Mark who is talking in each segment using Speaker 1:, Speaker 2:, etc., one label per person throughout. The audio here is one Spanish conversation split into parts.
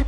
Speaker 1: Oh,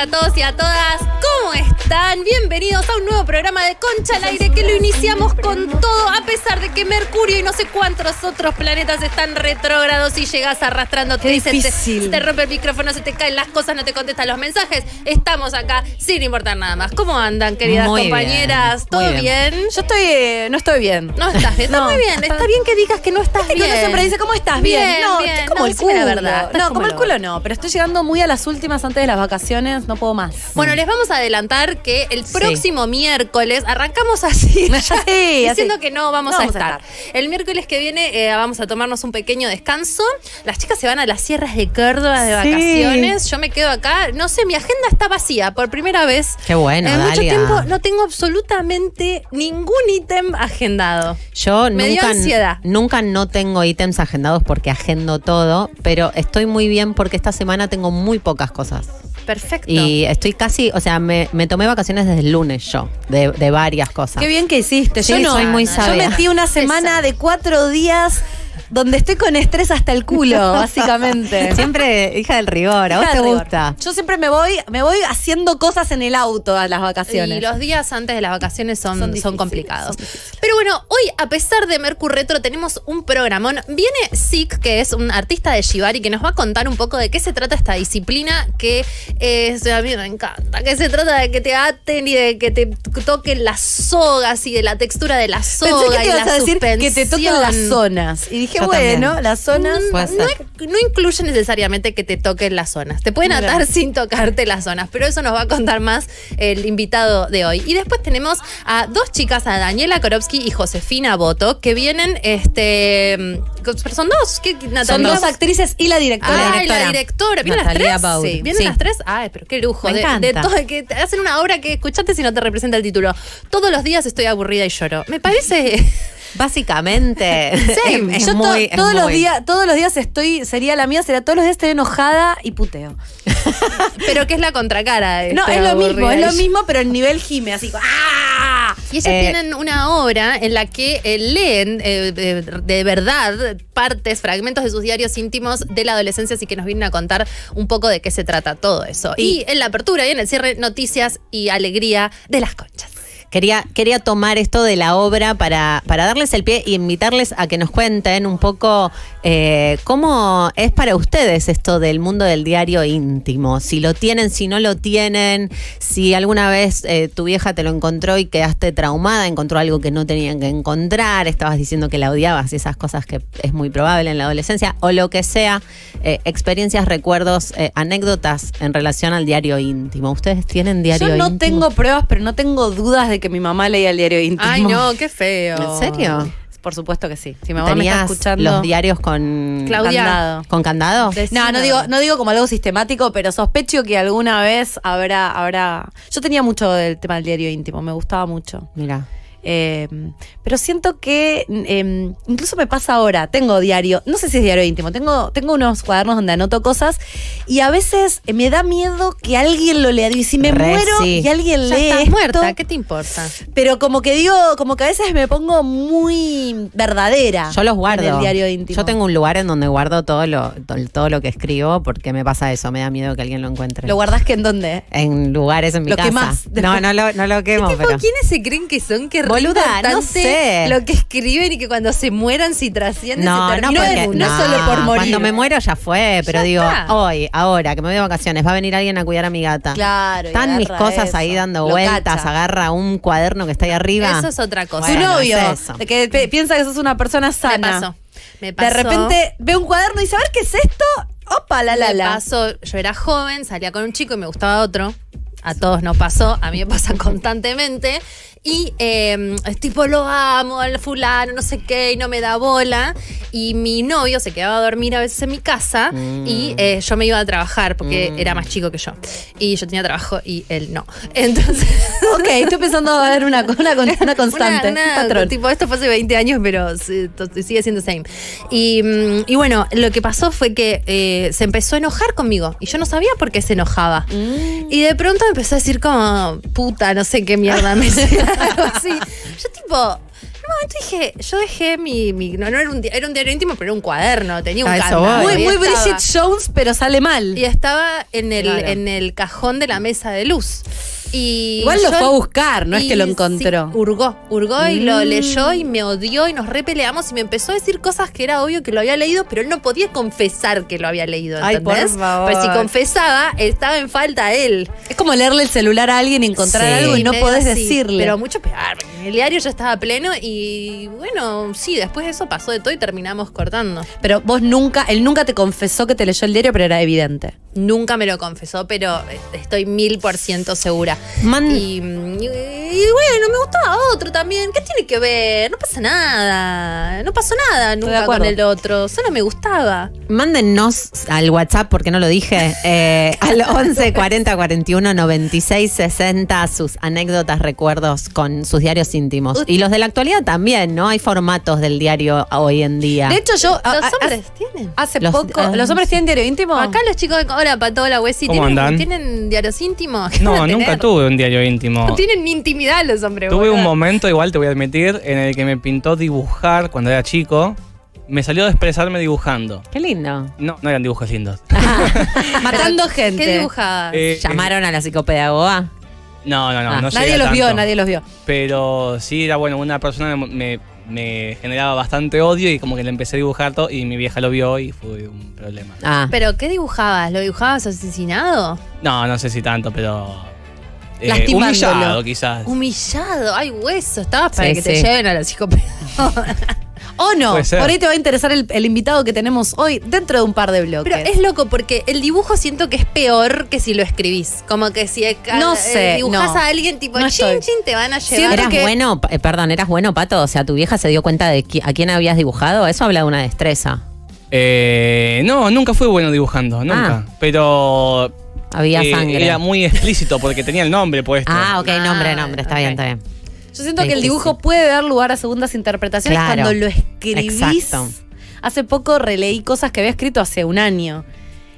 Speaker 2: a todos y a todas. ¿Cómo están? Bienvenidos a un nuevo programa de Concha al Aire que lo iniciamos con todo, a pesar de que Mercurio y no sé cuántos otros planetas están retrógrados y llegas arrastrándote.
Speaker 3: Qué
Speaker 2: Dicen, te,
Speaker 3: difícil.
Speaker 2: se te rompe el micrófono, se te caen las cosas, no te contestan los mensajes. Estamos acá sin importar nada más. ¿Cómo andan, queridas
Speaker 3: Muy bien,
Speaker 2: compañeras?
Speaker 3: muy
Speaker 2: ¿Todo bien?
Speaker 3: bien. Yo estoy, eh, no estoy bien.
Speaker 2: No estás bien. Está
Speaker 3: No,
Speaker 2: muy bien. Está bien que digas que no estás
Speaker 3: Es que
Speaker 2: bien.
Speaker 3: uno siempre dice, ¿cómo estás? Bien.
Speaker 2: Bien,
Speaker 3: no,
Speaker 2: bien.
Speaker 3: estoy como
Speaker 2: No,
Speaker 3: el
Speaker 2: decime
Speaker 3: culo.
Speaker 2: la verdad, estás
Speaker 3: No,
Speaker 2: como
Speaker 3: como el
Speaker 2: el
Speaker 3: culo no, pero estoy llegando muy a las últimas antes de las vacaciones, no puedo más.
Speaker 2: Bueno, les vamos a adelantar que el
Speaker 3: Sí.
Speaker 2: próximo miércoles arrancamos así, ya,
Speaker 3: Sí,
Speaker 2: diciendo
Speaker 3: así.
Speaker 2: que no vamos,
Speaker 3: No
Speaker 2: a, estar. El miércoles que viene eh, vamos a tomarnos un pequeño descanso. Las chicas se van a las sierras de Córdoba de
Speaker 3: Sí.
Speaker 2: vacaciones. Yo me quedo acá. No sé, mi agenda está vacía por primera vez.
Speaker 4: Qué bueno,
Speaker 2: En mucho
Speaker 4: Dalia.
Speaker 2: tiempo no tengo absolutamente ningún ítem agendado.
Speaker 4: Yo
Speaker 2: Me dio
Speaker 4: nunca,
Speaker 2: ansiedad.
Speaker 4: nunca no tengo ítems agendados porque agendo todo, pero estoy muy bien porque esta semana tengo muy pocas cosas.
Speaker 2: Perfecto.
Speaker 4: Y estoy casi, o sea, me, me tomé vacaciones desde el lunes yo, de, de varias cosas.
Speaker 3: Qué bien que hiciste.
Speaker 4: Sí,
Speaker 3: yo no.
Speaker 4: soy muy
Speaker 3: Yo
Speaker 4: sabia.
Speaker 3: metí una semana de cuatro días donde estoy con estrés hasta el culo, básicamente. Eh,
Speaker 4: Siempre hija del rigor, a vos
Speaker 3: Hija
Speaker 4: te
Speaker 3: de rigor.
Speaker 4: gusta.
Speaker 3: Yo siempre me voy, me voy haciendo cosas en el auto a las vacaciones.
Speaker 2: Y los días antes de las vacaciones son,
Speaker 3: Son
Speaker 2: son,
Speaker 3: difíciles,
Speaker 2: complicados.
Speaker 3: son
Speaker 2: Pero bueno, hoy, a pesar de Mercury Retro, tenemos un programón. Viene Sik, que es un artista de Shibari, que nos va a contar un poco de qué se trata esta disciplina que es, a mí me encanta. Que se trata de que te aten y de que te toquen las sogas y de la textura de la soga
Speaker 3: Pensé que
Speaker 2: y
Speaker 3: te ibas
Speaker 2: la
Speaker 3: a decir que te
Speaker 2: suspensión.
Speaker 3: toquen las zonas. Y dije,
Speaker 4: Yo también.
Speaker 3: bueno, las zonas.
Speaker 1: Mm,
Speaker 4: Puede
Speaker 2: No,
Speaker 4: ser.
Speaker 2: no incluye necesariamente que te toquen las zonas. Te pueden
Speaker 3: Mira.
Speaker 2: atar sin tocarte las zonas, pero eso nos va a contar más el invitado de hoy. Y después tenemos a dos chicas, a Daniela Korowski y Josefina Boto, que vienen, este, son dos, ¿qué, Natalia?
Speaker 3: Son dos actrices y la
Speaker 2: Ah,
Speaker 3: directora.
Speaker 2: y la directora. ¿Vienen las
Speaker 4: Natalia
Speaker 2: tres?
Speaker 4: Baud.
Speaker 2: Sí. ¿Vienen
Speaker 4: Sí.
Speaker 2: las tres? Ay, pero qué lujo.
Speaker 4: Me
Speaker 2: de,
Speaker 4: encanta.
Speaker 2: de todo- que te hacen una obra que escuchaste si no te representa el título. Todos los días estoy aburrida y lloro. Me parece...
Speaker 4: Básicamente.
Speaker 3: Sí,
Speaker 4: es
Speaker 3: yo to-
Speaker 4: muy- es
Speaker 3: todos los
Speaker 4: muy-
Speaker 3: días, todos los días estoy, sería la mía, sería todos los días estoy enojada y puteo.
Speaker 2: pero que es la contracara. de
Speaker 3: No,
Speaker 2: estoy
Speaker 3: es lo
Speaker 2: aburrida
Speaker 3: mismo,
Speaker 2: y
Speaker 3: es lo
Speaker 2: lloro.
Speaker 3: mismo, pero en nivel gime, así. ¡ah!
Speaker 2: Y ellas
Speaker 4: Eh,
Speaker 2: tienen una obra en la que eh, leen eh, de, de verdad partes, fragmentos de sus diarios íntimos de la adolescencia, así que nos vienen a contar un poco de qué se trata todo eso. Y, en la apertura y en el cierre, noticias y alegría de las conchas.
Speaker 4: Quería, quería tomar esto de la obra para, para darles el pie y invitarles a que nos cuenten un poco eh, cómo es para ustedes esto del mundo del diario íntimo. Si lo tienen, si no lo tienen, si alguna vez eh, tu vieja te lo encontró y quedaste traumada, encontró algo que no tenían que encontrar, estabas diciendo que la odiabas y esas cosas que es muy probable en la adolescencia, o lo que sea, eh, experiencias, recuerdos, eh, anécdotas en relación al diario íntimo. ¿Ustedes tienen diario
Speaker 3: Yo no
Speaker 4: íntimo?
Speaker 3: tengo pruebas, pero no tengo dudas de que mi mamá leía el diario íntimo.
Speaker 2: Ay, no, qué feo.
Speaker 4: ¿En serio?
Speaker 3: Por supuesto que sí. Si mi mamá me está
Speaker 4: ¿Tenías
Speaker 3: escuchando.
Speaker 4: los diarios con
Speaker 2: Claudia.
Speaker 3: Candado.
Speaker 4: ¿Con candado?
Speaker 3: No, no digo, no digo como algo sistemático, pero sospecho que alguna vez habrá, habrá. Yo tenía mucho del tema del diario íntimo, me gustaba mucho.
Speaker 4: Mira.
Speaker 3: Eh, pero siento que eh, incluso me pasa ahora, tengo diario, no sé si es diario íntimo, tengo, tengo unos cuadernos donde anoto cosas y a veces me da miedo que alguien lo lea. Y si me
Speaker 4: Re,
Speaker 3: muero
Speaker 4: sí.
Speaker 3: y alguien
Speaker 2: Ya
Speaker 3: lee
Speaker 2: estás
Speaker 3: esto,
Speaker 2: muerta, ¿qué te importa?
Speaker 3: pero como que digo, como que a veces me pongo muy verdadera.
Speaker 4: Yo los guardo.
Speaker 3: En el diario íntimo.
Speaker 4: Yo tengo un lugar en donde guardo todo lo, to- todo lo que escribo porque me pasa eso, me da miedo que alguien lo encuentre.
Speaker 3: ¿Lo guardás que en dónde?
Speaker 4: en lugares en mi
Speaker 3: Lo Este
Speaker 4: casa.
Speaker 3: quemás.
Speaker 4: No, no lo, no lo quemo, pero.
Speaker 2: ¿Quiénes se creen que son? Que
Speaker 4: re Boluda, no importante sé. lo
Speaker 2: que escriben y que cuando se mueran, si trascienden,
Speaker 4: No, no, porque,
Speaker 3: solo por morir.
Speaker 4: Cuando me muero ya fue, pero
Speaker 2: Ya
Speaker 4: digo,
Speaker 2: está.
Speaker 4: hoy, ahora, que me voy de vacaciones, va a venir alguien a cuidar a mi gata.
Speaker 3: Claro, y
Speaker 4: Están mis
Speaker 3: agarra
Speaker 4: cosas
Speaker 3: eso.
Speaker 4: ahí dando
Speaker 3: Lo
Speaker 4: vueltas,
Speaker 3: cacha.
Speaker 4: agarra un cuaderno que está ahí arriba.
Speaker 2: Eso es otra cosa.
Speaker 3: tu
Speaker 4: Bueno,
Speaker 3: novio,
Speaker 4: es eso.
Speaker 3: que pe- piensa que sos una persona sana.
Speaker 2: Me pasó. Me
Speaker 3: De
Speaker 2: pasó.
Speaker 3: repente ve un cuaderno y dice, a ver, ¿qué es esto? Opa, la la
Speaker 2: Me
Speaker 3: la.
Speaker 2: pasó, yo era joven, salía con un chico y me gustaba otro. A todos nos pasó, a mí me pasa constantemente. Y eh, es tipo, lo amo, al fulano, no sé qué, y no me da bola. Y mi novio se quedaba a dormir a veces en mi casa
Speaker 3: Mm.
Speaker 2: y eh, yo me iba a trabajar porque era más chico que yo. Y yo tenía trabajo y él no. Entonces.
Speaker 3: Ok, estoy pensando a ver una, una, con- una constante,
Speaker 2: Una-
Speaker 3: un
Speaker 2: una-
Speaker 3: patrón.
Speaker 2: Tipo, esto fue hace 20 años, pero se- to- sigue siendo same. Y, mm, y bueno, lo que pasó fue que eh, se empezó a enojar conmigo y yo no sabía por qué se enojaba.
Speaker 3: Mm.
Speaker 2: Y de pronto empezó a decir como, puta, no sé qué mierda me hice", algo así. Yo tipo... momento dije, yo dejé mi. mi- no, no era un, di- era un diario íntimo, pero era un cuaderno, tenía un
Speaker 4: A eso
Speaker 2: candado.
Speaker 4: voy.
Speaker 2: y
Speaker 3: Muy, muy
Speaker 2: estaba-
Speaker 3: Bridget Jones, pero sale mal.
Speaker 2: Y estaba en el,
Speaker 4: Claro.
Speaker 2: en el cajón de la mesa de luz. Y
Speaker 3: Igual lo
Speaker 2: yo-
Speaker 3: fue a buscar, no es
Speaker 2: y
Speaker 3: que lo
Speaker 2: sí,
Speaker 3: encontró.
Speaker 2: hurgó, hurgó y lo
Speaker 3: Mm.
Speaker 2: leyó y me odió y nos repeleamos y me empezó a decir cosas que era obvio que lo había leído, pero él no podía confesar que lo había leído,
Speaker 4: Ay, por
Speaker 2: ¿entendés?
Speaker 4: favor.
Speaker 2: Pues si confesaba, estaba en falta él.
Speaker 3: Es como leerle el celular a alguien y encontrar
Speaker 4: Sí.
Speaker 3: algo y no
Speaker 2: medio
Speaker 3: podés
Speaker 2: así,
Speaker 3: decirle.
Speaker 2: Pero mucho peor. El diario yo estaba pleno y bueno, sí, después de eso pasó de todo y terminamos cortando.
Speaker 3: Pero vos nunca, él nunca te confesó que te leyó el diario, pero era evidente.
Speaker 2: Nunca me lo confesó, pero eh, estoy mil por ciento segura.
Speaker 4: Man-
Speaker 2: Y, mm, y- y bueno, me gustaba otro también. ¿Qué tiene que ver? No pasa nada. No pasó nada nunca
Speaker 3: acuerdo.
Speaker 2: con el otro. Solo me gustaba.
Speaker 4: Mándennos al WhatsApp, porque no lo dije, eh, al 11 40 41 96 60 sus anécdotas, recuerdos con sus diarios íntimos. Y los de la actualidad también, ¿no? Hay formatos del diario hoy en día.
Speaker 3: De hecho, yo. a- a-
Speaker 2: Los hombres tienen.
Speaker 3: Ah, Hace
Speaker 4: Los-
Speaker 3: poco.
Speaker 4: ah,
Speaker 3: ¿Los hombres
Speaker 4: sí.
Speaker 3: tienen diario íntimo?
Speaker 2: Acá los chicos de Hola Pato, hola Wesi,
Speaker 5: ¿Cómo
Speaker 2: ¿tienen,
Speaker 5: andan?
Speaker 2: ¿tienen diarios íntimos? ¿Qué van
Speaker 5: No,
Speaker 2: a
Speaker 5: nunca
Speaker 2: tener?
Speaker 5: tuve un diario
Speaker 2: No
Speaker 5: íntimo.
Speaker 2: tienen ni intimidad los hombres.
Speaker 5: Tuve un
Speaker 2: boludo.
Speaker 5: momento, igual te voy a admitir, en el que me pintó dibujar cuando era chico. Me salió de expresarme dibujando.
Speaker 4: Qué lindo.
Speaker 5: No, no eran dibujos lindos.
Speaker 3: Ah. matando gente.
Speaker 2: ¿Qué dibujabas?
Speaker 5: Eh,
Speaker 4: Llamaron a la psicopedagoga.
Speaker 5: No, no, no.
Speaker 4: Ah,
Speaker 5: no llegué
Speaker 3: nadie
Speaker 5: a
Speaker 3: los vio,
Speaker 5: tanto.
Speaker 3: nadie los vio.
Speaker 5: Pero sí, era bueno, una persona me, me- me generaba bastante odio y como que le empecé a dibujar todo y mi vieja lo vio y fue un problema.
Speaker 4: Ah.
Speaker 2: ¿Pero qué dibujabas? ¿Lo dibujabas asesinado?
Speaker 5: No, no sé si tanto, pero... eh,
Speaker 3: Lastimándolo.
Speaker 5: humillado quizás.
Speaker 2: Humillado. Ay, hueso. Estabas para
Speaker 4: Sí,
Speaker 2: que te
Speaker 4: sí.
Speaker 2: lleven a la psicopedagoga.
Speaker 3: O no,
Speaker 5: Puede ser.
Speaker 3: por ahí te va a interesar el, el invitado que tenemos hoy dentro de un par de bloques.
Speaker 2: Pero es loco porque el dibujo siento que es peor que si lo escribís. Como que si
Speaker 3: No
Speaker 2: eh,
Speaker 3: sé,
Speaker 2: dibujás
Speaker 3: no.
Speaker 2: a alguien tipo
Speaker 3: No
Speaker 2: chin
Speaker 3: estoy.
Speaker 2: chin te van a llevar.
Speaker 3: Siento
Speaker 4: ¿Eras
Speaker 3: que-
Speaker 4: bueno, pa- eh, perdón, eras bueno, Pato? O sea, ¿tu vieja se dio cuenta de qui- a quién habías dibujado? Eso habla de una destreza.
Speaker 5: Eh, no, nunca fui bueno dibujando, nunca. Pero...
Speaker 4: Había
Speaker 5: eh,
Speaker 4: sangre.
Speaker 5: Era muy explícito porque tenía el nombre puesto.
Speaker 4: Ah, ok,
Speaker 2: Ah,
Speaker 4: nombre, nombre, está bien,
Speaker 2: ok.
Speaker 4: está bien.
Speaker 3: Yo siento que el
Speaker 4: Difícil.
Speaker 3: dibujo puede dar lugar a segundas interpretaciones
Speaker 4: Claro.
Speaker 3: cuando lo escribís.
Speaker 4: Exacto.
Speaker 3: Hace poco releí cosas que había escrito hace un año.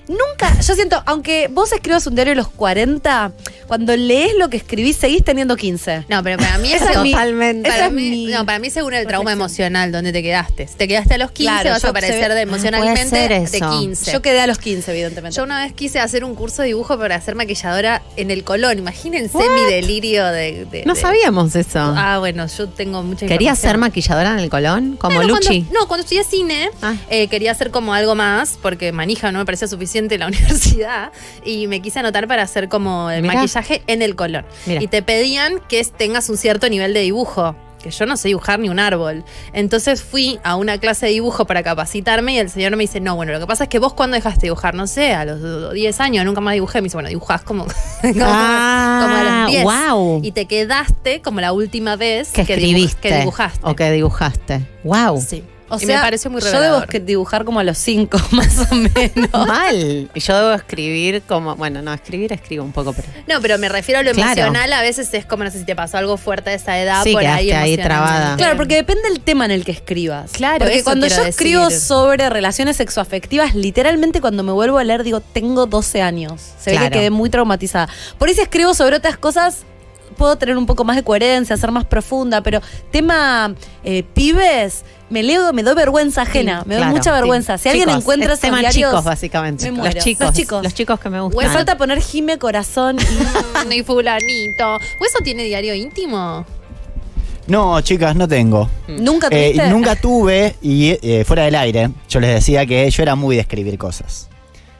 Speaker 3: Nunca, yo siento, aunque vos escribas un diario a los 40, cuando lees lo que escribís seguís teniendo 15.
Speaker 2: No, pero para mí es
Speaker 3: Esa es mi-
Speaker 4: Totalmente.
Speaker 3: esa
Speaker 2: Para
Speaker 3: es
Speaker 2: mí,
Speaker 3: mi-
Speaker 2: no, para mí según el trauma
Speaker 3: Perfecto.
Speaker 2: emocional donde te quedaste. Si te quedaste a los 15
Speaker 3: Claro,
Speaker 2: vas a
Speaker 3: yo observé-
Speaker 2: aparecer de
Speaker 3: Ah,
Speaker 2: emocionalmente
Speaker 4: puede
Speaker 2: de
Speaker 4: ser eso.
Speaker 2: 15.
Speaker 3: Yo quedé a los 15, evidentemente.
Speaker 2: Yo una vez quise hacer un curso de dibujo para ser maquilladora en el Colón. Imagínense mi delirio de.
Speaker 3: eh,
Speaker 2: de-
Speaker 4: No
Speaker 2: de-
Speaker 4: sabíamos eso.
Speaker 2: Ah, bueno, yo tengo mucha
Speaker 4: ¿Querías
Speaker 2: información.
Speaker 4: ser maquilladora en el Colón? Como
Speaker 2: Claro,
Speaker 4: Luchi.
Speaker 2: Cuando, no, cuando estudié cine,
Speaker 4: Ah.
Speaker 2: eh, quería hacer como algo más, porque manija no me parecía suficiente la universidad, y me quise anotar para hacer como el
Speaker 4: Mirá.
Speaker 2: maquillaje en el color.
Speaker 4: Mirá.
Speaker 2: Y te pedían que tengas un cierto nivel de dibujo. Que yo no sé dibujar ni un árbol. Entonces fui a una clase de dibujo para capacitarme y el señor me dice: No, bueno, lo que pasa es que vos, cuando dejaste de dibujar? No sé, a los 10 años, nunca más dibujé. Me dice: Bueno, dibujás como, como, como a
Speaker 4: Ah,
Speaker 2: los 10.
Speaker 4: wow.
Speaker 2: Y te quedaste como la última vez
Speaker 4: que
Speaker 2: dibuj-
Speaker 4: escribiste.
Speaker 2: que dibujaste.
Speaker 4: O que dibujaste. Wow.
Speaker 2: Sí.
Speaker 3: o
Speaker 2: y me pareció muy
Speaker 3: Yo debo
Speaker 2: revelador.
Speaker 3: que dibujar como a los 5, más o menos.
Speaker 4: Mal. Y yo debo escribir como. Bueno, no, escribir escribo un poco, pero.
Speaker 2: No, pero me refiero a lo
Speaker 4: Claro.
Speaker 2: emocional. A veces es como, no sé si te pasó algo fuerte a esa
Speaker 3: Ah,
Speaker 2: edad.
Speaker 4: Sí,
Speaker 2: por ahí,
Speaker 4: quedaste ahí
Speaker 2: emocionalmente.
Speaker 4: trabada.
Speaker 3: Claro, porque depende del tema en el que escribas.
Speaker 2: Claro,
Speaker 3: porque
Speaker 2: eso
Speaker 3: cuando yo
Speaker 2: quiero
Speaker 3: escribo
Speaker 2: decir.
Speaker 3: sobre relaciones sexoafectivas, literalmente cuando me vuelvo a leer digo, tengo 12 años. Se ve
Speaker 4: Claro.
Speaker 3: que quedé muy traumatizada. Por eso escribo sobre otras cosas, puedo tener un poco más de coherencia, ser más profunda, pero tema eh, pibes, me leo, me doy vergüenza ajena, me doy
Speaker 4: Claro, sí.
Speaker 3: mucha vergüenza. Si alguien
Speaker 4: Chicos,
Speaker 3: encuentra
Speaker 4: es
Speaker 3: esos
Speaker 4: tema
Speaker 3: diarios,
Speaker 4: chicos, básicamente.
Speaker 3: me
Speaker 4: Los
Speaker 3: muero.
Speaker 4: chicos.
Speaker 3: Los chicos.
Speaker 4: que me
Speaker 3: me
Speaker 4: gustan.
Speaker 3: falta poner gime, corazón y...
Speaker 2: Mm, y fulanito. ¿Hueso tiene diario íntimo?
Speaker 6: No, chicas, no tengo.
Speaker 3: ¿Nunca
Speaker 6: Eh,
Speaker 3: tuviste?
Speaker 6: nunca tuve, y eh, fuera del aire, yo les decía que yo era muy de escribir cosas.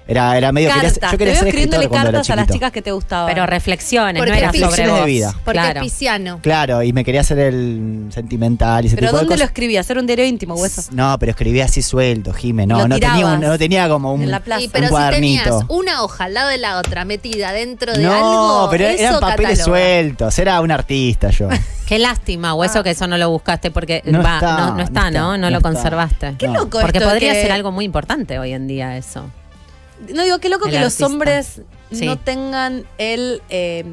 Speaker 6: Era, era medio quería
Speaker 3: Cartas.
Speaker 6: ser- yo
Speaker 3: Te
Speaker 6: quería
Speaker 3: veo
Speaker 6: ser
Speaker 3: escribiéndole
Speaker 6: escritor cuando era
Speaker 3: cartas a las
Speaker 6: chiquito.
Speaker 3: chicas que te gustaban.
Speaker 4: Pero reflexiones,
Speaker 2: Porque
Speaker 4: no era
Speaker 2: es
Speaker 4: sobre
Speaker 6: reflexiones de
Speaker 4: vos.
Speaker 6: vida.
Speaker 2: Porque
Speaker 4: claro.
Speaker 2: es pisciano.
Speaker 6: Claro, y me quería hacer el sentimental y ese
Speaker 3: ¿Pero
Speaker 6: tipo de
Speaker 3: dónde lo
Speaker 6: cosas.
Speaker 3: escribí? ¿Hacer un diario íntimo, hueso?
Speaker 6: No, pero escribía así suelto, Jime.
Speaker 3: Lo
Speaker 6: No, no tenía,
Speaker 3: tirabas.
Speaker 6: un- no tenía como un.
Speaker 3: En la plaza.
Speaker 2: Y, pero
Speaker 6: Un
Speaker 2: si tenías
Speaker 6: cuadernito.
Speaker 2: una hoja al lado de la otra metida dentro de
Speaker 6: no,
Speaker 2: algo.
Speaker 6: pero
Speaker 2: eso
Speaker 6: eran papeles
Speaker 2: cataloga.
Speaker 6: sueltos. Era un artista yo.
Speaker 4: Qué lástima, o
Speaker 3: Ah.
Speaker 4: eso que eso no lo buscaste porque
Speaker 6: No
Speaker 4: va,
Speaker 6: está,
Speaker 4: no, no está, ¿no?
Speaker 6: no está,
Speaker 4: No
Speaker 6: no
Speaker 4: lo
Speaker 6: está.
Speaker 4: conservaste.
Speaker 3: Qué
Speaker 6: No.
Speaker 3: loco
Speaker 4: Porque
Speaker 3: esto
Speaker 4: podría
Speaker 3: que-
Speaker 4: ser algo muy importante hoy en día eso.
Speaker 3: No digo, qué loco
Speaker 4: El
Speaker 3: que
Speaker 4: artista.
Speaker 3: los hombres
Speaker 4: Sí.
Speaker 3: no tengan el. eh,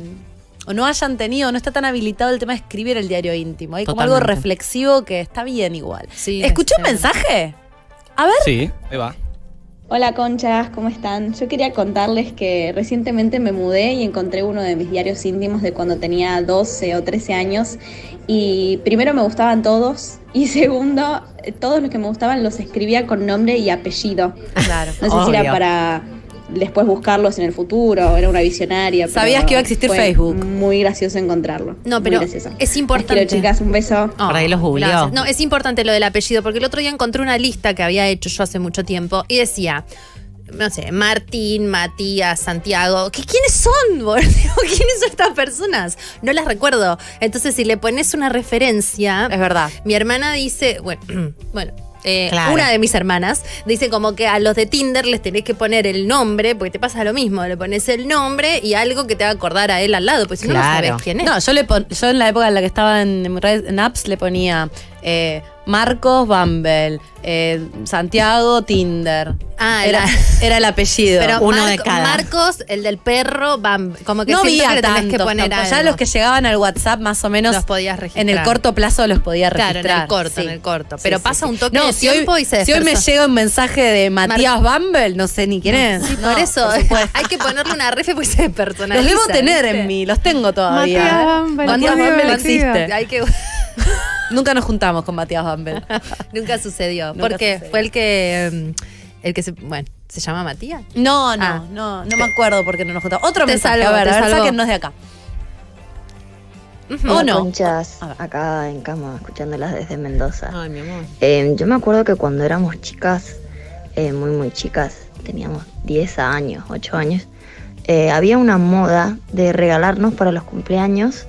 Speaker 3: o no hayan tenido, no está tan habilitado el tema de escribir el diario íntimo. Hay como algo
Speaker 4: Totalmente.
Speaker 3: reflexivo que está bien igual.
Speaker 2: Sí,
Speaker 3: ¿Escuché
Speaker 2: es
Speaker 3: un
Speaker 2: cierto.
Speaker 3: mensaje? A ver,
Speaker 5: Sí, ahí va.
Speaker 7: Hola conchas, ¿cómo están? Yo quería contarles que recientemente me mudé y encontré uno de mis diarios íntimos de cuando tenía 12 o 13 años y primero me gustaban todos y segundo, todos los que me gustaban los escribía con nombre y apellido.
Speaker 2: Claro.
Speaker 7: No sé si
Speaker 4: Obvio.
Speaker 7: era para después buscarlos en el futuro, era una visionaria. pero
Speaker 2: Sabías que iba a existir
Speaker 7: fue
Speaker 2: Facebook.
Speaker 7: Muy gracioso encontrarlo.
Speaker 1: No,
Speaker 7: Muy
Speaker 1: pero
Speaker 7: gracioso.
Speaker 1: es importante.
Speaker 7: Las quiero, chicas, un beso.
Speaker 1: Ah,
Speaker 4: Por ahí los googleó.
Speaker 1: gracias. No, es importante lo del apellido, porque el otro día encontré una lista que había hecho yo hace mucho tiempo y decía. No sé, Martín, Matías, Santiago. ¿Qué, ¿Quiénes son, boludo? ¿Quiénes son estas personas? No las recuerdo. Entonces, si le pones una referencia.
Speaker 2: Es verdad.
Speaker 1: Mi hermana dice, bueno, bueno. eh,
Speaker 4: Claro.
Speaker 1: Una de mis hermanas dice como que a los de Tinder les tenés que poner el nombre, porque te pasa lo mismo, le pones el nombre y algo que te va a acordar a él al lado, pues si no, no
Speaker 4: Claro.
Speaker 1: sabes quién es.
Speaker 2: No, yo, le pon- yo en la época en la que estaba en, red- en apps le ponía eh, Marcos Bumble, eh, Santiago Tinder.
Speaker 1: Ah,
Speaker 2: era,
Speaker 1: la-
Speaker 2: era el apellido.
Speaker 1: Pero
Speaker 4: uno de
Speaker 1: Marco-
Speaker 4: cada.
Speaker 1: Marcos, el del perro, bam, como que
Speaker 2: no
Speaker 1: siento
Speaker 2: había
Speaker 1: que le tenés
Speaker 2: tantos
Speaker 1: que poner
Speaker 2: tampoco.
Speaker 1: algo.
Speaker 2: Ya los que llegaban al WhatsApp más o menos
Speaker 1: Los podías registrar.
Speaker 2: en el corto plazo los podía registrar.
Speaker 1: Claro, en el corto,
Speaker 2: sí.
Speaker 1: en el corto.
Speaker 2: Sí,
Speaker 1: Pero
Speaker 2: sí,
Speaker 1: pasa
Speaker 2: sí.
Speaker 1: un toque de
Speaker 2: hoy-
Speaker 1: tiempo y se
Speaker 2: Si hoy me
Speaker 1: dispersa.
Speaker 2: llega un mensaje de Matías Bumble, no sé ni quién es.
Speaker 1: Sí,
Speaker 2: No,
Speaker 1: por eso
Speaker 2: supuesto.
Speaker 1: hay que ponerle una refe porque se personaliza.
Speaker 2: Los debo tener
Speaker 1: ¿viste?
Speaker 2: en mí, los tengo todavía.
Speaker 8: Matías Bumble,
Speaker 2: Matías
Speaker 8: Dios mío,
Speaker 2: Bumble
Speaker 8: lo
Speaker 2: existe.
Speaker 8: sigo.
Speaker 1: Hay que...
Speaker 2: Nunca nos juntamos con Matías Bumble.
Speaker 1: Nunca sucedió.
Speaker 2: Nunca
Speaker 1: porque
Speaker 2: sucedió.
Speaker 1: fue el que. em, el que se. Bueno, ¿se llama Matías?
Speaker 2: No, no,
Speaker 1: Ah.
Speaker 2: no, no me acuerdo porque no nos juntamos. Otro
Speaker 1: Te
Speaker 2: mensaje,
Speaker 1: salvo,
Speaker 2: a ver,
Speaker 1: te
Speaker 2: a ver,
Speaker 1: salvo.
Speaker 2: sáquennos de acá.
Speaker 1: Ujú.
Speaker 2: ¿O
Speaker 9: Hola,
Speaker 2: no?
Speaker 9: Conchas,
Speaker 2: A ver.
Speaker 9: acá en cama, escuchándolas desde Mendoza.
Speaker 4: Ay, mi amor.
Speaker 9: Eh, yo me acuerdo que cuando éramos chicas, eh, muy muy chicas, teníamos 10 años, 8 años, eh, había una moda de regalarnos para los cumpleaños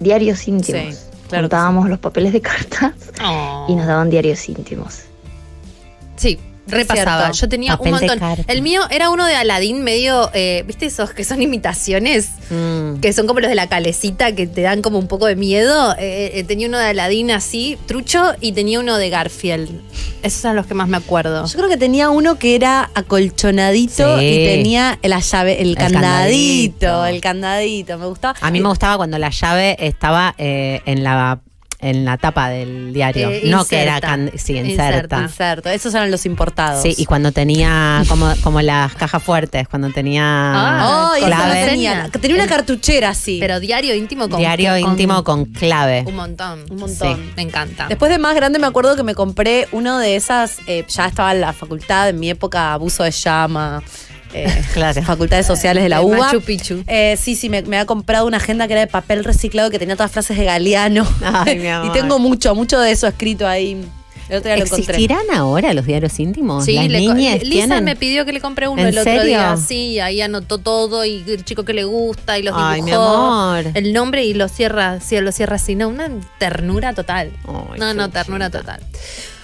Speaker 9: diarios íntimos.
Speaker 2: Sí, Oh. claro que
Speaker 9: Juntábamos los papeles de cartas y nos daban diarios íntimos.
Speaker 1: Sí. Repasaba,
Speaker 2: Cierto.
Speaker 1: yo tenía
Speaker 4: Papel
Speaker 1: un
Speaker 4: de
Speaker 1: montón.
Speaker 4: carta.
Speaker 1: El mío era uno de Aladín, medio, eh, ¿viste esos que son imitaciones?
Speaker 4: Mm.
Speaker 1: Que son como los de la calecita que te dan como un poco de miedo. Eh, eh, tenía uno de Aladín así, trucho, y tenía uno de Garfield. Esos son los que más me acuerdo.
Speaker 2: Yo creo que tenía uno que era acolchonadito
Speaker 4: Sí.
Speaker 2: y tenía la llave, el,
Speaker 4: El
Speaker 2: candadito,
Speaker 4: candadito.
Speaker 2: el candadito, me gustaba.
Speaker 4: A mí me gustaba cuando la llave estaba eh, en la en la tapa del diario.
Speaker 1: Eh,
Speaker 4: no que era
Speaker 1: inserta.
Speaker 4: can- sí, inserta.
Speaker 2: Inserto, esos eran los importados.
Speaker 4: Sí, y cuando tenía como, como las cajas fuertes, cuando tenía
Speaker 1: Ah,
Speaker 2: Ay,
Speaker 1: con
Speaker 2: esa no
Speaker 1: clave.
Speaker 2: tenía. Tenía una
Speaker 1: El-
Speaker 2: cartuchera así.
Speaker 1: Pero diario íntimo con.
Speaker 4: diario
Speaker 1: con-
Speaker 4: íntimo con clave.
Speaker 1: Un montón.
Speaker 2: Un montón.
Speaker 1: Sí, me encanta.
Speaker 2: Después de más grande me acuerdo que me compré uno de esas, eh, ya estaba en la facultad, en mi época abuso de llama, eh,
Speaker 4: Claro.
Speaker 2: facultades sociales de la
Speaker 1: De
Speaker 2: UBA.
Speaker 1: Machu Picchu.
Speaker 2: Eh, sí, sí, me, me había comprado una agenda que era de papel reciclado que tenía todas frases de Galeano.
Speaker 4: Ay, mi amor.
Speaker 2: y tengo mucho, mucho de eso escrito ahí. El otro día lo encontré.
Speaker 4: ¿Existirán ahora los diarios íntimos?
Speaker 1: Sí,
Speaker 4: ¿Las
Speaker 1: le co-
Speaker 4: niñas
Speaker 1: Lisa
Speaker 4: tienen?
Speaker 1: me pidió que le compre uno
Speaker 4: ¿En
Speaker 1: el otro
Speaker 4: serio?
Speaker 1: día. Sí, ahí anotó todo y el chico que le gusta y los dibujó.
Speaker 4: Ay, mi amor.
Speaker 1: El nombre y lo cierra, sí, lo cierra así, no, una ternura total.
Speaker 4: Ay,
Speaker 1: no, no,
Speaker 4: qué
Speaker 1: ternura total.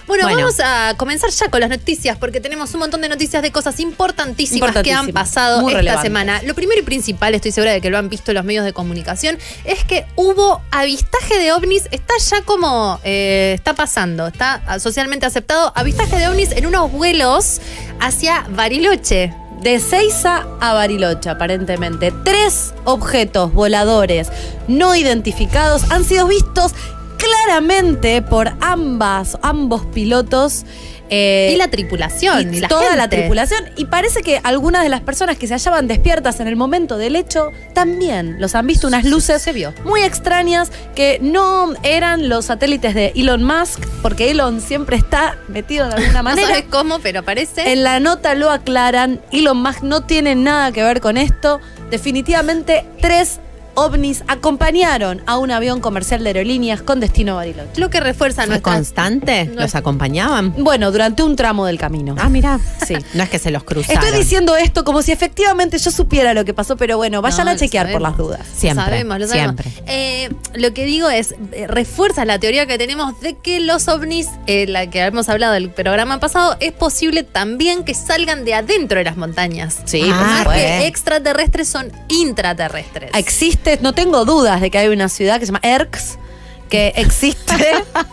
Speaker 1: Bueno,
Speaker 4: Bueno.
Speaker 1: vamos a comenzar ya con las noticias porque tenemos un montón de noticias de cosas importantísimas que han
Speaker 2: Importantísimas,
Speaker 1: pasado
Speaker 2: muy
Speaker 1: esta
Speaker 2: relevantes.
Speaker 1: semana. Lo primero y principal, estoy segura de que lo han visto los medios de comunicación, es que hubo avistaje de ovnis. Está ya como eh, está pasando, está ah, socialmente aceptado. Avistaje de ovnis en unos vuelos hacia Bariloche.
Speaker 2: De Seiza a Bariloche, aparentemente. Tres objetos voladores no identificados han sido vistos claramente por ambas, ambos pilotos. eh,
Speaker 1: y la tripulación.
Speaker 2: y
Speaker 1: y la
Speaker 2: toda la
Speaker 1: gente.
Speaker 2: tripulación. Y parece que algunas de las personas que se hallaban despiertas en el momento del hecho también los han visto unas luces
Speaker 1: Se vio.
Speaker 2: muy extrañas que no eran los satélites de Elon Musk, porque Elon siempre está metido de alguna
Speaker 1: No
Speaker 2: manera.
Speaker 1: sabes cómo, pero parece.
Speaker 2: En la nota lo aclaran, Elon Musk no tiene nada que ver con esto. Definitivamente tres ovnis acompañaron a un avión comercial de aerolíneas con destino a Bariloche.
Speaker 1: lo que refuerza
Speaker 4: ¿Fue
Speaker 1: nuestra
Speaker 4: constante?
Speaker 1: no-
Speaker 4: ¿Los acompañaban?
Speaker 2: Bueno, durante un tramo del camino.
Speaker 4: Ah, mira.
Speaker 2: Sí.
Speaker 4: No es que se los cruzaron.
Speaker 2: Estoy diciendo esto como si efectivamente yo supiera lo que pasó, pero bueno, vayan
Speaker 1: No,
Speaker 2: a
Speaker 1: lo
Speaker 2: chequear por
Speaker 1: sabemos.
Speaker 2: las dudas.
Speaker 4: Siempre.
Speaker 1: Lo sabemos, lo sabemos.
Speaker 4: Siempre.
Speaker 1: Eh, lo que digo es, eh, refuerza la teoría que tenemos de que los ovnis, eh, la que hemos hablado del programa pasado, es posible también que salgan de adentro de las montañas.
Speaker 2: Sí,
Speaker 4: por
Speaker 1: Más que
Speaker 4: supuesto.
Speaker 1: extraterrestres son intraterrestres.
Speaker 2: Ah, Existe, no tengo dudas de que hay una ciudad que se llama Erx que existe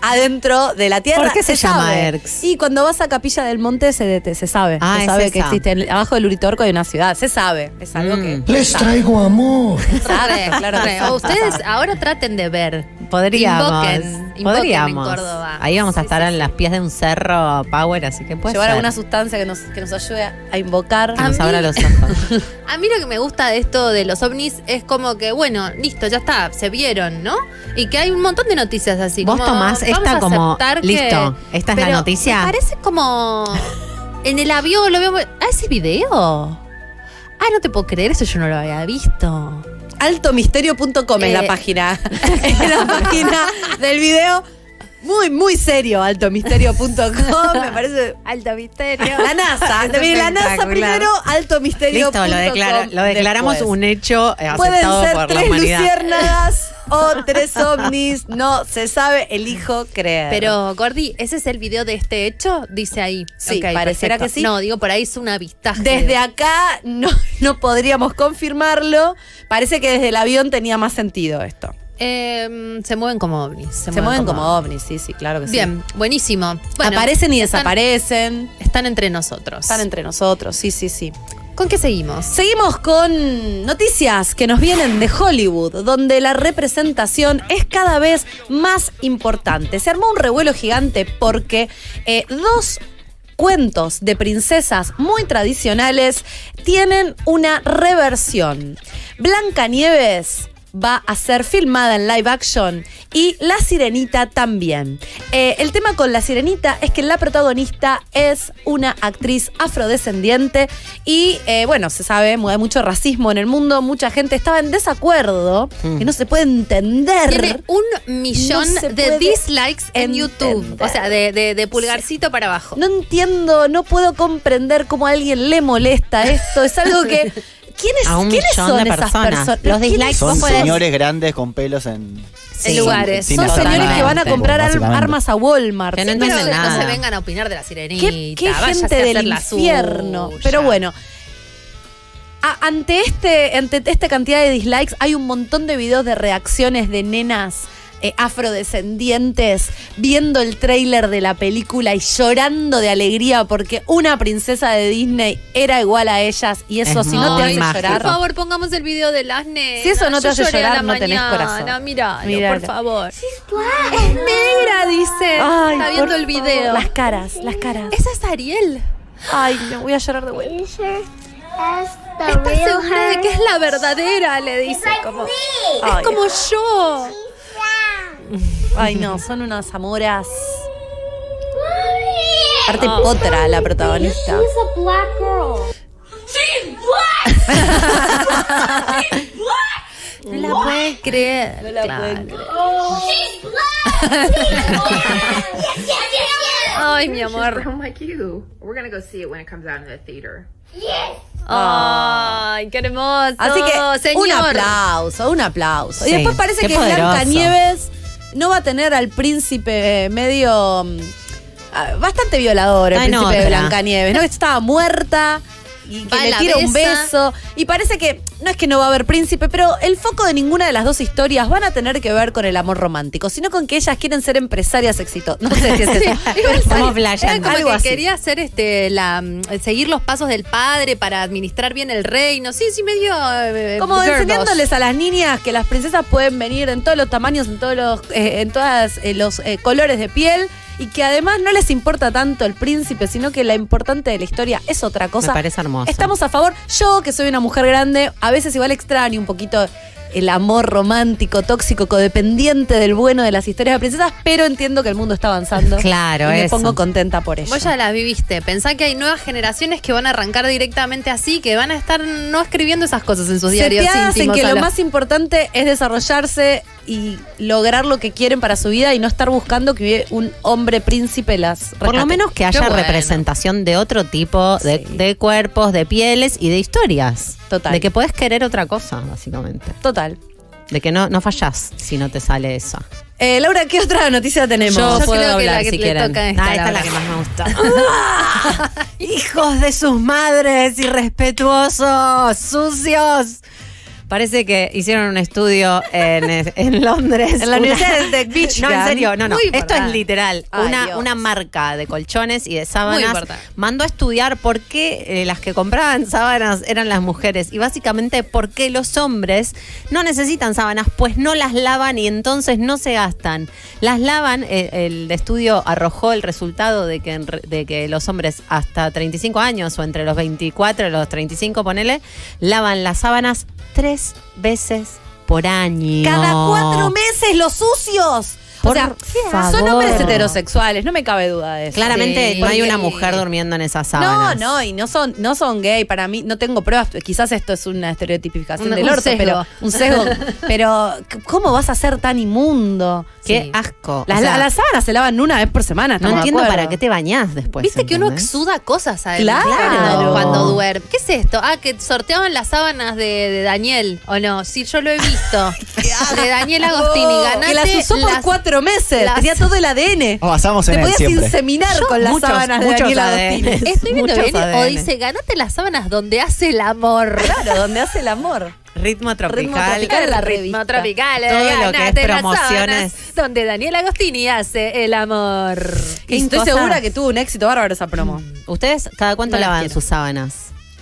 Speaker 2: adentro de la Tierra.
Speaker 4: ¿Por qué se llama
Speaker 2: sabe.
Speaker 4: Erx?
Speaker 2: Y cuando vas a Capilla del Monte se, det- se sabe.
Speaker 4: Ah,
Speaker 2: se
Speaker 4: es
Speaker 2: sabe que
Speaker 4: esa.
Speaker 2: existe. En- abajo del Uritorco hay una ciudad. Se sabe. Es algo
Speaker 4: Mm.
Speaker 2: que. Les traigo amor.
Speaker 1: Re,
Speaker 2: claro.
Speaker 1: re. O ustedes ahora traten de ver.
Speaker 4: Podríamos.
Speaker 1: Invoquen. Invóquenme
Speaker 4: Podríamos.
Speaker 1: en Córdoba.
Speaker 4: Ahí vamos a
Speaker 1: Sí,
Speaker 4: estar
Speaker 1: sí,
Speaker 4: en
Speaker 1: sí.
Speaker 4: las pies de un cerro power, así que puede
Speaker 2: Llevar
Speaker 4: ser.
Speaker 2: alguna sustancia que nos, que nos ayude a a invocar.
Speaker 4: Que nos
Speaker 1: A mí-
Speaker 4: abra los ojos.
Speaker 1: A mí lo que me gusta de esto de los ovnis es como que, bueno, listo, ya está, se vieron, ¿no? Y que hay un montón de noticias así.
Speaker 4: Vos
Speaker 1: como,
Speaker 4: tomás
Speaker 1: vamos
Speaker 4: esta
Speaker 1: a
Speaker 4: como,
Speaker 1: aceptar que-
Speaker 4: listo, esta es la
Speaker 1: Pero
Speaker 4: noticia.
Speaker 1: me parece como. En el avión lo veo. Ah, ese video. Ah, no te puedo creer, eso yo no lo había visto.
Speaker 2: Altomisterio.com es
Speaker 1: Eh.
Speaker 2: la página. es la página del video. Muy, muy serio, altomisterio.com. Me parece.
Speaker 1: Oh, Alto misterio.
Speaker 2: La NASA.
Speaker 4: Es
Speaker 2: Mire, la NASA
Speaker 4: espectacular.
Speaker 2: primero, altomisterio.com.
Speaker 4: Listo, lo, declara- lo declaramos
Speaker 2: después.
Speaker 4: un hecho eh,
Speaker 2: Pueden
Speaker 4: aceptado
Speaker 2: ser
Speaker 4: por la
Speaker 2: tres
Speaker 4: humanidad.
Speaker 2: luciérnagas o tres ovnis. No se sabe, elijo creer.
Speaker 1: Pero, Gordi, ¿ese es el video de este hecho? Dice ahí.
Speaker 2: Sí,
Speaker 1: Ok,
Speaker 2: pareciera
Speaker 1: perfecto.
Speaker 2: que sí.
Speaker 1: No, digo, por ahí es un avistaje.
Speaker 2: Desde acá no, no podríamos confirmarlo. Parece que desde el avión tenía más sentido esto.
Speaker 1: Eh, se mueven como ovnis.
Speaker 2: Se, mueven como, ovnis, sí, sí, claro que sí.
Speaker 1: Bien, buenísimo. Bueno,
Speaker 2: Aparecen y
Speaker 1: están-
Speaker 2: desaparecen.
Speaker 1: Están entre nosotros.
Speaker 2: Están entre nosotros, sí, sí, sí.
Speaker 1: ¿Con qué seguimos?
Speaker 2: Seguimos con noticias que nos vienen de Hollywood, donde la representación es cada vez más importante. Se armó un revuelo gigante porque eh, dos cuentos de princesas muy tradicionales tienen una reversión. Blancanieves va a ser filmada en live action y La Sirenita también. Eh, el tema con La Sirenita es que la protagonista es una actriz afrodescendiente y eh, bueno, se sabe, mu- hay mucho racismo en el mundo, mucha gente estaba en desacuerdo, que no se puede entender.
Speaker 1: Tiene un millón
Speaker 2: No se
Speaker 1: de
Speaker 2: puede
Speaker 1: dislikes en YouTube.
Speaker 2: entender.
Speaker 1: O sea, de, de- de pulgarcito para abajo.
Speaker 2: No entiendo, no puedo comprender cómo a alguien le molesta esto. Es algo que. ¿Quiénes,
Speaker 4: A un
Speaker 2: ¿quiénes
Speaker 4: millón
Speaker 2: son
Speaker 4: de
Speaker 2: esas
Speaker 4: personas.
Speaker 2: personas?
Speaker 4: Los
Speaker 2: ¿Pero quiénes
Speaker 4: dislikes
Speaker 6: Son
Speaker 4: Vos podés-
Speaker 6: señores grandes con pelos en,
Speaker 1: Sí. lugares.
Speaker 6: sin
Speaker 2: Son
Speaker 6: hacer
Speaker 2: señores
Speaker 6: nada,
Speaker 2: que van a
Speaker 6: tipo,
Speaker 2: comprar ar-
Speaker 6: básicamente.
Speaker 2: armas a Walmart.
Speaker 4: Que no
Speaker 1: Pero
Speaker 4: entienden
Speaker 1: no se
Speaker 4: nada.
Speaker 1: vengan a opinar de la sirenita.
Speaker 2: ¿Qué, qué
Speaker 1: váyase
Speaker 2: gente
Speaker 1: a hacer
Speaker 2: del
Speaker 1: la
Speaker 2: infierno.
Speaker 1: suya.
Speaker 2: Pero bueno. a- ante, este, ante esta cantidad de dislikes hay un montón de videos de reacciones de nenas eh, afrodescendientes viendo el tráiler de la película y llorando de alegría porque una princesa de Disney era igual a ellas y eso
Speaker 4: Es
Speaker 2: si no
Speaker 4: muy
Speaker 2: te hace
Speaker 4: mágico.
Speaker 2: llorar.
Speaker 1: Por favor, pongamos el video de las nenas.
Speaker 2: Si eso no te
Speaker 1: Yo
Speaker 2: hace
Speaker 1: lloré a
Speaker 2: llorar,
Speaker 1: la
Speaker 2: no tenés
Speaker 1: mañana.
Speaker 2: corazón.
Speaker 1: Míralo,
Speaker 2: Míralo.
Speaker 1: por favor. Es negra, dice.
Speaker 2: Ay,
Speaker 1: Está viendo
Speaker 2: por favor.
Speaker 1: el video.
Speaker 2: Las caras, las caras.
Speaker 1: Esa es Ariel.
Speaker 2: Ay, no, voy a llorar de vuelta.
Speaker 1: Está segura de que es la verdadera, le dice. Como,
Speaker 2: Ay,
Speaker 1: es como yo.
Speaker 2: Ay, no, son unas amoras. Arte
Speaker 1: Oh.
Speaker 2: potra la protagonista.
Speaker 1: No la pueden creer. claro. Ay, mi amor.
Speaker 2: Ah.
Speaker 1: Ay, qué hermoso.
Speaker 2: Así que
Speaker 1: señor.
Speaker 2: un aplauso, un aplauso. Y
Speaker 4: Sí,
Speaker 2: después parece
Speaker 4: qué
Speaker 2: que
Speaker 4: poderoso.
Speaker 2: Blanca Nieves no va a tener al príncipe eh, medio mm, ah, bastante violador, el
Speaker 4: Ay, no,
Speaker 2: príncipe de
Speaker 4: otra.
Speaker 2: Blanca Nieves, ¿no? Que estaba muerta. Y que
Speaker 1: Va,
Speaker 2: le
Speaker 1: la
Speaker 2: tira un
Speaker 1: besa.
Speaker 2: beso. Y parece que no es que no va a haber príncipe, pero el foco de ninguna de las dos historias van a tener que ver con el amor romántico, sino con que ellas quieren ser empresarias exitosas. No sé si es eso.
Speaker 4: Estamos
Speaker 1: Era
Speaker 4: flasheando.
Speaker 1: como
Speaker 2: Algo
Speaker 1: que
Speaker 2: así.
Speaker 1: quería hacer este la mm, seguir los pasos del padre para administrar bien el reino. Sí, sí, medio eh,
Speaker 2: Como
Speaker 1: girl boss.
Speaker 2: enseñándoles a las niñas que las princesas pueden venir en todos los tamaños, en todos los, eh, en todas eh, los eh, colores de piel y que además no les importa tanto el príncipe, sino que la importante de la historia es otra cosa.
Speaker 4: Me parece hermoso.
Speaker 2: Estamos a favor. Yo que soy una mujer grande, a veces igual extraño un poquito el amor romántico, tóxico, codependiente del bueno de las historias de princesas, pero entiendo que el mundo está avanzando.
Speaker 4: Claro,
Speaker 2: y me
Speaker 4: eso.
Speaker 2: pongo contenta por ello.
Speaker 1: Vos ya las viviste. Pensá que hay nuevas generaciones que van a arrancar directamente así, que van a estar no escribiendo esas cosas en sus diarios
Speaker 2: seteadas en
Speaker 1: íntimos.
Speaker 2: que lo
Speaker 1: habla.
Speaker 2: más importante es desarrollarse y lograr lo que quieren para su vida y no estar buscando que un hombre príncipe las
Speaker 4: Por lo
Speaker 2: rescate.
Speaker 4: menos que haya
Speaker 1: bueno.
Speaker 4: representación de otro tipo de,
Speaker 2: Sí.
Speaker 4: de cuerpos, de pieles y de historias.
Speaker 2: Total.
Speaker 4: De que podés querer otra cosa, básicamente.
Speaker 2: Total.
Speaker 4: De que no, no fallás si no te sale eso.
Speaker 2: Eh, Laura, ¿qué otra noticia tenemos?
Speaker 4: Yo, puedo
Speaker 1: creo que la
Speaker 4: hablar
Speaker 1: que
Speaker 4: si
Speaker 1: le
Speaker 4: quieren.
Speaker 1: toca a esta,
Speaker 4: ah, esta es
Speaker 1: Laura.
Speaker 4: la que más me gusta. ¡Ah! Hijos de sus madres, irrespetuosos, sucios. Parece que hicieron un estudio en, en Londres.
Speaker 2: En
Speaker 4: Una-
Speaker 2: la Universidad de Michigan.
Speaker 4: No, en serio, no, no.
Speaker 2: Muy
Speaker 4: Esto es
Speaker 2: importante.
Speaker 4: literal.
Speaker 2: Ay,
Speaker 4: una,
Speaker 2: Dios.
Speaker 4: una marca de colchones y de
Speaker 1: Muy
Speaker 4: sábanas
Speaker 1: importante.
Speaker 4: mandó a estudiar por qué eh, las que compraban sábanas eran las mujeres y básicamente por qué los hombres no necesitan sábanas, pues no las lavan y entonces no se gastan. Las lavan, eh, el estudio arrojó el resultado de que, en re- de que los hombres hasta 35 años o entre los 24 y los 35, ponele, lavan las sábanas tres veces por año.
Speaker 2: Ah, Cada cuatro meses los sucios.
Speaker 4: Por
Speaker 2: o sea, son
Speaker 4: favor.
Speaker 2: hombres heterosexuales, no me cabe duda de eso.
Speaker 4: Claramente
Speaker 1: Sí,
Speaker 4: no hay
Speaker 1: porque-
Speaker 4: una mujer durmiendo en esas
Speaker 2: No,
Speaker 4: sábanas.
Speaker 2: no, y no son, no son gay. Para mí, no tengo pruebas. Quizás esto es una estereotipificación
Speaker 1: Un-
Speaker 2: del
Speaker 1: un
Speaker 2: orto,
Speaker 1: sesgo.
Speaker 2: pero un sesgo. pero, c- ¿cómo vas a ser tan inmundo?
Speaker 4: Qué
Speaker 1: Sí.
Speaker 4: asco.
Speaker 2: Las,
Speaker 4: O sea,
Speaker 2: las sábanas se lavan una vez por semana.
Speaker 4: no
Speaker 2: estamos de
Speaker 4: entiendo
Speaker 2: acuerdo.
Speaker 4: para qué te bañás después.
Speaker 1: Viste que uno
Speaker 4: ¿entendés?
Speaker 1: exuda cosas además
Speaker 2: Pues Claro.
Speaker 1: cuando, cuando duerme. ¿Qué es esto? Ah, que sorteaban las sábanas de, de Daniel, ¿o no? Sí, yo lo he visto. de Daniel Agostini.
Speaker 2: Oh,
Speaker 1: Ganate
Speaker 2: que las usó por
Speaker 1: las-
Speaker 2: cuatro meses.
Speaker 1: las-
Speaker 2: Tenía todo el ADN.
Speaker 6: Avanzamos
Speaker 2: te
Speaker 6: en él
Speaker 2: podías
Speaker 6: siempre.
Speaker 2: inseminar con las
Speaker 4: muchos-
Speaker 2: sábanas de
Speaker 4: muchos
Speaker 2: Daniela
Speaker 4: ADN.
Speaker 2: Agostini.
Speaker 1: Estoy viendo
Speaker 4: Muchos
Speaker 1: bien, ¿eh? o
Speaker 4: ADN.
Speaker 1: dice, ganate las sábanas donde hace el amor.
Speaker 2: Claro, donde hace el amor.
Speaker 4: Ritmo tropical.
Speaker 2: tropical. la revista.
Speaker 1: ritmo tropical. eh,
Speaker 4: Todo lo que es
Speaker 1: ganate las
Speaker 4: promociones.
Speaker 1: sábanas Donde Daniel Agostini hace el amor.
Speaker 4: Qué
Speaker 2: Y estoy
Speaker 4: cosa.
Speaker 2: segura que tuvo un éxito bárbaro esa promo.
Speaker 4: Mm, ¿Ustedes cada cuánto
Speaker 2: No las
Speaker 4: lavan
Speaker 2: quiero.
Speaker 4: sus sábanas?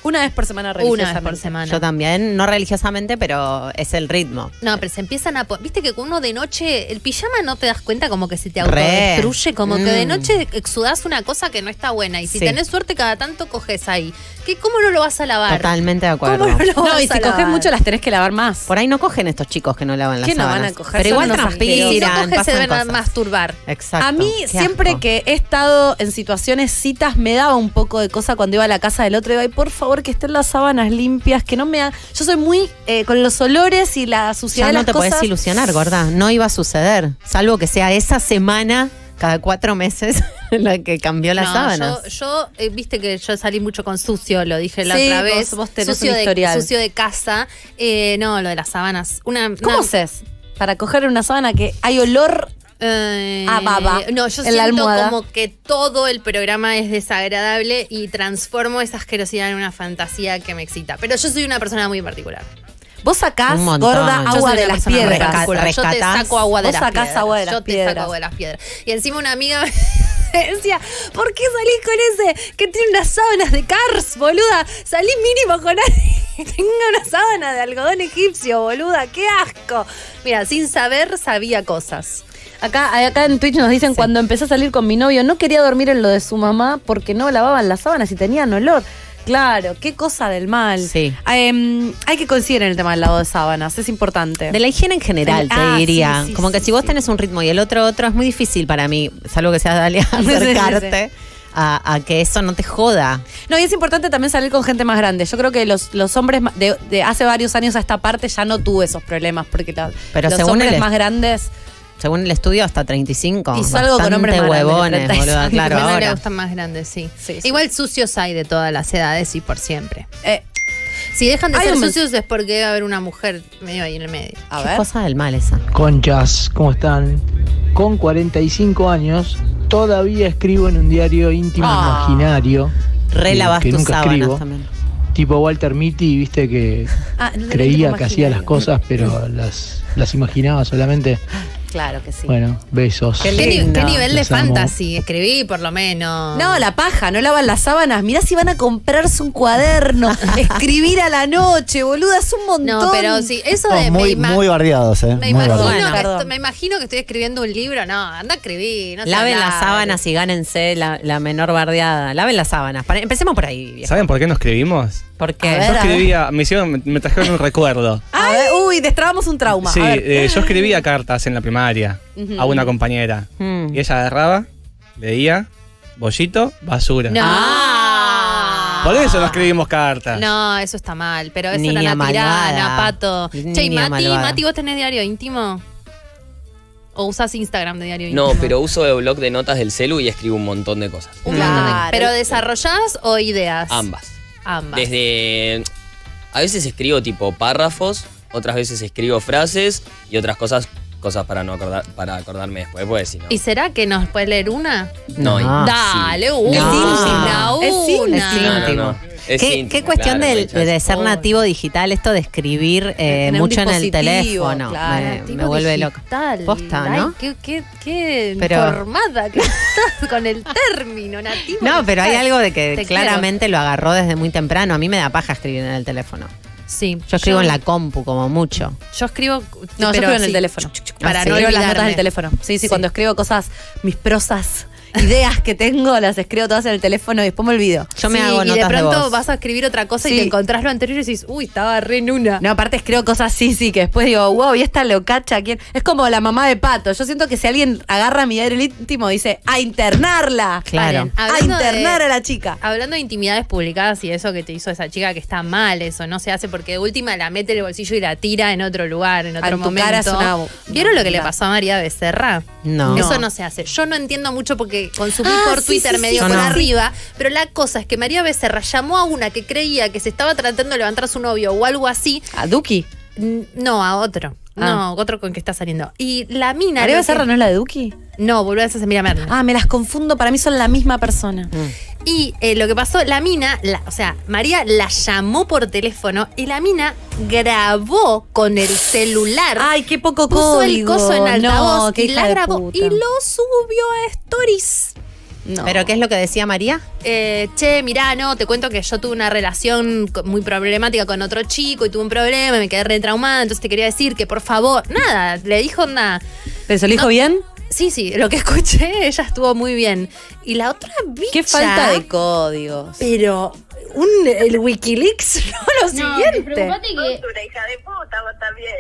Speaker 2: Una vez por semana
Speaker 1: Una vez
Speaker 2: religiosamente.
Speaker 1: por semana.
Speaker 4: Yo también, no religiosamente, pero es el ritmo.
Speaker 1: No, pero se empiezan a... po- Viste que uno de noche... El pijama no te das cuenta como que se te autodestruye. Como que de
Speaker 4: Mm.
Speaker 1: noche exudás una cosa que no está buena. Y si
Speaker 4: Sí.
Speaker 1: tenés suerte, cada tanto coges ahí. ¿Qué, ¿Cómo no lo vas a lavar?
Speaker 4: Totalmente de acuerdo.
Speaker 1: ¿Cómo no lo vas
Speaker 2: No, y
Speaker 1: a
Speaker 2: si coges
Speaker 1: lavar?
Speaker 2: mucho las tenés que lavar más.
Speaker 4: Por ahí no cogen estos chicos que no lavan las
Speaker 2: ¿Qué no van
Speaker 4: sábanas.
Speaker 2: a
Speaker 4: Pero
Speaker 2: coger? Son
Speaker 4: igual
Speaker 2: unos
Speaker 1: Y si no
Speaker 4: transpiran,
Speaker 1: coges, se
Speaker 4: pasan
Speaker 1: deben a
Speaker 4: cosas.
Speaker 1: masturbar.
Speaker 4: Exacto.
Speaker 2: A mí
Speaker 4: Qué
Speaker 2: siempre
Speaker 4: asco.
Speaker 2: que he estado en situaciones citas me daba un poco de cosa cuando iba a la casa del otro y digo, ay, por favor que estén las sábanas limpias, que no me ha... Yo soy muy eh, con los olores y la
Speaker 4: Ya
Speaker 2: suciedad de
Speaker 4: no
Speaker 2: las
Speaker 4: te
Speaker 2: cosas.
Speaker 4: podés ilusionar, gorda. No iba a suceder. Salvo que sea esa semana, cada cuatro meses, la que cambió las
Speaker 1: No,
Speaker 4: sábanas.
Speaker 1: Yo, yo, eh, viste que yo salí mucho con sucio, lo dije la
Speaker 2: Sí,
Speaker 1: otra
Speaker 2: vos-
Speaker 1: vez.
Speaker 2: vos tenés
Speaker 1: sucio,
Speaker 2: un
Speaker 1: de,
Speaker 2: historial.
Speaker 1: sucio de casa. Eh, no, lo de las sábanas. Una,
Speaker 2: ¿Cómo
Speaker 1: una-
Speaker 2: haces para coger una sábana que hay olor?
Speaker 1: Eh,
Speaker 2: Ah, baba.
Speaker 1: No, yo
Speaker 2: En la
Speaker 1: siento
Speaker 2: almohada.
Speaker 1: como que todo el programa es desagradable y transformo esa asquerosidad en una fantasía que me excita. Pero yo soy una persona muy particular.
Speaker 2: Vos sacás,
Speaker 4: Un montón.
Speaker 2: gorda,
Speaker 4: Yo
Speaker 1: Yo
Speaker 2: agua
Speaker 1: soy
Speaker 2: de
Speaker 1: una
Speaker 2: las
Speaker 1: persona muy
Speaker 2: piedras.
Speaker 1: particular. Yo te
Speaker 4: Rescatás.
Speaker 1: saco agua de
Speaker 2: Vos
Speaker 1: las
Speaker 2: sacás
Speaker 1: piedras.
Speaker 2: agua de las
Speaker 1: Yo te
Speaker 2: piedras.
Speaker 1: saco agua de las piedras. Y encima una amiga me decía, ¿por qué salís con ese que tiene unas sábanas de Cars, boluda? Salí mínimo con alguien que tenga una sábana de algodón egipcio, boluda. ¡Qué asco! Mira, sin saber sabía cosas.
Speaker 2: Acá, acá en Twitch nos dicen, cuando empecé a salir con mi novio, no quería dormir en lo de su mamá porque no lavaban las sábanas y tenían olor. Claro, qué cosa del mal.
Speaker 4: Sí.
Speaker 2: Em, hay que considerar el tema del lavado de sábanas, es importante.
Speaker 4: De la higiene en general, te
Speaker 2: Ah, sí,
Speaker 4: diría.
Speaker 2: sí,
Speaker 4: Como que
Speaker 2: sí,
Speaker 4: si vos
Speaker 2: sí.
Speaker 4: tenés un ritmo y el otro otro, es muy difícil para mí, salvo que seas Dalia,
Speaker 2: Sí, sí, sí, sí.
Speaker 4: acercarte A, a que eso no te joda.
Speaker 2: No, y es importante también salir con gente más grande. Yo creo que los, los hombres ma- de, de hace varios años a esta parte ya no tuve esos problemas porque la-
Speaker 4: Pero
Speaker 2: los
Speaker 4: según
Speaker 2: hombres
Speaker 4: el-
Speaker 2: más grandes...
Speaker 4: Según el estudio, hasta 35.
Speaker 2: Y salgo con
Speaker 4: Bastante
Speaker 2: hombres más grandes de
Speaker 4: huevones,
Speaker 2: 36
Speaker 4: boluda,
Speaker 2: años.
Speaker 4: claro,
Speaker 1: A mí me
Speaker 4: ahora.
Speaker 1: gustan más grandes, sí.
Speaker 2: Sí, sí.
Speaker 1: Igual sucios hay de todas las edades y por siempre.
Speaker 2: eh,
Speaker 1: Si dejan de
Speaker 2: Hay
Speaker 1: ser
Speaker 2: un mens-
Speaker 1: sucios es porque debe haber una mujer medio ahí en el medio.
Speaker 2: a
Speaker 4: Qué
Speaker 2: ver.
Speaker 4: cosa del mal esa.
Speaker 8: Conchas, ¿cómo están? Con 45 años todavía escribo en un diario íntimo
Speaker 2: Ah.
Speaker 8: imaginario, eh,
Speaker 4: Re
Speaker 8: Que-
Speaker 4: lavas
Speaker 8: que
Speaker 4: tus
Speaker 8: nunca
Speaker 4: sábanas
Speaker 8: escribo.
Speaker 4: también.
Speaker 8: tipo Walter Mitty, viste que
Speaker 2: Ah, el
Speaker 8: creía
Speaker 2: íntimo
Speaker 8: que hacía las
Speaker 2: imaginario.
Speaker 8: cosas, pero las, las imaginaba solamente.
Speaker 2: Claro que sí.
Speaker 8: Bueno, besos.
Speaker 1: ¿Qué, ni-
Speaker 4: lindo.
Speaker 1: qué nivel de
Speaker 8: Los amo.
Speaker 1: fantasy escribí, por lo menos?
Speaker 2: No, la paja, no lavan las sábanas. Mirá si van a comprarse un cuaderno, escribir a la noche, boluda, es un montón.
Speaker 1: No, pero sí, eso
Speaker 6: Todos
Speaker 1: de...
Speaker 6: Oh, muy,
Speaker 1: me ima-
Speaker 6: muy bardeados, eh.
Speaker 1: me,
Speaker 6: muy
Speaker 1: imagino
Speaker 6: bardeados.
Speaker 2: bardeado.
Speaker 1: que
Speaker 2: Bueno.
Speaker 1: esto- me imagino que estoy escribiendo un libro. No, anda a escribir. No seas
Speaker 4: Laven las
Speaker 1: largo.
Speaker 4: sábanas y gánense la, la menor bardeada. Laven las sábanas. Para- empecemos por ahí, viejo.
Speaker 5: ¿Saben por qué nos escribimos?
Speaker 4: Porque
Speaker 2: A
Speaker 5: Yo
Speaker 2: ver.
Speaker 5: escribía, me hicieron, me trajeron un recuerdo.
Speaker 2: A ver, uy, destrabamos un trauma.
Speaker 5: Sí,
Speaker 2: a ver.
Speaker 5: eh, yo escribía cartas en la primaria a una compañera.
Speaker 1: Hmm.
Speaker 4: Mm.
Speaker 5: Y ella agarraba, leía, bollito, basura.
Speaker 1: No.
Speaker 2: Ah.
Speaker 5: Por eso no escribimos cartas.
Speaker 1: No, eso está mal, pero eso
Speaker 4: Niña
Speaker 1: era una tirana,
Speaker 4: malvada.
Speaker 1: pato. che, y
Speaker 4: Niña
Speaker 1: Mati,
Speaker 4: malvada.
Speaker 1: Mati, ¿vos tenés diario íntimo? ¿O usás Instagram de diario íntimo?
Speaker 10: No, pero uso el blog de notas del celu y escribo un montón de cosas.
Speaker 1: Un montón de-
Speaker 2: Claro.
Speaker 1: ¿Pero desarrollás o ideas?
Speaker 10: Ambas.
Speaker 1: Ambas.
Speaker 10: Desde. A veces escribo tipo párrafos, otras veces escribo frases y otras cosas, cosas para no acordar, para acordarme después, pues si no.
Speaker 1: ¿Y será que nos puedes leer una?
Speaker 10: No,
Speaker 4: No. Ah,
Speaker 10: imposible.
Speaker 1: Dale, una,
Speaker 4: Es Ah,
Speaker 1: una.
Speaker 4: íntimo.
Speaker 1: una.
Speaker 4: Es íntimo.
Speaker 10: No, no, no. Es
Speaker 4: ¿Qué,
Speaker 10: íntimo,
Speaker 4: qué cuestión
Speaker 10: claro,
Speaker 4: del-
Speaker 10: fechas.
Speaker 4: de ser nativo digital, esto de escribir eh,
Speaker 3: Tener un
Speaker 4: mucho en el
Speaker 3: dispositivo,
Speaker 4: teléfono?
Speaker 3: claro,
Speaker 4: me- me,
Speaker 2: Nativo
Speaker 4: vuelve loca.
Speaker 2: digital.
Speaker 4: Posta,
Speaker 2: Ay,
Speaker 4: ¿no?
Speaker 2: qué, qué, qué
Speaker 4: Pero-
Speaker 2: informada que estás con el término nativo.
Speaker 4: No, pero hay
Speaker 2: digital.
Speaker 4: algo de que
Speaker 2: Te quiero.
Speaker 4: claramente lo agarró desde muy temprano. A mí me da paja escribir en el teléfono.
Speaker 2: Sí.
Speaker 4: Yo escribo en la compu como mucho.
Speaker 2: Yo escribo.
Speaker 3: No,
Speaker 2: pero
Speaker 3: yo escribo en el
Speaker 2: sí,
Speaker 3: teléfono.
Speaker 2: Para
Speaker 3: Ah, sí.
Speaker 2: no
Speaker 3: Escribo
Speaker 2: olvidarme.
Speaker 3: las notas del teléfono. Sí, sí,
Speaker 2: Sí.
Speaker 3: cuando escribo cosas, mis prosas, ideas que tengo, las escribo todas en el teléfono y después me olvido.
Speaker 4: Yo me
Speaker 2: Sí,
Speaker 4: hago
Speaker 2: Y
Speaker 4: notas
Speaker 2: de pronto
Speaker 4: voz.
Speaker 2: vas a escribir otra cosa
Speaker 3: Sí.
Speaker 2: y te encontrás lo anterior y decís, uy, estaba re en una.
Speaker 3: No, aparte escribo cosas sí, sí, que después digo, wow, y esta locacha, ¿quién? Es como la mamá de Pato. Yo siento que si alguien agarra mi diario íntimo, dice, a internarla.
Speaker 4: Claro.
Speaker 2: Paren,
Speaker 3: A
Speaker 2: hablando de-
Speaker 3: internar a la chica.
Speaker 2: Hablando de intimidades publicadas y eso que te hizo esa chica que está mal, eso no se hace porque de última la mete en el bolsillo y la tira en otro lugar, en otro
Speaker 3: En tu
Speaker 2: momento.
Speaker 3: cara es una-
Speaker 2: ¿Vieron lo que le
Speaker 3: una-
Speaker 2: pasó a María Becerra?
Speaker 4: No.
Speaker 2: Eso no se hace. Yo no entiendo mucho porque consumí
Speaker 3: Ah,
Speaker 2: por
Speaker 3: sí,
Speaker 2: Twitter
Speaker 3: sí,
Speaker 2: medio
Speaker 4: sí,
Speaker 2: por
Speaker 4: sí.
Speaker 2: arriba, pero la cosa es que María Becerra llamó a una que creía que se estaba tratando de levantar a su novio o algo así.
Speaker 3: A Duki.
Speaker 2: N- No, a otro.
Speaker 3: Ah.
Speaker 2: No, otro con que está saliendo. Y la mina.
Speaker 3: ¿María
Speaker 2: lo que-
Speaker 3: Becerra no es la de Duki?
Speaker 2: No, volvió a hacer mira Merlin.
Speaker 3: Ah, me las confundo, para mí son la misma persona.
Speaker 2: Y eh, lo que pasó, la mina, la- o sea, María la llamó por teléfono y la mina grabó con el celular.
Speaker 3: Ay, qué poco
Speaker 2: puso
Speaker 3: código.
Speaker 2: el coso en altavoz
Speaker 3: no, qué
Speaker 2: y
Speaker 3: hija
Speaker 2: la
Speaker 3: de
Speaker 2: grabó
Speaker 3: puta.
Speaker 2: y lo subió a Stories.
Speaker 3: No.
Speaker 4: ¿Pero qué es lo que decía María?
Speaker 2: Eh, che, mirá, no, te cuento que yo tuve una relación co- muy problemática con otro chico y tuve un problema y me quedé re traumada, entonces te quería decir que por favor, nada, le dijo nada.
Speaker 3: ¿Pero se lo dijo
Speaker 2: No.
Speaker 3: bien?
Speaker 2: Sí, sí, lo que escuché, ella estuvo muy bien. Y la otra bicha...
Speaker 3: Qué falta de códigos.
Speaker 2: Pero un, el Wikileaks, no lo siguiente.
Speaker 1: que...
Speaker 9: Una hija de puta, vos también.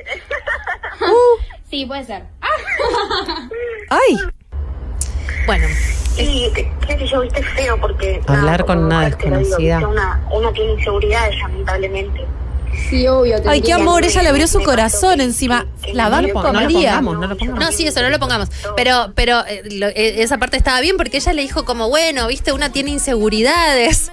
Speaker 1: Uh. Sí, puede ser.
Speaker 3: Ay,
Speaker 2: Bueno,
Speaker 9: Y qué qué sé yo, viste es feo porque.
Speaker 4: Hablar con una
Speaker 9: mujer, te lo digo,
Speaker 4: desconocida.
Speaker 9: viste, Una, una tiene inseguridades, lamentablemente.
Speaker 1: Sí, obvio.
Speaker 3: ay, qué
Speaker 1: tendría.
Speaker 3: amor, ella le abrió su corazón encima. La
Speaker 4: No
Speaker 3: van
Speaker 4: lo,
Speaker 3: con
Speaker 4: pon- no lo
Speaker 3: María.
Speaker 4: pongamos, no lo pongamos.
Speaker 2: no, sí, eso no lo pongamos. Pero, pero eh, lo- eh, esa parte estaba bien porque ella le dijo como, bueno, viste, una tiene inseguridades.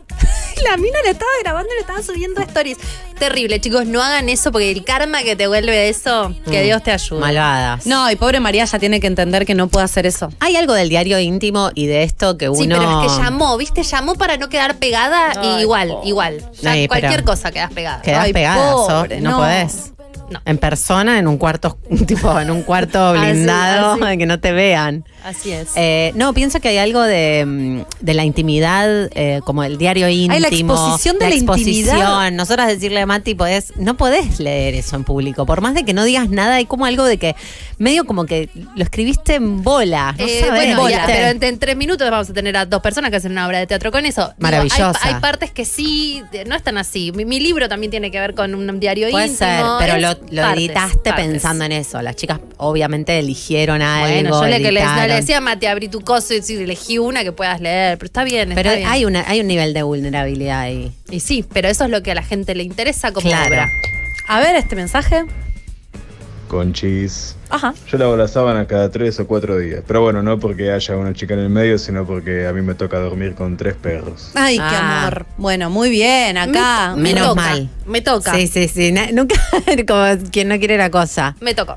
Speaker 2: Y La mina le estaba grabando y le estaba subiendo a stories. Terrible, chicos, no hagan eso porque el karma que te vuelve eso, que
Speaker 4: Mm.
Speaker 2: Dios te ayude.
Speaker 4: Malvadas.
Speaker 3: No, y pobre María ya tiene que entender que no puede hacer eso.
Speaker 4: Hay algo del diario íntimo y de esto que uno.
Speaker 2: Sí, pero es que llamó, ¿viste? Llamó para no quedar pegada y igual, igual. Ya
Speaker 4: Ay, pero-
Speaker 2: cualquier cosa quedas pegada.
Speaker 4: Quedás
Speaker 3: Ay,
Speaker 4: pegada,
Speaker 3: pobre,
Speaker 4: Sor, no,
Speaker 3: no.
Speaker 4: podés.
Speaker 2: No.
Speaker 4: En persona, en un cuarto, tipo, en un cuarto
Speaker 2: Así,
Speaker 4: blindado,
Speaker 2: así.
Speaker 4: que no te vean.
Speaker 2: Así es.
Speaker 4: Eh, no, pienso que hay algo de, mm, de la intimidad, eh, como el diario íntimo.
Speaker 3: la exposición de la intimidad.
Speaker 4: exposición. Nosotras decirle a Mati, podés, no podés leer eso en público. Por más de que no digas nada, hay como algo de que, medio como que lo escribiste en bola. No
Speaker 2: Eh,
Speaker 4: sabés,
Speaker 2: bueno, ya,
Speaker 4: ¿viste?
Speaker 2: pero en, en tres minutos vamos a tener a dos personas que hacen una obra de teatro con eso. Digo,
Speaker 4: Maravillosa.
Speaker 2: hay pa- Hay, partes que sí, de- no están así. Mi, mi libro también tiene que ver con un diario
Speaker 4: Puede
Speaker 2: íntimo.
Speaker 4: ser, pero
Speaker 2: Es
Speaker 4: lo, lo
Speaker 2: partes,
Speaker 4: editaste
Speaker 2: partes.
Speaker 4: pensando en eso. Las chicas obviamente eligieron algo.
Speaker 2: Bueno, yo le, que le,
Speaker 4: editaron.
Speaker 2: le decía a Mate, abrí tu coso y sí, elegí una que puedas leer, pero está bien.
Speaker 4: Pero
Speaker 2: está bien.
Speaker 4: hay, una, hay un nivel de vulnerabilidad ahí.
Speaker 2: Y sí, pero eso es lo que a la gente le interesa como
Speaker 4: Claro.
Speaker 2: obra.
Speaker 3: A ver este mensaje.
Speaker 11: Conchis.
Speaker 3: Ajá.
Speaker 11: Yo lavo la sábana cada tres o cuatro días. Pero bueno, no porque haya una chica en el medio, sino porque a mí me toca dormir con tres perros.
Speaker 3: Ay, qué
Speaker 4: Ah.
Speaker 3: amor. Bueno, muy bien, acá.
Speaker 2: Me
Speaker 4: menos
Speaker 2: toca,
Speaker 4: mal.
Speaker 2: Me toca.
Speaker 4: Sí, sí, sí. Na- nunca, como quien no quiere la cosa.
Speaker 2: Me tocó.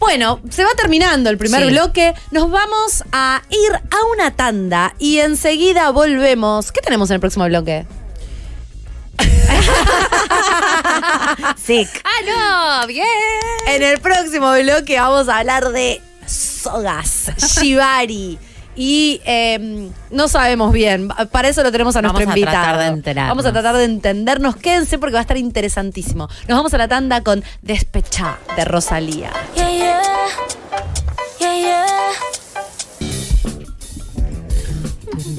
Speaker 3: Bueno, se va terminando el primer
Speaker 4: Sí.
Speaker 3: bloque. Nos vamos a ir a una tanda y enseguida volvemos. ¿Qué tenemos en el próximo bloque?
Speaker 4: Sick.
Speaker 2: ¡Ah, no! ¡Bien!
Speaker 3: En el próximo bloque vamos a hablar de sogas, shibari. Y eh, no sabemos bien. Para eso lo tenemos a
Speaker 4: Vamos
Speaker 3: nuestro
Speaker 4: a
Speaker 3: invitado.
Speaker 4: tratar de enterarnos.
Speaker 3: Vamos a tratar de entendernos. Quédense porque va a estar interesantísimo. Nos vamos a la tanda con Despechá de Rosalía.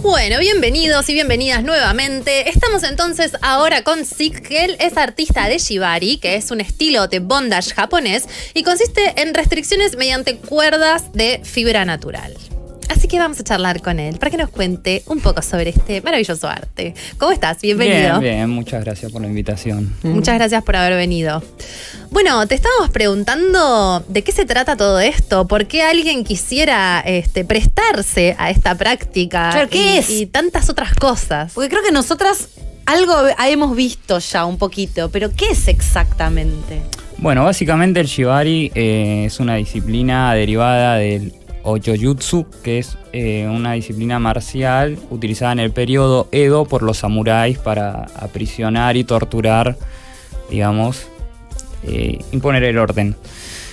Speaker 2: Bueno, bienvenidos y bienvenidas nuevamente. Estamos entonces ahora con Sick, que él es artista de Shibari, que es un estilo de bondage japonés y consiste en restricciones mediante cuerdas de fibra natural. Así que vamos a charlar con él para que nos cuente un poco sobre este maravilloso arte. ¿Cómo estás? Bienvenido.
Speaker 12: Bien, muchas gracias por la invitación.
Speaker 2: Muchas gracias por haber venido. Bueno, te estábamos preguntando de qué se trata todo esto, por qué alguien quisiera este, prestarse a esta práctica
Speaker 3: Claro, ¿qué
Speaker 2: y,
Speaker 3: es?
Speaker 2: y tantas otras cosas.
Speaker 3: Porque creo que nosotras algo hemos visto ya un poquito, pero ¿qué es exactamente?
Speaker 12: Bueno, básicamente el shibari eh, es una disciplina derivada del o Jojutsu, que es eh, una disciplina marcial utilizada en el periodo Edo por los samuráis para aprisionar y torturar, digamos, eh, imponer el orden.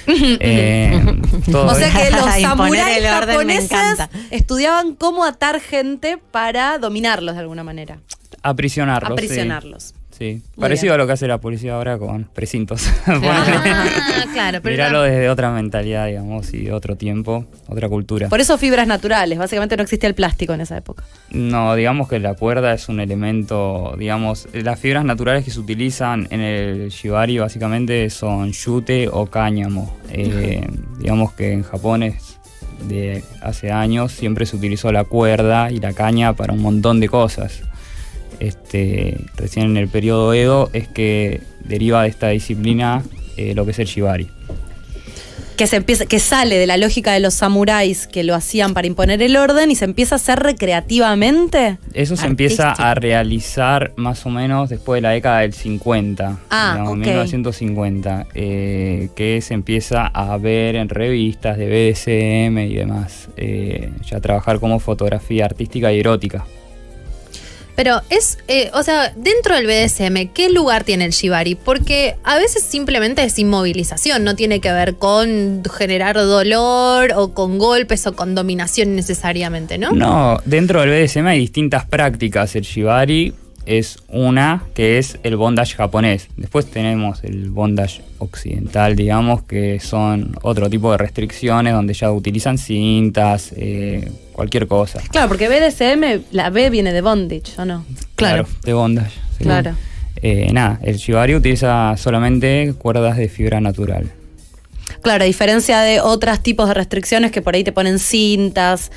Speaker 12: Eh, todo
Speaker 2: o sea que los
Speaker 12: eso.
Speaker 2: samuráis
Speaker 4: el orden me
Speaker 2: japoneses
Speaker 4: encanta.
Speaker 2: estudiaban cómo atar gente para dominarlos de alguna manera.
Speaker 12: Aprisionarlos. sí.
Speaker 2: Aprisionarlos.
Speaker 12: Sí,
Speaker 2: Muy
Speaker 12: parecido a lo que hace la policía ahora con precintos.
Speaker 2: Ah, claro. pero
Speaker 12: Mirarlo
Speaker 2: era-
Speaker 12: desde otra mentalidad, digamos, y otro tiempo, otra cultura.
Speaker 2: Por eso fibras naturales. Básicamente no existía el plástico en esa época.
Speaker 12: No, digamos que la cuerda es un elemento, digamos, las fibras naturales que se utilizan en el shibari básicamente son yute o cáñamo. Eh, digamos que en Japón es de hace años siempre se utilizó la cuerda y la caña para un montón de cosas. Este, recién en el periodo Edo es que deriva de esta disciplina eh, lo que es el shibari.
Speaker 2: Que, se empieza, que sale de la lógica de los samuráis que lo hacían para imponer el orden y se empieza a hacer recreativamente.
Speaker 12: Eso se empieza a realizar más o menos después de la década del 50,
Speaker 2: Ah,
Speaker 12: digamos,
Speaker 2: ok.
Speaker 12: 1950, eh, que se empieza a ver en revistas de BDSM y demás, eh, ya trabajar como fotografía artística y erótica.
Speaker 1: Pero es, eh, o sea, dentro del BDSM, ¿qué lugar tiene el shibari? Porque a veces simplemente es inmovilización, no tiene que ver con generar dolor o con golpes o con dominación necesariamente, ¿no?
Speaker 12: No, dentro del BDSM hay distintas prácticas. El shibari es una que es el bondage japonés. Después tenemos el bondage occidental, digamos, que son otro tipo de restricciones donde ya utilizan cintas, eh, cualquier cosa.
Speaker 2: Claro, porque BDSM, la B viene de bondage, ¿o no?
Speaker 12: De bondage. sí.
Speaker 2: Claro.
Speaker 12: Eh, nada, el shibari utiliza solamente cuerdas de fibra natural.
Speaker 2: Claro, a diferencia de otros tipos de restricciones que por ahí te ponen cintas,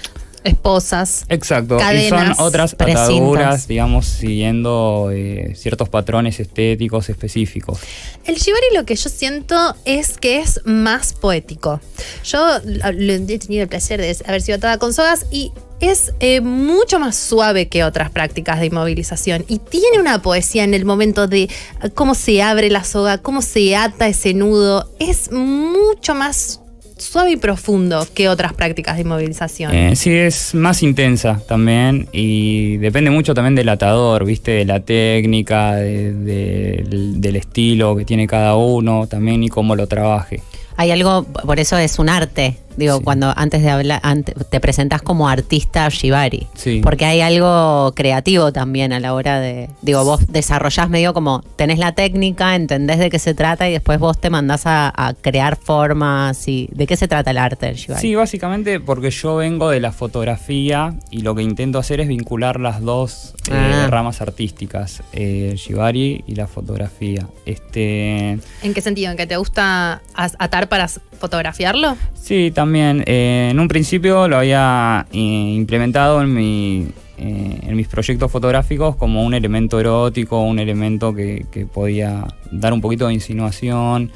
Speaker 1: esposas.
Speaker 12: Exacto. y
Speaker 2: Cadenas,
Speaker 12: son otras
Speaker 2: precintas.
Speaker 12: ataduras, digamos, siguiendo eh, ciertos patrones estéticos específicos.
Speaker 1: El shibari lo que yo siento es que es más poético. Yo lo- lo he tenido el placer de haber sido atada con sogas y es eh, mucho más suave que otras prácticas de inmovilización y tiene una poesía en el momento de eh, cómo se abre la soga, cómo se ata ese nudo. Es mucho más suave y profundo que otras prácticas de inmovilización.
Speaker 12: Eh, sí, es más intensa también y depende mucho también del atador, ¿viste? De la técnica, de- de- del, del estilo que tiene cada uno también y cómo lo trabaje.
Speaker 4: Hay algo, por eso es un arte. Digo, cuando antes de hablar, ante- te presentás como artista Shibari.
Speaker 12: Sí.
Speaker 4: Porque hay algo creativo también a la hora de. Digo, vos desarrollás medio como tenés la técnica, entendés de qué se trata y después vos te mandás a, a crear formas y. ¿De qué se trata el arte del Shibari?
Speaker 12: Sí, básicamente porque yo vengo de la fotografía y lo que intento hacer es vincular las dos eh,
Speaker 1: Ah.
Speaker 12: ramas artísticas, eh, el shibari y la fotografía. Este,
Speaker 1: ¿En qué sentido? ¿En que te gusta as- atar para s- fotografiarlo?
Speaker 12: Sí, también. eh, en un principio lo había eh, implementado en, mi, eh, en mis proyectos fotográficos como un elemento erótico, un elemento que, que podía dar un poquito de insinuación.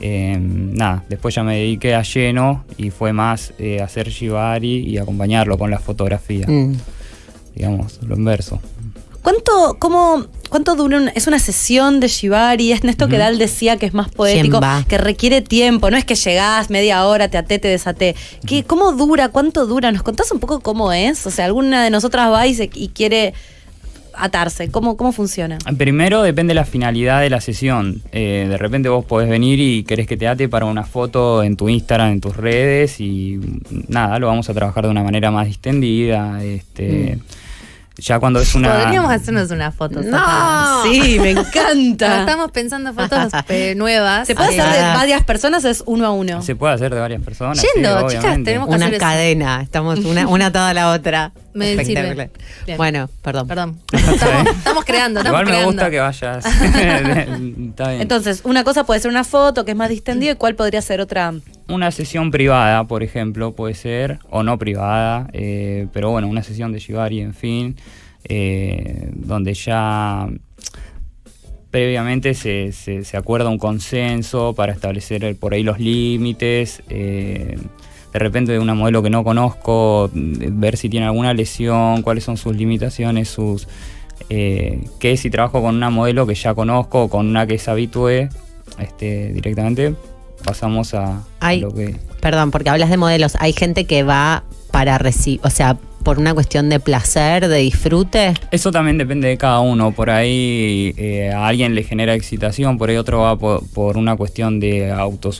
Speaker 12: Eh, nada, después ya me dediqué a lleno y fue más eh, hacer shibari y acompañarlo con la fotografía.
Speaker 4: Mm.
Speaker 12: Digamos, lo inverso.
Speaker 2: ¿Cuánto, cómo, cuánto dura una, es una sesión de Shibari? Es esto que Dal decía que es más poético,
Speaker 4: ¿Quién va?
Speaker 2: que requiere tiempo, no es que llegás media hora, te até, te desaté. ¿Qué, ¿Cómo dura? ¿Cuánto dura? ¿Nos contás un poco cómo es? O sea, alguna de nosotras va y, se- y quiere atarse. ¿Cómo, cómo funciona?
Speaker 12: Primero depende la finalidad de la sesión. Eh, de repente vos podés venir y querés que te ate para una foto en tu Instagram, en tus redes y nada, lo vamos a trabajar de una manera más distendida. Este, Ya cuando es una...
Speaker 1: Mm. Podríamos hacernos una foto.
Speaker 2: No.
Speaker 1: Sofía.
Speaker 2: Sí, me encanta.
Speaker 1: Estamos pensando fotos eh, nuevas.
Speaker 2: ¿Se puede
Speaker 1: Eh,
Speaker 2: hacer de varias personas o es uno a uno?
Speaker 12: Se puede hacer de varias personas.
Speaker 2: Yendo,
Speaker 12: sí,
Speaker 2: chicas,
Speaker 12: obviamente.
Speaker 2: tenemos
Speaker 4: Una cadena, estamos una, una toda la otra.
Speaker 1: Me sirve.
Speaker 4: Espectacular.
Speaker 1: Bien.
Speaker 4: Bueno, perdón.
Speaker 1: Perdón. Estamos creando, estamos
Speaker 12: Igual me
Speaker 1: creando.
Speaker 12: gusta que vayas. Está bien.
Speaker 2: Entonces, una cosa puede ser una foto que es más distendida y cuál podría ser otra.
Speaker 12: Una sesión privada, por ejemplo, puede ser, o no privada, eh, pero bueno, una sesión de Shibari, en fin, eh, donde ya previamente se, se- se acuerda un consenso para establecer eh, por ahí los límites. eh, de repente de una modelo que no conozco, mm, ver si tiene alguna lesión, cuáles son sus limitaciones, sus... eh, que si trabajo con una modelo que ya conozco, o con una que es habitué, este, directamente, pasamos a, a
Speaker 4: Ay.
Speaker 12: lo que...
Speaker 4: Perdón, porque hablas de modelos. Hay gente que va para recibir, o sea, por una cuestión de placer, de disfrute.
Speaker 12: Eso también depende de cada uno. Por ahí eh, a alguien le genera excitación, por ahí otro va po- por, una cuestión de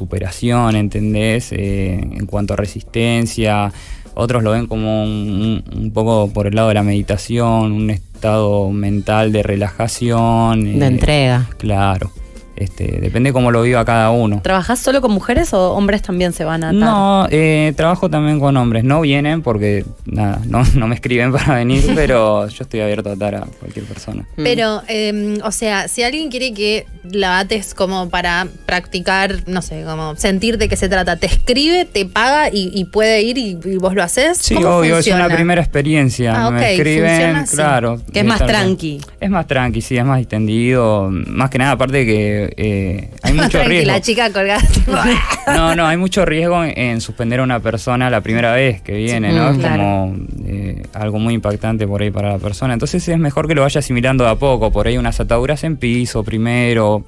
Speaker 12: autosuperación, ¿entendés? Eh, en cuanto a resistencia. Otros lo ven como un, un- un poco por el lado de la meditación, un estado mental de relajación. eh,
Speaker 4: De entrega.
Speaker 12: Claro. Este, depende cómo lo viva cada uno.
Speaker 2: ¿Trabajás solo con mujeres o hombres también se van a atar?
Speaker 12: No, eh, trabajo también con hombres. No vienen porque, nada, no, no me escriben para venir, pero yo estoy abierto a atar a cualquier persona.
Speaker 1: Mm. Pero, eh, o sea, si alguien quiere que la ates como para practicar, no sé, como sentir de qué se trata, te escribe, te paga y, y puede ir y, y vos lo haces.
Speaker 12: Sí,
Speaker 1: ¿Cómo
Speaker 12: obvio,
Speaker 1: funciona?
Speaker 12: es una primera experiencia.
Speaker 1: Ah,
Speaker 12: Me
Speaker 1: ok, funciona
Speaker 12: escriben,
Speaker 1: así.
Speaker 12: claro.
Speaker 1: Que es más
Speaker 12: Está bien.
Speaker 1: tranqui.
Speaker 12: Es más tranqui, sí, es más distendido. Más que nada, aparte que eh, hay mucho
Speaker 1: Tranqui,
Speaker 12: riesgo.
Speaker 1: la chica colgada. tipo,
Speaker 12: No, no, hay mucho riesgo en, en suspender a una persona la primera vez que viene,
Speaker 1: Mm,
Speaker 12: ¿no? es
Speaker 1: claro.
Speaker 12: como eh, algo muy impactante por ahí para la persona. Entonces es mejor que lo vaya asimilando de a poco. Por ahí unas ataduras en piso primero,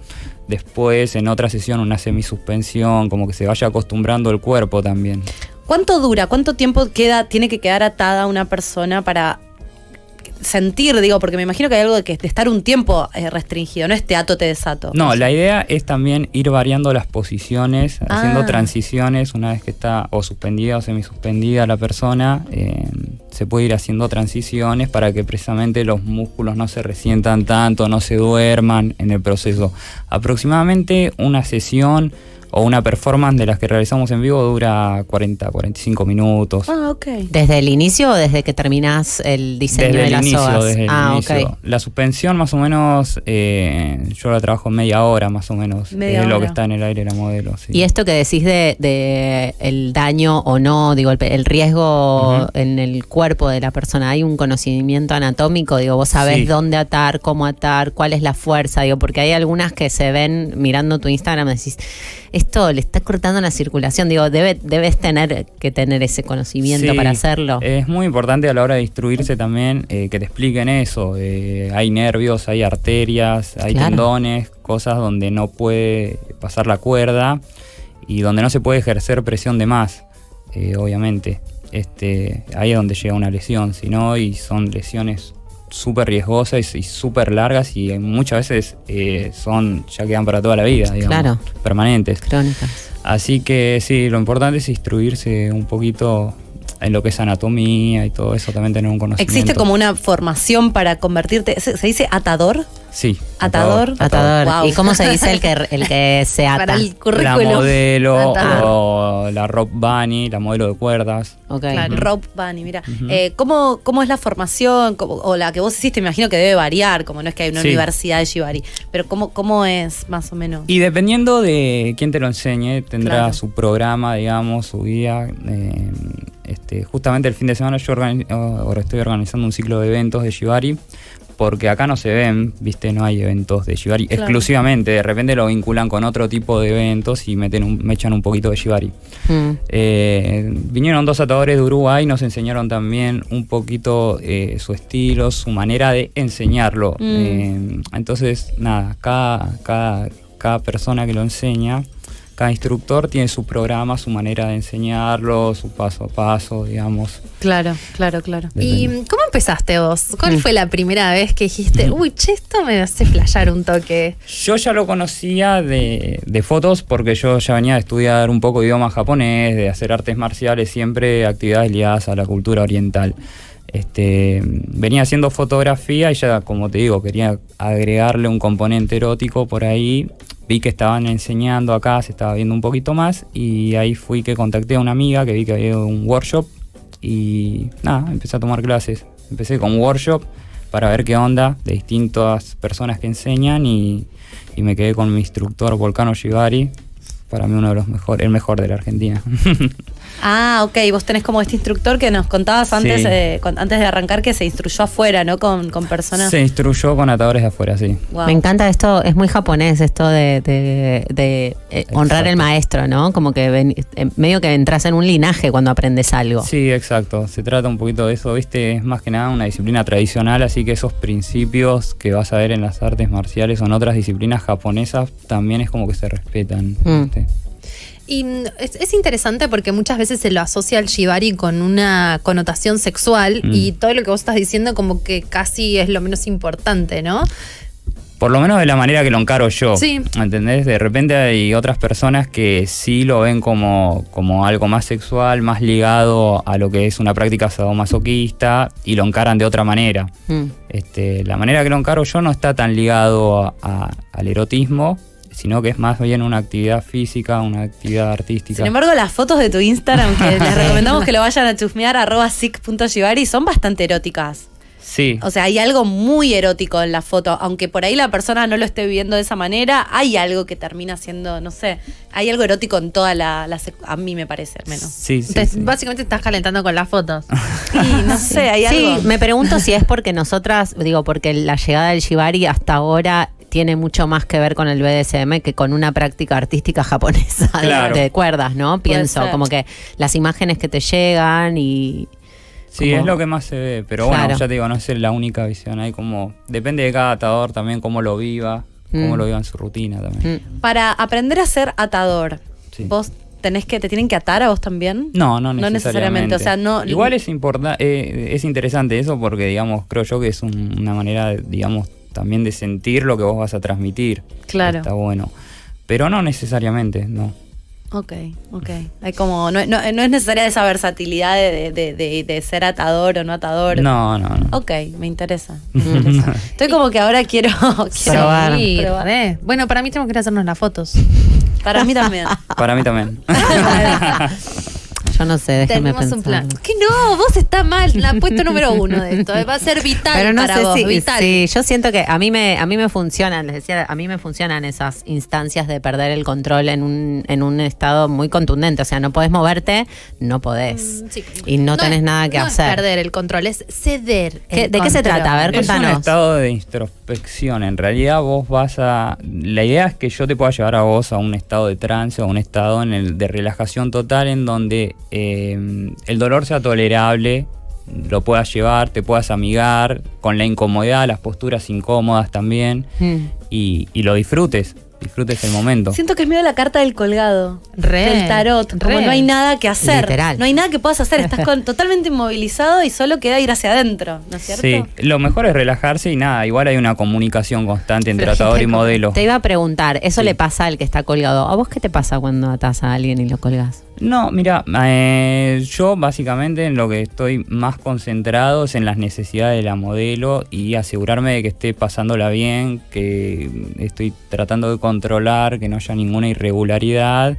Speaker 12: después en otra sesión una semisuspensión, como que se vaya acostumbrando el cuerpo también.
Speaker 2: ¿Cuánto dura? ¿Cuánto tiempo queda, tiene que quedar atada una persona para sentir, digo, porque me imagino que hay algo de que de estar un tiempo eh, restringido, no es te ato, te desato.
Speaker 12: No, la idea es también ir variando las posiciones, haciendo
Speaker 2: Ah.
Speaker 12: transiciones una vez que está o suspendida o semisuspendida la persona. eh, se puede ir haciendo transiciones para que precisamente los músculos no se resientan tanto, no se duerman en el proceso. Aproximadamente una sesión o una performance de las que realizamos en vivo dura 40, 45 minutos.
Speaker 2: Ah, ok.
Speaker 4: ¿Desde el inicio o desde que terminás el diseño
Speaker 12: Desde
Speaker 4: de
Speaker 12: el
Speaker 4: las
Speaker 12: inicio,
Speaker 4: sogas?
Speaker 12: desde el
Speaker 4: ah,
Speaker 12: inicio.
Speaker 4: ok.
Speaker 12: La suspensión más o menos, eh, yo la trabajo media hora más o menos.
Speaker 4: Media
Speaker 12: es lo
Speaker 4: hora.
Speaker 12: que está en el aire la modelo. sí.
Speaker 4: Y esto que decís de, de el daño o no, digo, el, pe- el riesgo
Speaker 12: Ujú.
Speaker 4: en el cuerpo de la persona, hay un conocimiento anatómico, digo, vos sabés
Speaker 12: Sí.
Speaker 4: dónde atar, cómo atar, cuál es la fuerza, digo, porque hay algunas que se ven mirando tu Instagram, decís, esto le está cortando la circulación, digo, debe, debes tener que tener ese conocimiento
Speaker 12: Sí,
Speaker 4: para hacerlo.
Speaker 12: Es muy importante a la hora de instruirse también eh, que te expliquen eso. eh, hay nervios, hay arterias, hay
Speaker 4: Claro.
Speaker 12: tendones, cosas donde no puede pasar la cuerda y donde no se puede ejercer presión de más, eh, obviamente. Este, ahí es donde llega una lesión, si no, y son lesiones súper riesgosas y súper largas y muchas veces eh, son ya quedan para toda la vida, digamos,
Speaker 4: Claro.
Speaker 12: permanentes.
Speaker 4: Crónicas.
Speaker 12: Así que sí, lo importante es instruirse un poquito en lo que es anatomía y todo eso, también tener un conocimiento.
Speaker 2: ¿Existe como una formación para convertirte, se, se dice atador?
Speaker 12: Sí.
Speaker 2: Atador.
Speaker 4: Atador.
Speaker 2: Wow.
Speaker 4: ¿Y cómo se dice el que, el que se ata?
Speaker 2: Para el
Speaker 12: La modelo
Speaker 2: Atador.
Speaker 12: o la rope bunny, la modelo de cuerdas.
Speaker 2: Claro,
Speaker 12: Ujú.
Speaker 2: Rope Bunny, mira.
Speaker 12: Ujú.
Speaker 2: Eh, ¿cómo, ¿Cómo es la formación? ¿Cómo- o la que vos hiciste, me imagino que debe variar, como no es que hay una
Speaker 12: Sí.
Speaker 2: universidad de Shibari. Pero ¿cómo, ¿cómo es más o menos?
Speaker 12: Y dependiendo de quién te lo enseñe, tendrá
Speaker 2: Claro.
Speaker 12: su programa, digamos, su guía. eh, este, justamente el fin de semana yo organi- ahora estoy organizando un ciclo de eventos de Shibari, porque acá no se ven, viste, no hay eventos de Shibari
Speaker 3: Claro.
Speaker 12: exclusivamente. De repente lo vinculan con otro tipo de eventos y meten un- me echan un poquito de Shibari. Eh, vinieron dos atadores de Uruguay, nos enseñaron también un poquito eh, su estilo, su manera de enseñarlo.
Speaker 3: Mm.
Speaker 12: Eh, entonces, nada, cada, cada, cada persona que lo enseña, cada instructor tiene su programa, su manera de enseñarlo, su paso a paso, digamos.
Speaker 1: Claro, claro, claro. ¿Y
Speaker 12: Depende.
Speaker 1: cómo empezaste vos? ¿Cuál
Speaker 12: Mm.
Speaker 1: fue la primera vez que dijiste, uy, che, esto me hace flashear un toque?
Speaker 12: Yo ya lo conocía de, de fotos porque yo ya venía de estudiar un poco idioma japonés, de hacer artes marciales, siempre actividades ligadas a la cultura oriental. Este, venía haciendo fotografía y ya, como te digo, quería agregarle un componente erótico por ahí. Vi que estaban enseñando acá, se estaba viendo un poquito más y ahí fui que contacté a una amiga que vi que había un workshop y nada, empecé a tomar clases. Empecé con workshop para ver qué onda de distintas personas que enseñan y, y me quedé con mi instructor Volcano Shibari, para mí uno de los mejores, el mejor de la Argentina.
Speaker 2: Ah, ok, vos tenés como este instructor que nos contabas antes,
Speaker 12: Sí.
Speaker 2: eh, con- antes de arrancar que se instruyó afuera, ¿no? Con, con personas.
Speaker 12: Se instruyó con atadores de afuera, sí.
Speaker 4: Me encanta esto, es muy japonés esto de, de- de, eh, honrar el maestro, ¿no? Como que ven- eh, medio que entras en un linaje cuando aprendes algo.
Speaker 12: Sí, exacto. Se trata un poquito de eso, ¿viste? Es más que nada una disciplina tradicional, así que esos principios que vas a ver en las artes marciales o en otras disciplinas japonesas también es como que se respetan.
Speaker 4: Mm.
Speaker 12: ¿viste?
Speaker 1: Y mm, es, es interesante porque muchas veces se lo asocia al shibari con una connotación sexual
Speaker 12: Mm.
Speaker 1: y todo lo que vos estás diciendo como que casi es lo menos importante, ¿no?
Speaker 12: Por lo menos de la manera que lo encaro yo.
Speaker 1: Sí.
Speaker 12: ¿Entendés? De repente hay otras personas que sí lo ven como, como algo más sexual, más ligado a lo que es una práctica sadomasoquista y lo encaran de otra manera.
Speaker 1: Mm,
Speaker 12: Este, la manera que lo encaro yo no está tan ligado a- a- al erotismo, sino que es más bien una actividad física, una actividad artística.
Speaker 2: Sin embargo, las fotos de tu Instagram, que les recomendamos que lo vayan a chusmear, arroba sic.shibari, son bastante eróticas.
Speaker 12: sí.
Speaker 2: O sea, hay algo muy erótico en la foto. Aunque por ahí la persona no lo esté viviendo de esa manera, hay algo que termina siendo, no sé, hay algo erótico en toda la, la sec- a mí me parece, al menos.
Speaker 12: Sí, sí,
Speaker 1: Te-
Speaker 12: sí.
Speaker 1: Básicamente estás calentando con las fotos.
Speaker 2: Y no sé, hay
Speaker 4: Sí,
Speaker 2: algo.
Speaker 4: me pregunto si es porque nosotras, digo, porque la llegada del shibari hasta ahora tiene mucho más que ver con el BDSM que con una práctica artística japonesa de-
Speaker 12: Claro.
Speaker 4: de, cuerdas, ¿no?
Speaker 2: Puede
Speaker 4: Pienso,
Speaker 2: ser.
Speaker 4: como que las imágenes que te llegan y...
Speaker 12: Sí,
Speaker 4: como-
Speaker 12: es lo que más se ve, pero
Speaker 4: Claro.
Speaker 12: bueno, ya te digo, no es la única visión. Hay como, depende de cada atador también cómo lo viva, cómo
Speaker 4: Mm.
Speaker 12: lo viva en su rutina también.
Speaker 2: Para aprender a ser atador,
Speaker 12: Sí.
Speaker 2: vos tenés que, te tienen que atar a vos también.
Speaker 12: No, no
Speaker 2: No necesariamente,
Speaker 12: necesariamente.
Speaker 2: o sea, no-
Speaker 12: Igual es importante, es interesante eso porque, digamos, creo yo que es un- una manera, digamos, también de sentir lo que vos vas a transmitir.
Speaker 2: Claro.
Speaker 12: Está bueno. Pero no necesariamente, no.
Speaker 2: Ok, ok. Hay como, no, no- no es necesaria esa versatilidad de, de- de- de ser atador o no atador.
Speaker 12: No, no, no.
Speaker 2: Ok, me interesa. Estoy como que ahora quiero, quiero
Speaker 4: Probar.
Speaker 1: Sí,
Speaker 2: probar.
Speaker 1: re. Bueno, para mí tenemos que ir a hacernos las fotos.
Speaker 2: Para mí también.
Speaker 12: Para mí también.
Speaker 4: Yo no sé, déjeme
Speaker 1: Tenemos
Speaker 4: pensar.
Speaker 1: un plan. Que no, vos estás mal. La apuesto número uno de esto. eh. Va a ser vital
Speaker 4: Pero no
Speaker 1: para
Speaker 4: sé
Speaker 1: vos,
Speaker 4: si,
Speaker 1: vital.
Speaker 4: sí, yo siento que a mí me a mí me funcionan, les decía, a mí me funcionan esas instancias de perder el control en un en un estado muy contundente, o sea, no podés moverte, no podés
Speaker 1: Mm, sí.
Speaker 4: y no,
Speaker 1: No
Speaker 4: tenés
Speaker 1: es-
Speaker 4: nada que
Speaker 1: no es
Speaker 4: hacer.
Speaker 1: perder el control, es ceder.
Speaker 4: ¿Qué-
Speaker 1: el
Speaker 4: de qué se
Speaker 1: control.
Speaker 4: trata? A ver,
Speaker 12: Es un
Speaker 4: contanos.
Speaker 12: estado de introspección. En realidad vos vas a... La idea es que yo te pueda llevar a vos a un estado de trance o un estado en el, de relajación total en donde eh, el dolor sea tolerable, lo puedas llevar, te puedas amigar con la incomodidad, las posturas incómodas también
Speaker 4: Mm.
Speaker 12: y, y lo disfrutes, disfrutes el momento.
Speaker 2: Siento que es miedo a la carta del colgado.
Speaker 1: Re,
Speaker 2: del tarot. Como
Speaker 1: re.
Speaker 2: no hay nada que hacer.
Speaker 4: Literal.
Speaker 2: No hay nada que puedas hacer. Estás con- totalmente inmovilizado y solo queda ir hacia adentro, ¿no es cierto?
Speaker 12: Sí, lo mejor es relajarse y nada, igual hay una comunicación constante entre tratador y modelo.
Speaker 4: Te iba a preguntar, eso le pasa al que está colgado. ¿A vos qué te pasa cuando atás a alguien y lo colgas?
Speaker 12: No, mira, eh, yo básicamente en lo que estoy más concentrado es en las necesidades de la modelo y asegurarme de que esté pasándola bien, que estoy tratando de controlar, que no haya ninguna irregularidad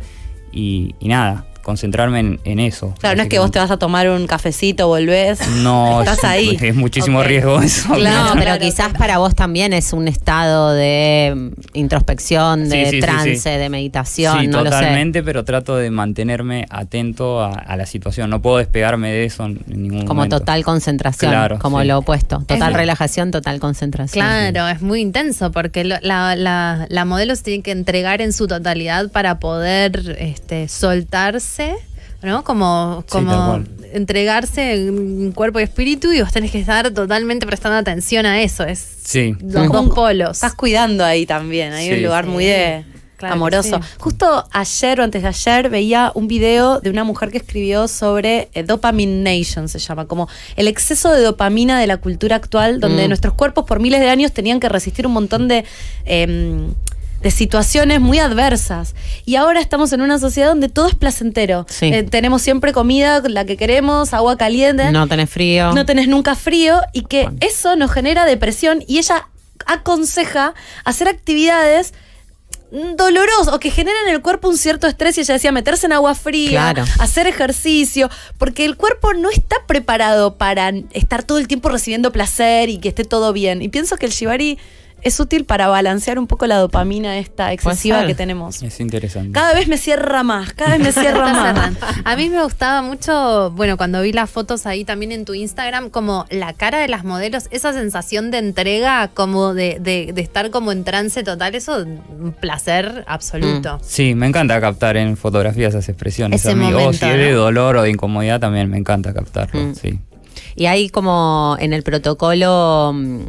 Speaker 12: y, y nada, concentrarme en, en eso.
Speaker 2: Claro, no es que vos te vas a tomar un cafecito, volvés.
Speaker 12: No,
Speaker 2: Estás
Speaker 12: es,
Speaker 2: ahí.
Speaker 12: es muchísimo
Speaker 2: Ok.
Speaker 12: riesgo eso.
Speaker 4: Claro, pero
Speaker 2: claro,
Speaker 4: quizás para vos también es un estado de mm, introspección, de
Speaker 12: Sí, sí, sí,
Speaker 4: trance,
Speaker 12: sí.
Speaker 4: de meditación,
Speaker 12: sí,
Speaker 4: no lo sé.
Speaker 12: totalmente, pero trato de mantenerme atento a, a la situación. No puedo despegarme de eso en en ningún
Speaker 4: Como
Speaker 12: momento.
Speaker 4: total concentración,
Speaker 12: Claro,
Speaker 4: como
Speaker 12: sí.
Speaker 4: lo opuesto. Total
Speaker 1: Es-
Speaker 4: relajación, total concentración.
Speaker 1: Claro, es muy intenso porque lo- la, la- la modelo se tiene que entregar en su totalidad para poder este, soltarse, ¿no? Como,
Speaker 12: Sí, tal
Speaker 1: como
Speaker 12: cual.
Speaker 1: entregarse en cuerpo y espíritu y vos tenés que estar totalmente prestando atención a eso. Es
Speaker 12: Sí.
Speaker 1: los
Speaker 2: Mm.
Speaker 1: dos polos.
Speaker 2: Estás cuidando ahí también. Hay un
Speaker 12: Sí.
Speaker 2: lugar muy de.
Speaker 1: Claro
Speaker 2: amoroso.
Speaker 1: que sí.
Speaker 2: Justo ayer o antes de ayer veía un video de una mujer que escribió sobre eh, dopamination, se llama, como el exceso de dopamina de la cultura actual, donde
Speaker 4: Mm.
Speaker 2: nuestros cuerpos por miles de años tenían que resistir un montón de... em, de situaciones muy adversas. Y ahora estamos en una sociedad donde todo es placentero.
Speaker 4: Sí.
Speaker 2: Eh, tenemos siempre comida, la que queremos, agua caliente.
Speaker 4: No tenés frío.
Speaker 2: No tenés nunca frío y que eso nos genera depresión y ella aconseja hacer actividades dolorosas o que generan en el cuerpo un cierto estrés y ella decía meterse en agua fría,
Speaker 4: Claro.
Speaker 2: hacer ejercicio, porque el cuerpo no está preparado para estar todo el tiempo recibiendo placer y que esté todo bien. Y pienso que el shibari es útil para balancear un poco la dopamina esta excesiva
Speaker 4: ser.
Speaker 2: que tenemos.
Speaker 12: Es interesante.
Speaker 2: Cada vez me cierra más, cada vez me cierra
Speaker 1: Está
Speaker 2: más.
Speaker 1: cerrando. A mí me gustaba mucho, bueno, cuando vi las fotos ahí también en tu Instagram, como la cara de las modelos, esa sensación de entrega, como de, de- de estar como en trance total, eso un placer absoluto.
Speaker 12: Sí, me encanta captar en fotografías esas expresiones.
Speaker 1: Mm. Ese
Speaker 12: a mí. O
Speaker 1: momento,
Speaker 12: si es de
Speaker 1: ¿no? Mm.
Speaker 12: dolor o de incomodidad, también me encanta captarlo.
Speaker 4: Mm.
Speaker 12: Sí.
Speaker 4: Y hay como en el protocolo mm,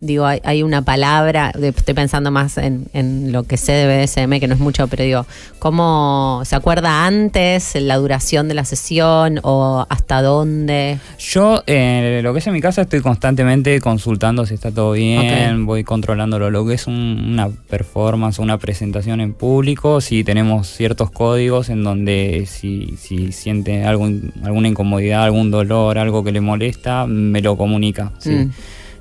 Speaker 4: Digo, hay, hay una palabra, de- estoy pensando más en, en lo que sé de BDSM, que no es mucho, pero digo, ¿cómo se acuerda antes la duración de la sesión o hasta dónde?
Speaker 12: Yo, eh, lo que es en mi casa, estoy constantemente consultando si está todo bien, voy controlándolo. Lo que es un- una performance, una presentación en público, si tenemos ciertos códigos en donde si, si siente algún, alguna incomodidad, algún dolor, algo que le molesta, me lo comunica. ¿sí?
Speaker 1: Mm.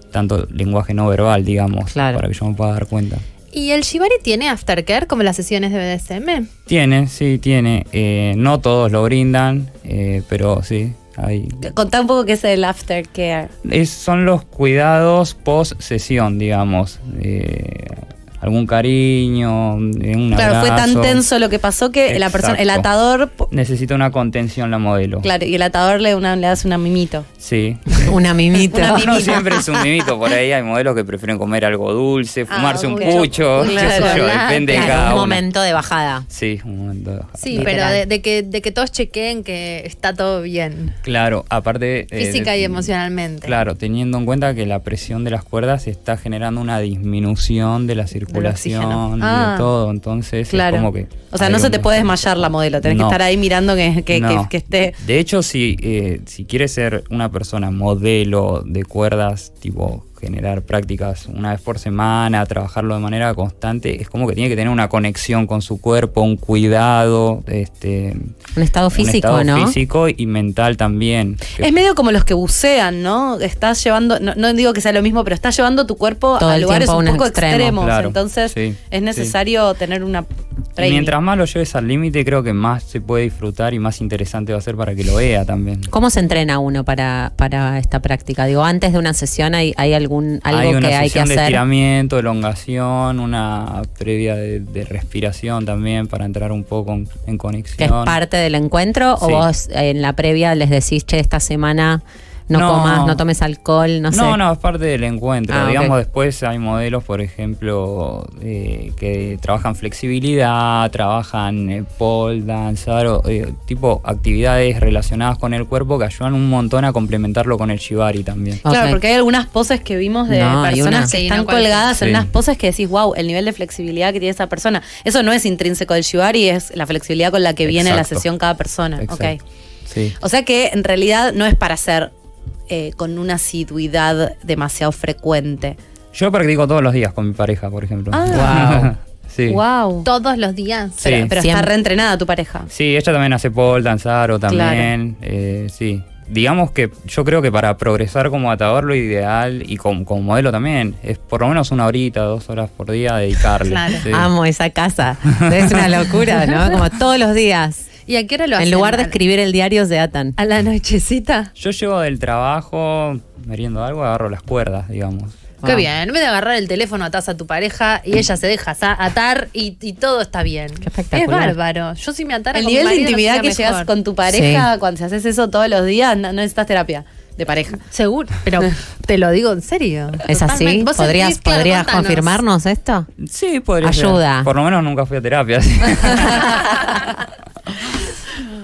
Speaker 12: Tanto lenguaje no verbal, digamos, para que yo me pueda dar cuenta.
Speaker 1: ¿Y el Shibari tiene aftercare como las sesiones de BDSM?
Speaker 12: Tiene, sí, tiene. Eh, no todos lo brindan, eh, pero sí, hay,
Speaker 2: Contá un poco qué es el aftercare.
Speaker 12: Es- son los cuidados post sesión, digamos. Eh, algún cariño, eh, un
Speaker 2: Claro, fue tan
Speaker 12: abrazo.
Speaker 2: tenso lo que pasó que la persona, el
Speaker 12: Exacto.
Speaker 2: atador, po-
Speaker 12: Necesita una contención la modelo.
Speaker 2: claro, y el atador le, una, le hace una mimito.
Speaker 12: Sí.
Speaker 4: Una mimita.
Speaker 12: No, no siempre es un mimito. Por ahí hay modelos que prefieren comer algo dulce, fumarse un
Speaker 4: mucho.
Speaker 12: pucho. qué sé yo,
Speaker 1: Ah,
Speaker 12: depende de cada
Speaker 4: un
Speaker 12: uno.
Speaker 4: momento de bajada.
Speaker 12: Sí, un momento. de bajar.
Speaker 1: Sí,
Speaker 12: Literal.
Speaker 1: pero de, de que, de que todos chequeen que está todo bien,
Speaker 12: Claro, aparte. eh,
Speaker 1: física y emocionalmente.
Speaker 12: Claro, teniendo en cuenta que la presión de las cuerdas está generando una disminución de la circulación y
Speaker 2: Ah.
Speaker 12: de todo, entonces
Speaker 2: Claro.
Speaker 12: es como que...
Speaker 2: O sea, no
Speaker 12: algo
Speaker 2: se te puede desmayar la modelo, tenés
Speaker 12: No.
Speaker 2: que estar ahí mirando que, que-
Speaker 12: No.
Speaker 2: que- que esté.
Speaker 12: De hecho, si, eh, si quieres ser una persona modelo de cuerdas, tipo generar prácticas una vez por semana, trabajarlo de manera constante, es como que tiene que tener una conexión con su cuerpo, un cuidado, este,
Speaker 4: Un estado físico,
Speaker 12: un estado
Speaker 4: ¿no?
Speaker 12: físico y mental también. que
Speaker 2: Es medio como los que bucean, ¿no? Estás llevando, no, no digo que sea lo mismo, pero estás llevando tu cuerpo
Speaker 4: Todo
Speaker 2: a
Speaker 4: el
Speaker 2: lugares
Speaker 4: tiempo a
Speaker 2: un
Speaker 4: un
Speaker 2: poco
Speaker 4: extremo.
Speaker 2: extremos.
Speaker 12: Claro,
Speaker 2: Entonces
Speaker 12: sí,
Speaker 2: es
Speaker 12: sí.
Speaker 2: necesario tener una training.
Speaker 12: Mientras más lo lleves al límite, creo que más se puede disfrutar y más interesante va a ser para que lo vea también.
Speaker 4: ¿Cómo se entrena uno para, para esta práctica? Digo, antes de una sesión hay, hay algún algo
Speaker 12: hay una
Speaker 4: que hay que
Speaker 12: sesión de
Speaker 4: hacer.
Speaker 12: estiramiento, elongación, una previa de, de respiración también para entrar un poco en, en conexión.
Speaker 4: que es parte del encuentro o
Speaker 12: Sí.
Speaker 4: vos eh, en la previa les decís, che, esta semana no,
Speaker 12: No.
Speaker 4: comas, no tomes alcohol, no, sé.
Speaker 12: No, no, es parte del encuentro.
Speaker 4: Ah, ok.
Speaker 12: Digamos, después hay modelos, por ejemplo, eh, que trabajan flexibilidad, trabajan eh, pole dance, aro, eh, tipo actividades relacionadas con el cuerpo que ayudan un montón a complementarlo con el shibari también.
Speaker 2: Claro, porque hay algunas poses que vimos de
Speaker 12: No, hay
Speaker 2: personas
Speaker 12: unas-
Speaker 2: que
Speaker 12: Sí,
Speaker 2: están
Speaker 12: no cualquiera.
Speaker 2: colgadas en
Speaker 12: Sí.
Speaker 2: unas poses que decís, wow, el nivel de flexibilidad que tiene esa persona. Eso no es intrínseco del shibari, es la flexibilidad con la que viene la
Speaker 12: Exacto.
Speaker 2: sesión cada persona.
Speaker 12: Exacto.
Speaker 2: Ok.
Speaker 12: Sí.
Speaker 2: O sea que en realidad no es para hacer eh, con una asiduidad demasiado frecuente.
Speaker 12: Yo practico todos los días con mi pareja, por ejemplo.
Speaker 2: Ah.
Speaker 12: sí.
Speaker 2: Wow.
Speaker 1: Todos los días.
Speaker 12: Sí.
Speaker 2: Pero, pero está
Speaker 12: Siempre.
Speaker 2: reentrenada tu pareja.
Speaker 12: Sí, ella también hace pole, danzar o también. eh, sí. Digamos que yo creo que para progresar como atador lo ideal y como, como modelo también es por lo menos una horita, dos horas por día dedicarle.
Speaker 4: Claro.
Speaker 12: sí.
Speaker 4: Amo esa casa. Es una locura, ¿no? Como todos los días.
Speaker 1: ¿Y a qué hora lo
Speaker 4: En
Speaker 1: hacen?
Speaker 4: lugar de
Speaker 1: ¿A-
Speaker 4: escribir el diario, se atan.
Speaker 1: ¿A la nochecita?
Speaker 12: Yo llego del trabajo, meriendo algo, agarro las cuerdas, digamos.
Speaker 4: Ah.
Speaker 12: Ah,
Speaker 1: Qué bien, en vez de agarrar el teléfono atás a tu pareja y ella se deja sa- atar y, y todo está bien. Es
Speaker 2: espectacular.
Speaker 1: bárbaro. Yo si me atara
Speaker 2: El
Speaker 1: con mi
Speaker 2: nivel de
Speaker 1: marido, no
Speaker 2: intimidad que
Speaker 1: sería
Speaker 2: llegas
Speaker 1: mejor.
Speaker 2: con tu pareja cuando si haces eso todos los días, no, no necesitas terapia de pareja.
Speaker 1: Seguro, pero te lo digo en serio.
Speaker 4: ¿Es así?
Speaker 1: Totalmente. ¿Vos
Speaker 4: ¿Podrías,
Speaker 1: sentís? Claro,
Speaker 4: ¿podrías
Speaker 1: contanos.
Speaker 4: confirmarnos esto?
Speaker 12: Sí, podría ser.
Speaker 4: Ayuda.
Speaker 12: Por lo menos nunca fui a terapia. sí.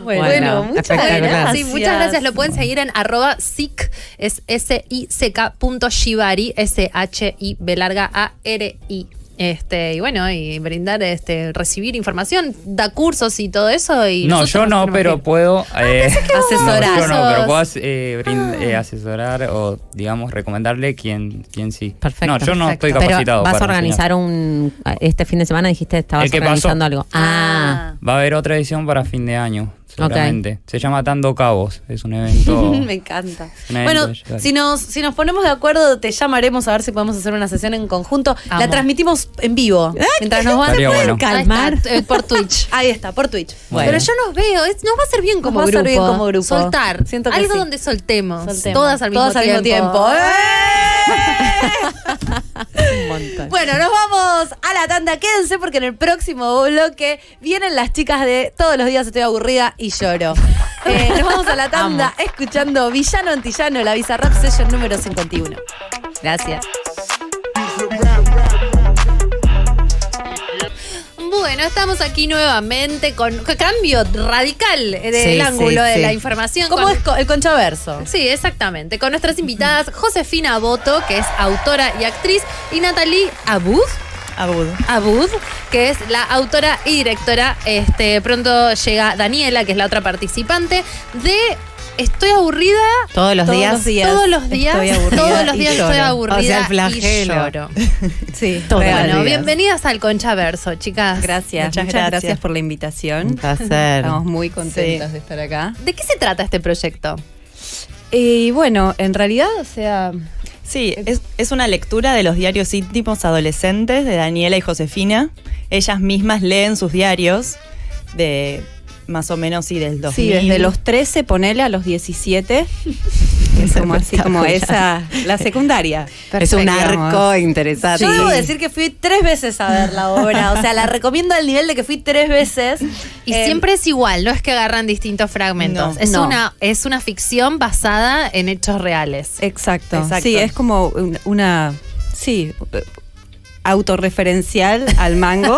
Speaker 1: Bueno,
Speaker 4: Bueno,
Speaker 1: muchas
Speaker 4: espectacular.
Speaker 1: gracias. Sí, muchas
Speaker 4: Gracias.
Speaker 1: gracias. Lo pueden seguir en arroba sic, es S-I-C-K punto shibari, S-H-I-B larga A-R-I. Este, y bueno, y brindar, este, recibir información, da cursos y todo eso. Y
Speaker 12: No,
Speaker 1: nosotros
Speaker 12: yo
Speaker 1: nos
Speaker 12: no,
Speaker 1: tenemos que
Speaker 12: pero
Speaker 1: ir.
Speaker 12: puedo eh, No,
Speaker 1: vos
Speaker 12: yo no,
Speaker 1: asesorás. Ah.
Speaker 12: pero puedo as- eh, brin- eh, asesorar o, digamos, recomendarle quién, quién sí.
Speaker 4: Perfecto.
Speaker 12: No, yo no estoy
Speaker 4: Pero
Speaker 12: capacitado.
Speaker 4: vas a
Speaker 12: para
Speaker 4: organizar
Speaker 12: enseñar.
Speaker 4: un. Este fin de semana dijiste estabas
Speaker 12: El que
Speaker 4: organizando
Speaker 12: pasó.
Speaker 4: algo. Ah.
Speaker 12: Va a haber otra edición para fin de año, seguramente. Se llama Atando Cabos. Es un evento.
Speaker 2: Me encanta.
Speaker 12: Una
Speaker 2: Bueno,
Speaker 12: dentro de-
Speaker 2: si nos, si nos ponemos de acuerdo, te llamaremos a ver si podemos hacer una sesión en conjunto. La
Speaker 1: Amo. Ah,
Speaker 2: transmitimos en vivo. Mientras nos van
Speaker 12: Estaría bueno.
Speaker 1: Ahí está, eh, por Twitch.
Speaker 2: Ahí está, por Twitch.
Speaker 12: Bueno.
Speaker 1: Pero yo nos veo, es- nos va a ser bien como
Speaker 2: va a
Speaker 1: grupo.
Speaker 2: ser bien como grupo.
Speaker 1: Soltar.
Speaker 2: Siento que
Speaker 1: Algo
Speaker 2: sí.
Speaker 1: donde soltemos.
Speaker 2: Soltemos.
Speaker 1: Todas al mismo Ah,
Speaker 2: Todas al mismo tiempo. Bueno, nos vamos a la tanda. Quédense porque en el próximo bloque vienen las chicas de Todos los días estoy aburrida y lloro. Eh, nos vamos a la tanda escuchando Villano Antillano, la Bizarrap Session número 51.
Speaker 4: Gracias.
Speaker 1: Bueno,
Speaker 2: Bueno, estamos aquí nuevamente con con cambio radical del
Speaker 13: Sí, sí,
Speaker 2: ángulo de
Speaker 13: sí.
Speaker 2: la información.
Speaker 13: ¿Cómo es
Speaker 2: el controverso? Sí, exactamente. Con nuestras invitadas Josefina Boto, que es autora y actriz, y Natalie Abud. Abud. que es la autora y directora. Este, pronto llega Daniela, que es la otra participante, de Estoy aburrida.
Speaker 4: Todos los días.
Speaker 2: Todos los días.
Speaker 4: Estoy aburrida
Speaker 2: todos los
Speaker 4: y
Speaker 2: días
Speaker 4: lloro.
Speaker 2: estoy aburrida.
Speaker 4: O sea, el
Speaker 2: Y
Speaker 4: flagelo.
Speaker 2: lloro. Sí,
Speaker 4: todos los
Speaker 2: Bueno,
Speaker 4: días.
Speaker 2: bienvenidas al Conchaverso, chicas.
Speaker 3: Gracias, muchas, gracias. por la invitación. Un
Speaker 4: placer.
Speaker 3: Estamos muy contentas
Speaker 2: Sí.
Speaker 3: de estar acá.
Speaker 2: ¿De qué se trata este proyecto?
Speaker 3: Y bueno, en realidad, o sea... Sí, es, es una lectura de los diarios íntimos adolescentes de Daniela y Josefina. Ellas mismas leen sus diarios de más o menos, sí, del 2000.
Speaker 14: Sí, desde los
Speaker 3: 13, ponele a los 17. Es como así, como esa, la secundaria.
Speaker 4: Es un arco
Speaker 13: Yo
Speaker 4: interesante.
Speaker 13: debo decir que fui tres veces a ver la obra. O sea, la recomiendo al nivel de que fui tres veces. Eh,
Speaker 2: Y siempre es igual, no es que agarran distintos fragmentos.
Speaker 3: No.
Speaker 2: es,
Speaker 3: No.
Speaker 2: Una, es una ficción basada en hechos reales.
Speaker 3: Exacto. Sí, es como un- una. Sí. eh, Autorreferencial al mango.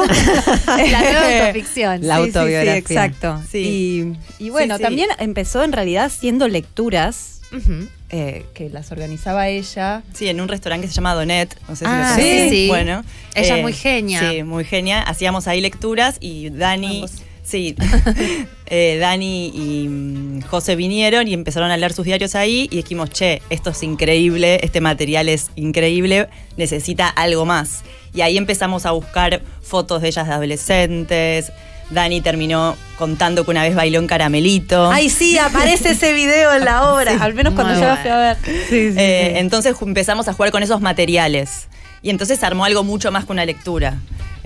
Speaker 2: La nueva autoficción.
Speaker 3: Sí, sí, Sí, exacto. Y, y bueno,
Speaker 2: Sí, sí.
Speaker 3: también empezó en realidad siendo lecturas
Speaker 2: Ujú.
Speaker 3: eh, que las organizaba ella. Sí, en un restaurante que se llama Donet. No sé
Speaker 2: si lo Ah,
Speaker 3: sí,
Speaker 2: conocen. sí, sí.
Speaker 3: Bueno, eh,
Speaker 2: Ella es muy genia.
Speaker 3: Sí, muy genia. Hacíamos ahí lecturas y Dani. Sí, eh, Dani y mm, José vinieron y empezaron a leer sus diarios ahí y dijimos, che, esto es increíble, este material es increíble, necesita algo más. Y ahí empezamos a buscar fotos de ellas de adolescentes. Dani terminó contando que una vez bailó en caramelito.
Speaker 13: Ay, sí, aparece ese video en la obra.
Speaker 3: Sí.
Speaker 13: Al menos cuando
Speaker 3: Muy
Speaker 13: yo la
Speaker 3: bueno.
Speaker 13: fui a ver.
Speaker 3: Eh, Entonces ju- empezamos a jugar con esos materiales. Y entonces se armó algo mucho más que una lectura.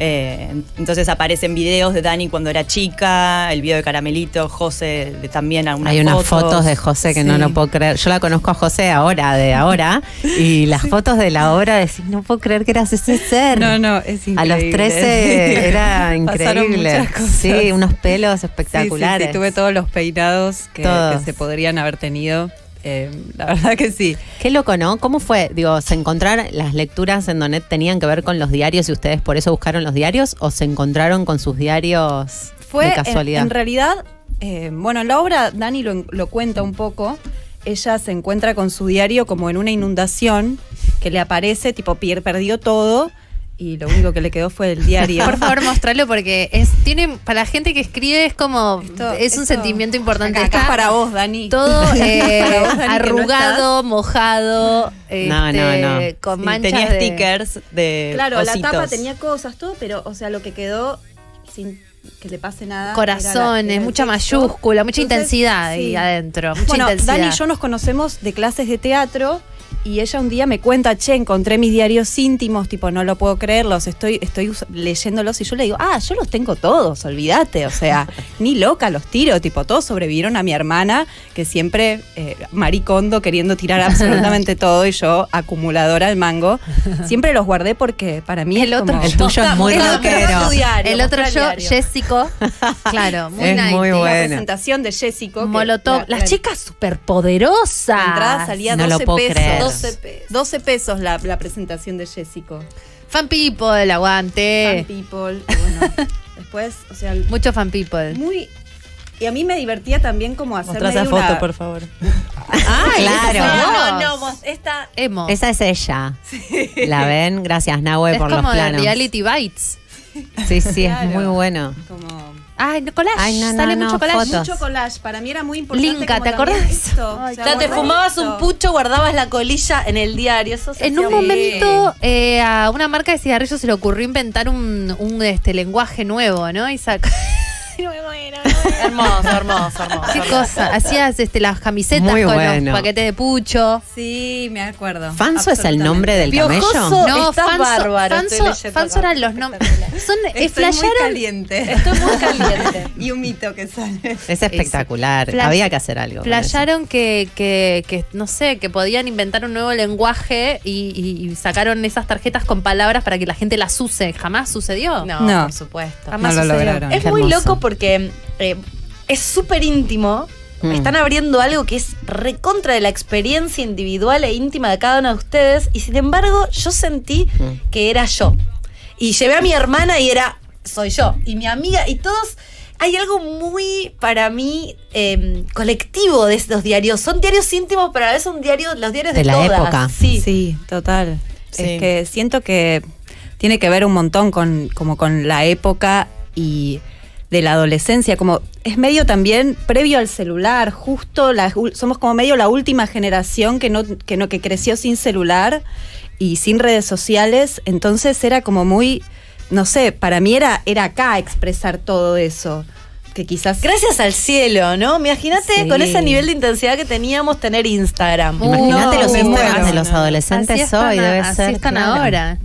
Speaker 3: Eh, en- entonces aparecen videos de Dani cuando era chica, el video de Caramelito, José de- también algunas
Speaker 4: Hay unas fotos, de José que no
Speaker 3: Sí.
Speaker 4: lo puedo creer. Yo la conozco a José ahora, de ahora, y las fotos de la obra decís, no puedo creer que eras ese ser.
Speaker 3: No, no, es
Speaker 4: A los
Speaker 3: increíble.
Speaker 4: 13 era
Speaker 3: Pasaron
Speaker 4: increíble.
Speaker 3: muchas cosas.
Speaker 4: Sí, unos pelos
Speaker 3: Sí, sí,
Speaker 4: espectaculares.
Speaker 3: sí, tuve todos los peinados que, que
Speaker 4: Todos.
Speaker 3: se podrían haber tenido. Eh, la verdad que sí.
Speaker 4: Qué loco, ¿no? ¿Cómo fue? Digo, ¿se encontrar las lecturas en Donet tenían que ver con los diarios y ustedes por eso buscaron los diarios o se encontraron con sus diarios
Speaker 3: Fue
Speaker 4: de
Speaker 3: en-
Speaker 4: casualidad?
Speaker 3: En, realidad, eh, bueno, en la obra Dani lo, en- lo cuenta un poco. Ella se encuentra con su diario como en una inundación que le aparece, tipo, pier- perdió todo y lo único que le quedó fue el diario.
Speaker 2: Por favor, mostralo porque es tiene para la gente que escribe es como es un sentimiento importante.
Speaker 3: acá
Speaker 2: Está
Speaker 3: para vos, Dani.
Speaker 2: Todo eh,
Speaker 3: Para vos, Dani, que no
Speaker 2: arrugado, mojado,
Speaker 3: No,
Speaker 2: este,
Speaker 3: no, no.
Speaker 2: con
Speaker 3: Sí,
Speaker 2: manchas
Speaker 3: tenía
Speaker 2: de-
Speaker 3: stickers
Speaker 2: Eh,
Speaker 3: de
Speaker 14: Claro, la
Speaker 3: cositos.
Speaker 14: tapa tenía cosas, todo, pero, o sea, lo que quedó sin que le pase nada.
Speaker 2: corazones, mucha mayúscula, mucha intensidad
Speaker 14: sí.
Speaker 2: ahí adentro. Mucha
Speaker 3: Bueno,
Speaker 2: intensidad.
Speaker 3: Dani y yo nos conocemos de clases de teatro y ella un día me cuenta, che, encontré mis diarios íntimos, tipo, no lo puedo creer, los estoy, estoy us- leyéndolos y yo le digo, ah, yo los tengo todos, olvídate, o sea, ni loca los tiro, tipo, todos sobrevivieron a mi hermana, que siempre eh, maricondo queriendo tirar absolutamente todo y yo acumuladora al mango, siempre los guardé porque para mí el otro
Speaker 4: El tuyo es muy rockero.
Speaker 2: El otro yo, Jessico. Claro, muy
Speaker 3: Es
Speaker 2: nice.
Speaker 3: muy
Speaker 2: La
Speaker 3: bueno.
Speaker 2: presentación
Speaker 3: de Jessico.
Speaker 2: Molotov.
Speaker 3: la-
Speaker 2: las chicas superpoderosas.
Speaker 3: La entrada salía
Speaker 2: No
Speaker 3: 12,
Speaker 2: lo puedo
Speaker 3: pesos,
Speaker 2: creer.
Speaker 3: 12 pe- 12 pesos la, la presentación de Jessico.
Speaker 2: Fan people, aguante.
Speaker 3: Fan people. y Bueno, después, o sea, el-
Speaker 2: Mucho fan people.
Speaker 3: muy. Y a mí me divertía también como hacer.
Speaker 4: Mostrá esa
Speaker 3: medio una-
Speaker 4: foto, por
Speaker 3: favor.
Speaker 4: Ay, claro.
Speaker 3: No, no, vos, esta.
Speaker 2: Emo.
Speaker 4: Esa es ella. ¿La ven? Gracias, Nahue,
Speaker 2: es
Speaker 4: por
Speaker 2: como
Speaker 4: los
Speaker 2: de
Speaker 4: planos.
Speaker 2: reality bites.
Speaker 4: Sí, sí,
Speaker 2: Claro.
Speaker 4: es muy bueno.
Speaker 2: Ay, no, collage.
Speaker 4: Ay, no, no,
Speaker 2: Sale
Speaker 4: no,
Speaker 2: mucho collage.
Speaker 4: fotos.
Speaker 14: Mucho collage, para mí era muy importante.
Speaker 2: Linka,
Speaker 14: como
Speaker 2: ¿te
Speaker 14: también
Speaker 2: acordás?
Speaker 14: esto, o sea,
Speaker 13: Ya te
Speaker 14: guardar
Speaker 13: fumabas
Speaker 14: esto.
Speaker 13: un pucho, guardabas la colilla en el diario. Eso se
Speaker 2: En
Speaker 13: hacía
Speaker 2: un
Speaker 13: muy bien.
Speaker 2: momento eh, a una marca de cigarrillos se le ocurrió inventar un, un, este, lenguaje nuevo, ¿no? Y saca-
Speaker 13: Hermoso, hermoso, hermoso.
Speaker 2: ¿Qué cosa? Hacías este, las camisetas
Speaker 4: Muy
Speaker 2: con
Speaker 4: bueno.
Speaker 2: los paquetes de pucho.
Speaker 3: Sí, me acuerdo.
Speaker 4: ¿Fanso es el nombre del camello?
Speaker 2: No,
Speaker 13: estás
Speaker 2: Fanso,
Speaker 13: bárbaro, estoy
Speaker 2: Fanso,
Speaker 13: leyendo
Speaker 2: Fanso eran los nombres. Son, eh,
Speaker 3: Estoy muy
Speaker 2: flashearon-
Speaker 3: caliente. Estoy muy caliente. y un mito que sale.
Speaker 4: Es espectacular.
Speaker 2: Flash-
Speaker 4: Había que hacer algo. con eso.
Speaker 2: Playaron que, que, que, no sé, que podían inventar un nuevo lenguaje y, y- y sacaron esas tarjetas con palabras para que la gente las use. Jamás sucedió.
Speaker 13: No. por
Speaker 2: supuesto.
Speaker 13: Jamás sucedió. Es muy loco porque eh, es súper íntimo.
Speaker 2: Mm.
Speaker 13: Están abriendo algo que es recontra de la experiencia individual e íntima de cada uno de
Speaker 4: Mm.
Speaker 13: ustedes. Y sin embargo, yo sentí que era yo. Y llevé a mi hermana y era
Speaker 2: soy yo. Y mi amiga, y todos. Hay algo muy, para mí, eh, colectivo de estos diarios. Son diarios íntimos, pero a veces son diarios, los diarios de,
Speaker 3: De la
Speaker 2: todas.
Speaker 3: época.
Speaker 2: Sí.
Speaker 3: Sí, total.
Speaker 2: Sí.
Speaker 3: Es que siento que tiene que ver un montón con, como con la época y de la adolescencia, como es medio también previo al celular, justo la, ul- somos como medio la última generación que no, que no, que creció sin celular y sin redes sociales, entonces era como muy, no sé, para mí era, era acá expresar todo eso, que quizás...
Speaker 2: Gracias al cielo, ¿no? Imagínate
Speaker 3: Sí.
Speaker 2: con ese nivel de intensidad que teníamos tener Instagram.
Speaker 4: Imagínate
Speaker 2: Uh,
Speaker 4: los
Speaker 2: me
Speaker 4: Instagrams
Speaker 2: muero.
Speaker 4: de los adolescentes
Speaker 2: Así están
Speaker 4: hoy,
Speaker 2: a-
Speaker 4: debe
Speaker 2: así
Speaker 4: ser.
Speaker 2: están
Speaker 4: claro.
Speaker 2: ahora.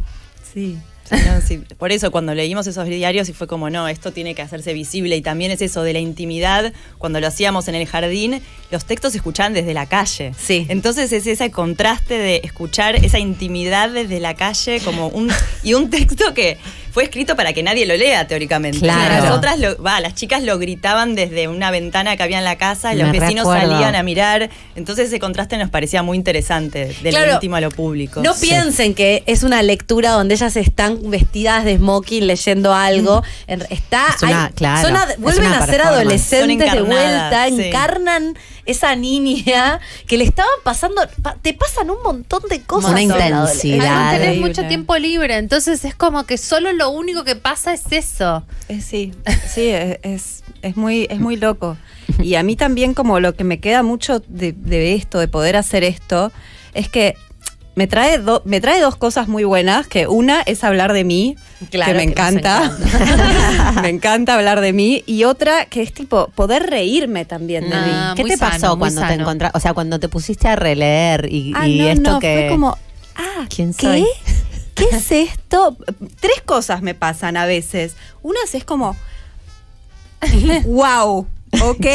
Speaker 14: Sí. sí, no, sí. Por eso cuando leímos esos diarios y fue como, no, esto tiene que hacerse visible. Y también es eso de la intimidad, cuando lo hacíamos en el jardín, los textos se escuchaban desde la calle.
Speaker 2: Sí.
Speaker 14: Entonces es ese contraste de escuchar esa intimidad desde la calle como un y un texto que fue escrito para que nadie lo lea teóricamente.
Speaker 4: Claro.
Speaker 14: Nosotras lo- va, las chicas lo gritaban desde una ventana que había en la casa, y los
Speaker 4: Me
Speaker 14: vecinos
Speaker 4: recuerdo.
Speaker 14: salían a mirar. Entonces ese contraste nos parecía muy interesante, del
Speaker 2: Claro.
Speaker 14: íntimo a lo público.
Speaker 2: No piensen que es una lectura donde ellas están vestidas de smoking leyendo algo.
Speaker 3: Mm.
Speaker 2: En- Está,
Speaker 4: Es una-
Speaker 2: hay-
Speaker 4: claro,
Speaker 2: son ad-
Speaker 4: es
Speaker 2: vuelven
Speaker 4: una
Speaker 2: a ser
Speaker 4: performance.
Speaker 2: adolescentes
Speaker 4: Son
Speaker 2: de vuelta,
Speaker 4: encarnadas, sí.
Speaker 2: encarnan esa niña que le estaban pasando, pa- te pasan un montón de cosas.
Speaker 4: Una
Speaker 2: a un adolescente.
Speaker 4: intensidad.
Speaker 1: Además, tenés
Speaker 4: Horrible.
Speaker 1: mucho tiempo libre, entonces es como que solo lo único que pasa es eso.
Speaker 3: Eh, sí, sí, es, es- es muy, es muy loco. Y a mí también como lo que me queda mucho de, de esto, de poder hacer esto, es que me trae, do- me trae dos cosas muy buenas, que una es hablar de mí,
Speaker 2: Claro
Speaker 3: que me
Speaker 2: que nos
Speaker 3: encanta, me encanta hablar de mí, y otra que es tipo poder reírme también de
Speaker 2: Ah,
Speaker 3: mí.
Speaker 4: ¿Qué te pasó cuando te encontraste? O sea, cuando te pusiste a releer y,
Speaker 3: Ah,
Speaker 4: y
Speaker 3: no,
Speaker 4: esto
Speaker 3: no,
Speaker 4: que.
Speaker 3: fue como, ah,
Speaker 4: ¿Quién
Speaker 3: ¿qué?
Speaker 4: soy?
Speaker 3: ¿Qué es esto? Tres cosas me pasan a veces. Unas es como, wow, ok,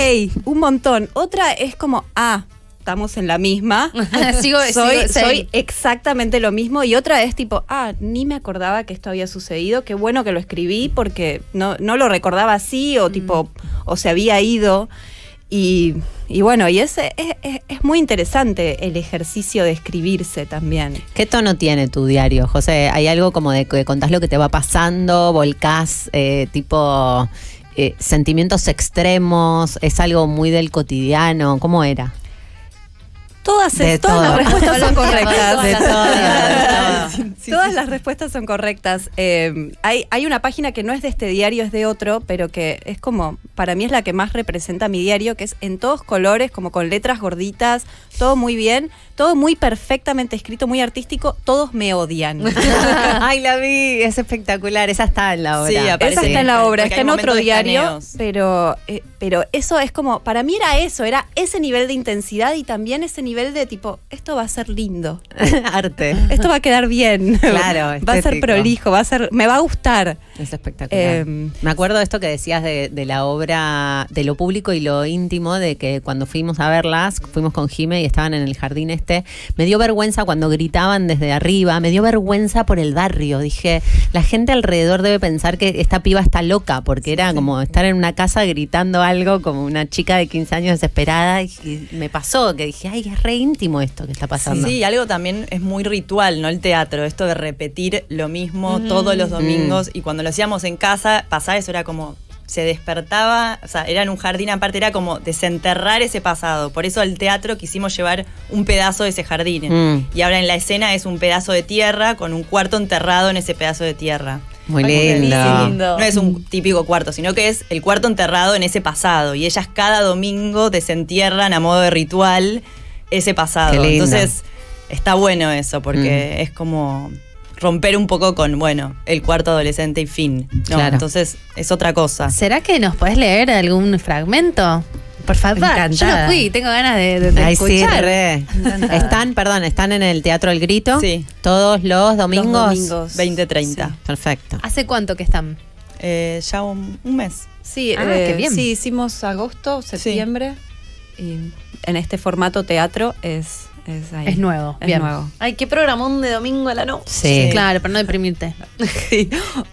Speaker 3: un montón. Otra es como, ah, estamos en la misma.
Speaker 1: Sigo-
Speaker 3: soy,
Speaker 1: sigo-
Speaker 3: soy
Speaker 1: sí.
Speaker 3: exactamente lo mismo. Y otra es tipo, ah, ni me acordaba que esto había sucedido. Qué bueno que lo escribí porque no, no lo recordaba así o tipo, o se había ido. Y, y bueno, y ese es, es- es muy interesante el ejercicio de escribirse también.
Speaker 4: ¿Qué tono tiene tu diario, José? ¿Hay algo como de que contás lo que te va pasando, volcás eh, tipo eh, sentimientos extremos? ¿Es algo muy del cotidiano? ¿Cómo era?
Speaker 3: Todas,
Speaker 4: De
Speaker 3: todas
Speaker 4: todo.
Speaker 3: las respuestas son correctas.
Speaker 4: De todo, de
Speaker 3: Todas las respuestas son correctas. Eh, hay, hay una página que no es de este diario, es de otro, pero que es como, para mí es la que más representa mi diario, que es en todos colores, como con letras gorditas, todo muy bien, todo muy perfectamente escrito, muy artístico, todos me odian.
Speaker 4: Ay, la vi, es espectacular, esa está en la obra.
Speaker 3: Esa está en la obra,
Speaker 4: Porque
Speaker 3: está
Speaker 4: hay
Speaker 3: en otro
Speaker 4: momentos de
Speaker 3: diario,
Speaker 4: escaneos.
Speaker 3: pero, eh, pero eso es como, para mí era eso, era ese nivel de intensidad y también ese nivel de tipo, esto va a ser lindo,
Speaker 4: Arte.
Speaker 3: esto va a quedar bien,
Speaker 4: Claro,
Speaker 3: va a ser
Speaker 4: estético.
Speaker 3: prolijo, va a ser, me va a gustar.
Speaker 4: Es espectacular.
Speaker 3: Em,
Speaker 4: Me acuerdo de esto que decías de, de la obra, de lo público y lo íntimo, de que cuando fuimos a verlas, fuimos con Jime y estaban en el jardín este, me dio vergüenza cuando gritaban desde arriba, me dio vergüenza por el barrio. Dije, la gente alrededor debe pensar que esta piba está loca, porque era como estar en una casa gritando algo como una chica de 15 años desesperada. Y, y me pasó, que dije, ay, es re íntimo esto que está pasando.
Speaker 14: Sí, y algo también es muy ritual, ¿no? El teatro, esto de repetir lo mismo
Speaker 4: Mm.
Speaker 14: todos los
Speaker 4: Mm.
Speaker 14: domingos. Y cuando lo hacíamos en casa, pasaba eso, era como se despertaba, o sea, era en un jardín aparte, era como desenterrar ese pasado. Por eso al teatro quisimos llevar un pedazo de ese jardín.
Speaker 4: Mm.
Speaker 14: Y ahora en la escena es un pedazo de tierra con un cuarto enterrado en ese pedazo de tierra.
Speaker 4: Muy
Speaker 14: Como que
Speaker 4: lindo.
Speaker 14: sí,
Speaker 4: Qué lindo.
Speaker 14: No es un típico cuarto, sino que es el cuarto enterrado en ese pasado. Y ellas cada domingo desentierran a modo de ritual ese pasado.
Speaker 4: Qué lindo. Mm.
Speaker 14: Entonces, está bueno eso, porque es como romper un poco con, bueno, el cuarto adolescente y fin. ¿no?
Speaker 1: Claro.
Speaker 14: Entonces, es otra cosa.
Speaker 1: ¿Será que nos podés leer algún fragmento? Por favor, yo
Speaker 4: Encantada.
Speaker 1: no fui, tengo ganas
Speaker 2: Eh,
Speaker 1: de, de- de
Speaker 4: Ay, sí,
Speaker 1: escuchar.
Speaker 4: re. Están, perdón, están en el Teatro El Grito. Sí. Todos los domingos.
Speaker 14: domingos. 20:30.
Speaker 4: Perfecto.
Speaker 1: ¿Hace cuánto que están?
Speaker 14: Eh, ya un, un mes.
Speaker 3: Sí,
Speaker 1: Ah,
Speaker 3: eh,
Speaker 1: qué bien.
Speaker 3: sí, hicimos agosto, septiembre, y en este formato teatro es, Es, ahí.
Speaker 1: Es nuevo.
Speaker 3: Es
Speaker 1: bien.
Speaker 3: nuevo.
Speaker 2: Ay, qué programón de domingo a la noche.
Speaker 4: Sí.
Speaker 1: Claro, para no deprimirte.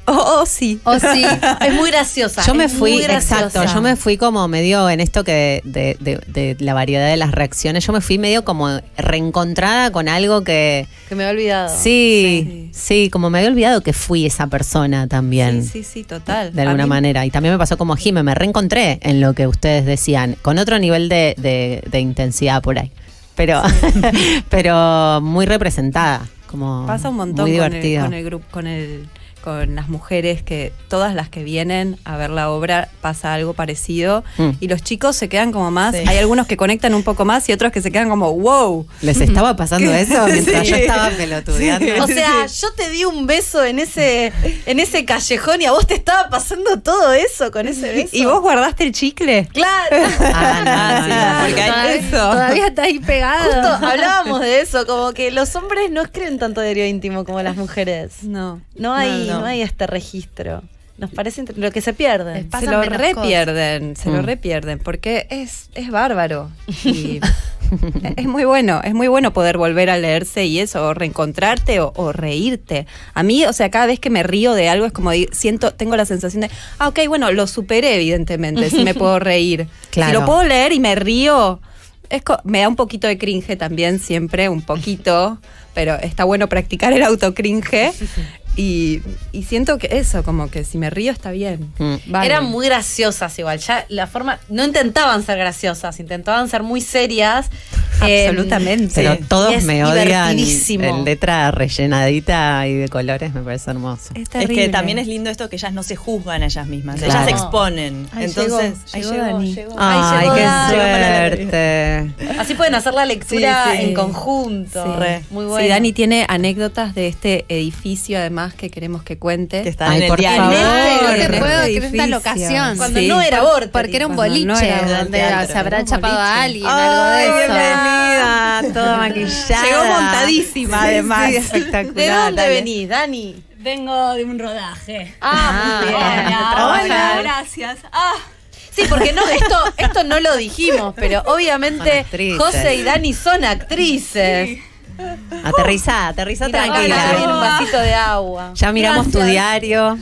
Speaker 2: Oh, oh, sí.
Speaker 1: Oh, sí.
Speaker 2: es muy graciosa.
Speaker 4: Yo me
Speaker 2: es
Speaker 4: fui,
Speaker 2: muy graciosa.
Speaker 4: exacto, yo me fui como medio en esto que de, de- de la variedad de las reacciones, yo me fui medio como reencontrada con algo que...
Speaker 2: Que me había olvidado.
Speaker 4: Sí, sí, como me había olvidado que fui esa persona también.
Speaker 3: Sí, sí, total.
Speaker 4: De alguna
Speaker 3: A mí-
Speaker 4: manera. Y también me pasó como Jime, me reencontré en lo que ustedes decían, con otro nivel de, de- de intensidad por ahí. Pero, pero muy representada. Como
Speaker 3: Pasa un montón
Speaker 4: Muy
Speaker 3: con el,
Speaker 4: divertido.
Speaker 3: con el grupo, con el con las mujeres que todas las que vienen a ver la obra pasa algo parecido
Speaker 4: Mm.
Speaker 3: y los chicos se quedan como más,
Speaker 4: Sí.
Speaker 3: hay algunos que conectan un poco más y otros que se quedan como wow.
Speaker 4: ¿Les estaba pasando
Speaker 3: ¿Qué?
Speaker 4: eso mientras
Speaker 3: Sí.
Speaker 4: yo estaba pelotudeando?
Speaker 2: O sea, yo te di un beso en ese, en ese callejón y a vos te estaba pasando todo eso con ese beso.
Speaker 3: ¿Y vos guardaste el chicle?
Speaker 2: Claro.
Speaker 1: Ah,
Speaker 4: Ah,
Speaker 3: porque hay
Speaker 2: Todavía-
Speaker 3: eso.
Speaker 1: Todavía está ahí pegado.
Speaker 2: Justo hablábamos de eso, como que los hombres no escriben tanto diario íntimo como las mujeres.
Speaker 3: No.
Speaker 2: No hay, no,
Speaker 3: No, no.
Speaker 2: hay este registro. Nos parece inter- lo que se pierden.
Speaker 3: se lo repierden, se lo repierden, porque es, es bárbaro. Y es muy bueno, es muy bueno poder volver a leerse y eso, o reencontrarte o, o reírte. A mí, o sea, cada vez que me río de algo es como di- siento, tengo la sensación de, ah, ok, bueno, lo superé, evidentemente, si me puedo reír.
Speaker 4: Claro.
Speaker 3: Si lo puedo leer y me río, es co- me da un poquito de cringe también, siempre, un poquito, pero está bueno practicar el autocringe. Y, y siento que eso, como que si me río está bien. Vale.
Speaker 2: Eran muy graciosas igual. Ya la forma. No intentaban ser graciosas, intentaban ser muy serias. Eh,
Speaker 3: Absolutamente.
Speaker 4: Pero todos
Speaker 2: y es
Speaker 4: me odian.
Speaker 2: divertidísimo.
Speaker 4: En letra rellenadita y de colores me parece hermoso.
Speaker 14: Es que también es lindo esto que ellas no se juzgan a ellas mismas,
Speaker 4: Claro.
Speaker 14: ellas se exponen.
Speaker 2: Ahí
Speaker 14: Entonces,
Speaker 2: llegó, llegó Dani. Ahí
Speaker 4: Ay,
Speaker 2: llegó
Speaker 4: qué
Speaker 2: Dani.
Speaker 4: suerte.
Speaker 3: este,
Speaker 2: Así pueden hacer la lectura
Speaker 3: Sí, sí.
Speaker 2: en conjunto.
Speaker 3: Sí.
Speaker 2: Re. Muy bueno.
Speaker 3: Sí, Dani tiene anécdotas de este edificio, además, que queremos que cuente. Que
Speaker 4: Ay, en el por diario. favor.
Speaker 1: No te
Speaker 3: En este
Speaker 1: puedo creer esta
Speaker 3: edificio.
Speaker 1: locación.
Speaker 3: Cuando no era
Speaker 1: Por-
Speaker 3: aborto.
Speaker 1: Porque era un
Speaker 3: Cuando
Speaker 1: boliche
Speaker 3: no era aborto,
Speaker 1: donde
Speaker 3: teatro.
Speaker 1: se habrá
Speaker 3: Era un
Speaker 1: chapado a alguien,
Speaker 4: Ay,
Speaker 1: algo de eso.
Speaker 4: bienvenida, toda maquillada.
Speaker 3: Llegó montadísima, además.
Speaker 4: espectacular.
Speaker 2: ¿De dónde
Speaker 4: dale.
Speaker 2: venís, Dani?
Speaker 13: Vengo de un rodaje.
Speaker 2: Ah, muy bien.
Speaker 13: Hola,
Speaker 2: Hola.
Speaker 13: hola, gracias. Ah,
Speaker 2: Sí, porque no, esto, esto no lo dijimos, pero
Speaker 4: Son
Speaker 2: obviamente
Speaker 4: actrices.
Speaker 2: José y Dani son actrices.
Speaker 4: Aterrizá, aterrizá
Speaker 2: Mira,
Speaker 4: tranquila.
Speaker 2: acá viene un vasito de agua.
Speaker 4: Ya miramos tu
Speaker 2: Gracias.
Speaker 4: diario.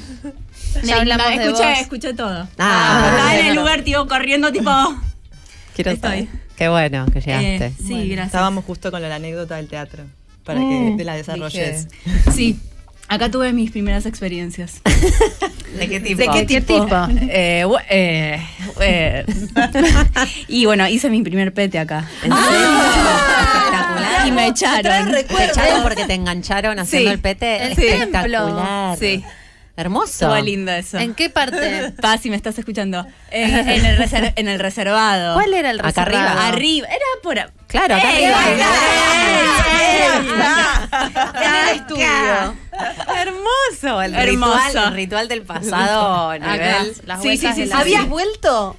Speaker 13: me
Speaker 2: hablamos
Speaker 13: linda,
Speaker 2: de
Speaker 13: escuché,
Speaker 2: vos.
Speaker 13: escuché todo.
Speaker 4: Ah,
Speaker 13: Estaba en el
Speaker 4: bueno.
Speaker 13: lugar, tío, corriendo, tipo.
Speaker 4: Quiero saber. Qué bueno que llegaste.
Speaker 13: Eh, sí, gracias.
Speaker 14: Estábamos justo con la anécdota del teatro para
Speaker 13: Mm,
Speaker 14: que te la desarrolles.
Speaker 13: Sí, acá tuve mis primeras experiencias.
Speaker 14: ¿De qué
Speaker 13: ¿De qué tipo? Eh, bu- eh, eh, y bueno, hice mi primer pete acá.
Speaker 4: Espectacular.
Speaker 13: Y me echaron.
Speaker 4: Te echaron porque te engancharon haciendo
Speaker 13: Sí.
Speaker 4: el pete.
Speaker 13: Sí.
Speaker 4: Espectacular.
Speaker 13: Sí.
Speaker 4: Hermoso.
Speaker 13: Estuvo lindo eso.
Speaker 1: ¿En qué parte?
Speaker 13: Paz, si me estás escuchando. Eh, en, el reser- en el reservado.
Speaker 1: ¿Cuál era el
Speaker 13: Acá
Speaker 1: reservado?
Speaker 13: arriba. Arriba. Era por. a-
Speaker 4: Claro, acá
Speaker 13: ¡Ey,
Speaker 4: arriba.
Speaker 2: En el estudio.
Speaker 4: Hermoso. El
Speaker 13: Hermoso.
Speaker 4: ritual, el ritual del pasado.
Speaker 13: Acá.
Speaker 4: Nivel,
Speaker 13: Sí, sí, sí, sí,
Speaker 2: ¿Habías
Speaker 13: sí.
Speaker 2: vuelto?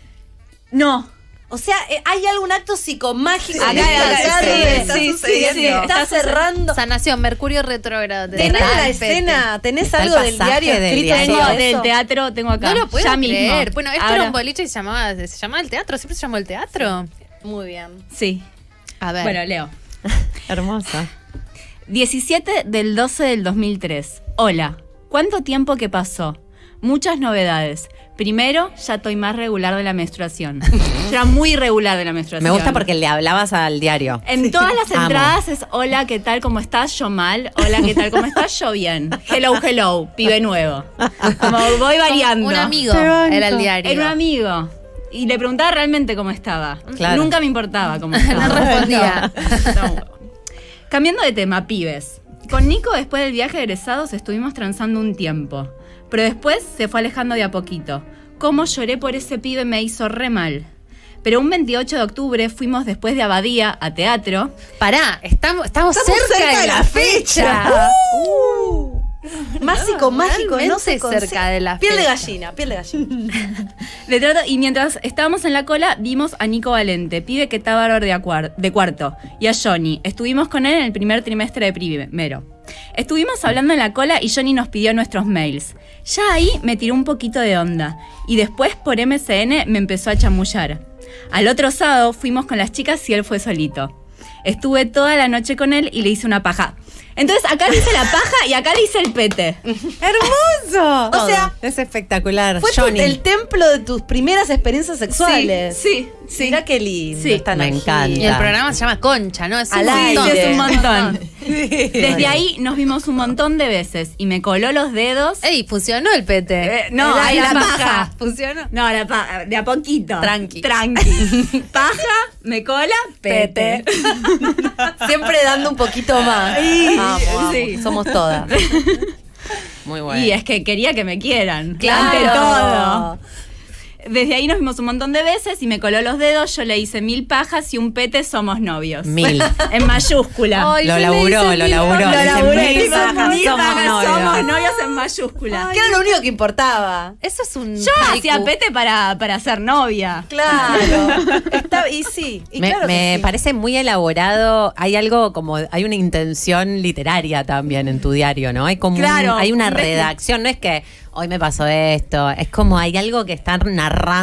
Speaker 13: No.
Speaker 2: O sea, eh, hay algún acto psicomágico
Speaker 13: Acá,
Speaker 2: que
Speaker 13: acá,
Speaker 2: está
Speaker 13: sí,
Speaker 2: tarde,
Speaker 13: sí, sí,
Speaker 2: sucediendo.
Speaker 13: sí, está
Speaker 2: está cerrando.
Speaker 1: Sanación, Mercurio retrógrado. te
Speaker 2: Tenés
Speaker 1: da
Speaker 2: la
Speaker 1: el pete.
Speaker 2: escena, tenés
Speaker 1: Está el
Speaker 2: algo del
Speaker 1: pasaje
Speaker 2: diario
Speaker 1: del
Speaker 2: escrito
Speaker 1: diario.
Speaker 2: sobre
Speaker 1: Tengo
Speaker 2: eso.
Speaker 13: Del teatro tengo acá.
Speaker 1: No lo puedo
Speaker 13: ya mismo.
Speaker 1: creer. Bueno, esto
Speaker 13: Ahora-
Speaker 1: era un boliche y se llamaba, se llamaba el teatro. Siempre se llamó el teatro. Muy bien.
Speaker 13: Sí.
Speaker 1: A ver.
Speaker 13: Bueno, leo.
Speaker 4: Hermosa.
Speaker 13: 17 del 12 del 2003. Hola, ¿cuánto tiempo que pasó? Muchas novedades. Primero, ya estoy más regular de la menstruación. ya muy regular de la menstruación.
Speaker 4: Me gusta porque le hablabas al diario.
Speaker 13: En todas las
Speaker 4: Amo.
Speaker 13: entradas es hola, ¿qué tal? ¿Cómo estás? Yo mal. Hola, ¿qué tal? ¿Cómo estás? Yo bien. Hello, hello, pibe nuevo. Como voy variando.
Speaker 1: un amigo Te banco. era el diario.
Speaker 13: Era un amigo. Y le preguntaba realmente cómo estaba.
Speaker 1: Claro.
Speaker 13: Nunca me importaba cómo estaba.
Speaker 1: No respondía.
Speaker 13: No. Cambiando de tema, pibes. Con Nico, después del viaje de egresados, estuvimos transando un tiempo. Pero después se fue alejando de a poquito. Cómo lloré por ese pibe me hizo re mal. Pero un 28 de octubre fuimos después de Abadía a teatro.
Speaker 1: Pará, estamos, estamos, cerca, de la fecha.
Speaker 2: Más psicomágico, Uh. no se
Speaker 1: Realmente cerca de la
Speaker 2: Piel de
Speaker 1: fecha.
Speaker 2: gallina, piel de gallina.
Speaker 13: De trato, y mientras estábamos en la cola, vimos a Nico Valente, pibe que estaba bárbaro de, acuar- de cuarto, y a Johnny. Estuvimos con él en el primer trimestre de primero. Estuvimos hablando en la cola y Johnny nos pidió nuestros mails. Ya ahí me tiró un poquito de onda, y después por MCN me empezó a chamullar. Al otro sábado fuimos con las chicas y él fue solito. Estuve toda la noche con él y le hice una paja. Entonces acá dice la paja y acá dice el pete.
Speaker 2: ¡Hermoso!
Speaker 13: Todo.
Speaker 2: O sea,
Speaker 4: es espectacular.
Speaker 2: fue tu-
Speaker 4: Johnny.
Speaker 2: el templo de tus primeras experiencias sexuales.
Speaker 13: Sí,
Speaker 2: sí. Mirá qué lindo.
Speaker 1: Sí.
Speaker 2: esta
Speaker 4: Me
Speaker 2: energía.
Speaker 4: encanta.
Speaker 1: Y el programa se llama Concha, ¿no? Es un
Speaker 2: Al
Speaker 1: montón.
Speaker 2: aire.
Speaker 13: Desde ahí nos vimos un montón de veces y me coló los dedos. Eh,
Speaker 1: ¡Ey! Funcionó el pete.
Speaker 13: no,
Speaker 1: Era
Speaker 13: ahí
Speaker 1: la
Speaker 13: la,
Speaker 1: paja.
Speaker 13: paja.
Speaker 1: ¿Funcionó?
Speaker 13: No, la paja, de a poquito.
Speaker 1: Tranqui.
Speaker 13: Tranqui. paja, me cola, pete.
Speaker 2: Siempre dando un poquito más.
Speaker 13: Sí.
Speaker 2: Vamos, vamos.
Speaker 13: Sí.
Speaker 2: Somos todas.
Speaker 4: Muy
Speaker 13: Y es que quería que me quieran.
Speaker 2: Claro.
Speaker 13: Ante todo. Desde ahí nos vimos un montón de veces y me coló los dedos. Yo le hice mil pajas y un pete somos novios.
Speaker 4: Mil.
Speaker 13: En mayúscula.
Speaker 4: Ay, Lo yo le laburó, hice lo mil laburó, pajas.
Speaker 13: Lo
Speaker 4: le hice mil
Speaker 13: laburó. Mil
Speaker 4: pajas,
Speaker 13: mil
Speaker 4: somos
Speaker 13: pajas,
Speaker 4: novios.
Speaker 13: somos novios en mayúscula.
Speaker 2: Que era lo único que importaba.
Speaker 1: Eso es un.
Speaker 13: Yo
Speaker 1: haiku.
Speaker 13: hacía pete para, para ser novia.
Speaker 2: Claro. Está- y sí. y
Speaker 4: me
Speaker 2: claro que
Speaker 4: me
Speaker 2: sí.
Speaker 4: parece muy elaborado. Hay algo como. Hay una intención literaria también en tu diario, ¿no? Hay como. un-
Speaker 13: Claro.
Speaker 4: hay una redacción. No es que hoy me pasó esto. Es como hay algo que están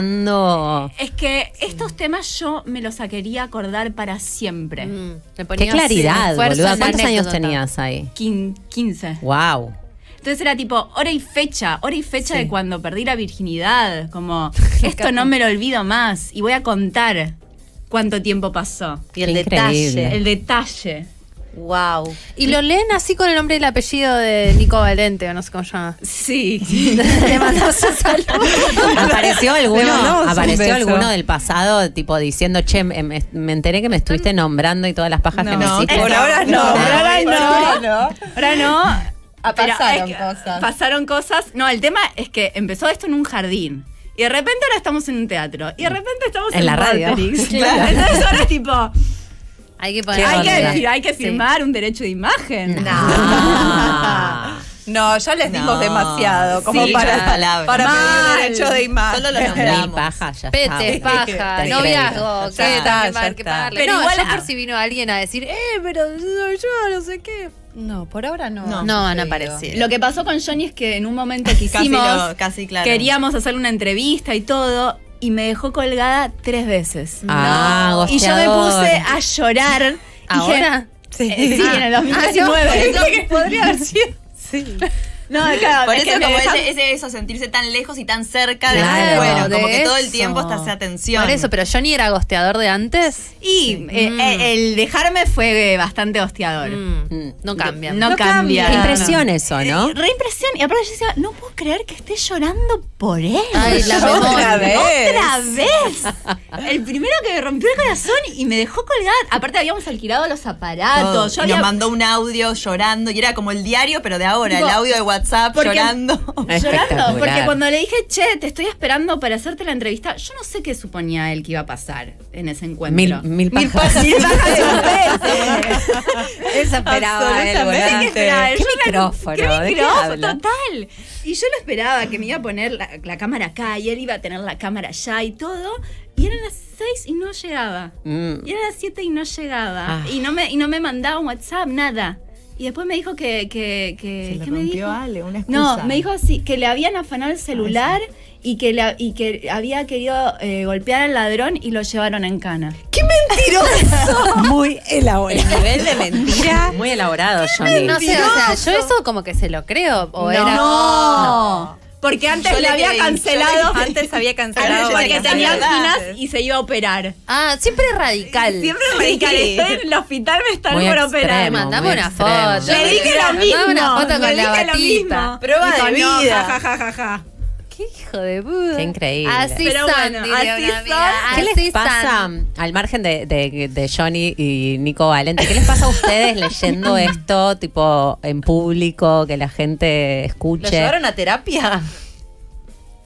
Speaker 4: narrando.
Speaker 13: Es que estos temas yo me los quería acordar para siempre.
Speaker 2: Mm,
Speaker 4: Qué claridad, boluda. ¿Cuántos años tenías ahí?
Speaker 13: 15.
Speaker 4: ¡Wow!
Speaker 13: Entonces era tipo hora y fecha, hora y fecha de cuando perdí la virginidad. Como, esto no me lo olvido más y voy a contar cuánto tiempo pasó.
Speaker 2: Y el Qué detalle. increíble.
Speaker 13: El detalle.
Speaker 2: Wow.
Speaker 1: Y lo leen así con el nombre y el apellido de Nico Valente, o no sé cómo se llama.
Speaker 13: Sí.
Speaker 1: Le mandamos un saludo.
Speaker 4: ¿Apareció
Speaker 1: Le
Speaker 4: alguno,
Speaker 1: mandamos un
Speaker 4: apareció
Speaker 1: beso.
Speaker 4: alguno del pasado, tipo diciendo, che, me, me- me enteré que me estuviste nombrando y todas las pajas que me hiciste?
Speaker 13: no. Ahora no. Pero
Speaker 3: pasaron
Speaker 13: es que
Speaker 3: cosas.
Speaker 13: Pasaron cosas. No, el tema es que empezó esto en un jardín. Y de repente ahora estamos en un teatro. Y de repente estamos en,
Speaker 4: En la radio.
Speaker 13: Vorterix.
Speaker 4: Claro.
Speaker 13: Entonces ahora es tipo.
Speaker 1: Hay que
Speaker 13: Hay que, decir, hay que firmar un derecho de imagen.
Speaker 3: No, ya les dimos demasiado, como
Speaker 13: Sí,
Speaker 3: para,
Speaker 13: ya.
Speaker 3: para,
Speaker 13: Mal.
Speaker 3: pedir derecho de imagen.
Speaker 13: Solo los
Speaker 4: Mil pajas, ya
Speaker 1: Pete,
Speaker 4: está.
Speaker 1: paja,
Speaker 4: Te
Speaker 1: noviazgo,
Speaker 4: creo.
Speaker 1: que
Speaker 4: Ya está,
Speaker 1: también
Speaker 4: ya
Speaker 1: va a haber que
Speaker 4: está.
Speaker 1: pagarle.
Speaker 4: Pero
Speaker 1: no,
Speaker 4: igual-
Speaker 1: ya por si vino alguien a decir, eh, pero soy yo, no sé qué.
Speaker 3: No, por ahora no.
Speaker 1: No, no, apareció.
Speaker 13: Lo que pasó con Johnny es que en un momento que
Speaker 14: Casi
Speaker 13: hicimos,
Speaker 14: lo- casi, claro.
Speaker 13: queríamos hacer una entrevista y todo, y me dejó colgada tres veces.
Speaker 4: Ah,
Speaker 13: No. Y yo me
Speaker 4: gosteador.
Speaker 13: puse a llorar.
Speaker 1: ¿Ahora?
Speaker 13: Dije, eh, sí,
Speaker 1: Ah.
Speaker 13: en el
Speaker 1: Ah,
Speaker 13: 2019.
Speaker 1: no, por eso
Speaker 13: podría haber sido.
Speaker 2: Sí.
Speaker 13: No, claro,
Speaker 14: Por
Speaker 13: es
Speaker 14: eso
Speaker 13: que me
Speaker 14: como
Speaker 13: deja-
Speaker 14: ese, ese- eso, sentirse tan lejos y tan cerca
Speaker 1: Claro,
Speaker 14: de bueno,
Speaker 1: de
Speaker 14: como que todo el
Speaker 1: eso.
Speaker 14: tiempo está esa tensión.
Speaker 1: Por eso, pero Johnny era gosteador de antes. Mm.
Speaker 13: Y eh, eh, el dejarme fue eh, bastante hostiador. Mm.
Speaker 1: No cambia.
Speaker 13: No, cambia.
Speaker 4: Impresión eso, ¿no?
Speaker 13: Reimpresión. Y aparte yo decía, no puedo creer que esté llorando por él.
Speaker 1: Ay, la
Speaker 13: Otra
Speaker 1: memoria.
Speaker 13: vez.
Speaker 1: Otra
Speaker 13: El primero que me rompió el corazón y me dejó colgada. Aparte habíamos alquilado los aparatos.
Speaker 14: Todo.
Speaker 13: Yo
Speaker 14: Y nos
Speaker 13: había-
Speaker 14: mandó un audio llorando y era como el diario, pero de ahora,
Speaker 13: Digo,
Speaker 14: el audio de WhatsApp
Speaker 13: porque-
Speaker 14: llorando.
Speaker 13: Llorando, porque cuando le dije, che, te estoy esperando para hacerte la entrevista, yo no sé qué suponía él que iba a pasar en ese
Speaker 4: Mil,
Speaker 13: encuentro.
Speaker 4: mil pajas.
Speaker 13: Mil pajas y un
Speaker 4: Eso esperaba él,
Speaker 13: Absolutamente.
Speaker 4: volante.
Speaker 13: ¿Qué esperaba?
Speaker 4: ¿Qué
Speaker 13: Yo la-
Speaker 4: micrófono?
Speaker 13: ¿Qué
Speaker 4: ¿De qué
Speaker 13: micrófono?
Speaker 4: habla?
Speaker 13: Total. Y yo lo esperaba, que me iba a poner la, la cámara acá y él iba a tener la cámara allá y todo. Y eran las 6 y no llegaba.
Speaker 4: Mm.
Speaker 13: Y eran las 7 y no llegaba.
Speaker 4: Ah.
Speaker 13: Y, no me, y no me mandaba un WhatsApp, nada. Y después me dijo que... que, que ¿qué me dijo?
Speaker 14: Ale, una
Speaker 13: No, me dijo así, que le habían afanado el celular y que, la- y que había querido eh, golpear al ladrón y lo llevaron en cana.
Speaker 2: Muy
Speaker 14: El
Speaker 2: elaborado.
Speaker 14: nivel de mentira.
Speaker 4: Muy elaborado, Johnny.
Speaker 1: No sé, o sea, yo eso como que se lo creo. O era.
Speaker 13: Porque antes
Speaker 14: Yo
Speaker 13: le
Speaker 14: le
Speaker 13: había
Speaker 14: creí, yo le
Speaker 13: cancelado.
Speaker 14: creí. Antes había cancelado
Speaker 13: Antes
Speaker 14: varias
Speaker 13: porque tenía
Speaker 14: veces.
Speaker 13: anginas y se iba a operar.
Speaker 1: Ah, siempre radical.
Speaker 13: Siempre radical. Estoy en el hospital, me están por operar.
Speaker 1: Mandame
Speaker 4: muy
Speaker 1: una
Speaker 4: extremo.
Speaker 1: foto.
Speaker 13: Le dije lo mismo.
Speaker 1: Mandame una foto
Speaker 13: le
Speaker 1: con la
Speaker 13: dije lo mismo.
Speaker 1: batita.
Speaker 14: Prueba
Speaker 13: Dijo,
Speaker 14: de
Speaker 13: no,
Speaker 14: vida.
Speaker 13: ja, ja, ja, ja.
Speaker 1: Qué hijo de puta.
Speaker 4: Qué increíble.
Speaker 1: Así
Speaker 13: Pero
Speaker 1: son,
Speaker 13: bueno,
Speaker 1: diría
Speaker 13: así
Speaker 1: una amiga,
Speaker 4: ¿Qué
Speaker 1: así
Speaker 4: les
Speaker 1: son.
Speaker 4: pasa, al margen de, de- de Johnny y Nico Valente, qué les pasa a ustedes leyendo esto, tipo, en público, que la gente
Speaker 3: ¿Lo
Speaker 4: escuche?
Speaker 3: llevaron a terapia?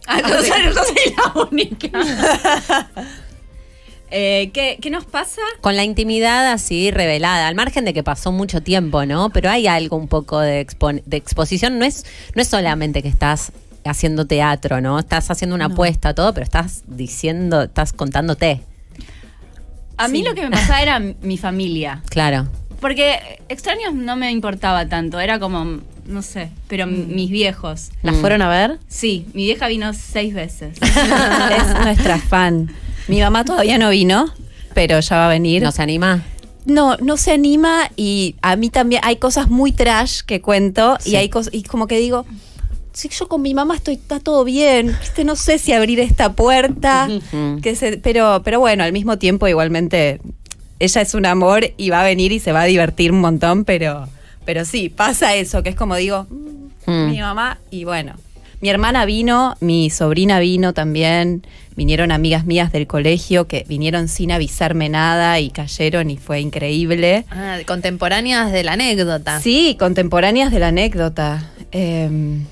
Speaker 13: Ah, yo soy, yo soy la única. Eh, ¿qué, ¿Qué nos pasa?
Speaker 4: Con la intimidad así revelada, al margen de que pasó mucho tiempo, ¿no? Pero hay algo un poco de, expo- de exposición. No es, no es solamente que estás haciendo teatro, ¿no? Estás haciendo una apuesta, todo, pero estás diciendo, estás contándote.
Speaker 13: A mí lo que me pasaba era mi familia.
Speaker 4: Claro.
Speaker 13: Porque extraños no me importaba tanto, era como, no sé, pero m- mis viejos.
Speaker 3: Mm.
Speaker 2: ¿Las fueron a ver?
Speaker 13: Sí, mi vieja vino seis veces.
Speaker 3: es nuestra fan. Mi mamá todavía no vino, pero ya va a venir.
Speaker 4: ¿Nos anima?
Speaker 3: no, no se anima y a mí también hay cosas muy trash que cuento y hay cosas, y como que digo, si yo con mi mamá estoy, está todo bien, ¿viste? no sé si abrir esta puerta, que se- pero, pero bueno, al mismo tiempo igualmente ella es un amor y va a venir y se va a divertir un montón, pero, pero sí, pasa eso, que es como digo, mm,
Speaker 2: Mm.
Speaker 3: mi mamá y bueno. Mi hermana vino, mi sobrina vino también, vinieron amigas mías del colegio que vinieron sin avisarme nada y cayeron y fue increíble.
Speaker 1: Ah, contemporáneas de la anécdota.
Speaker 3: Sí, contemporáneas de la anécdota. Em,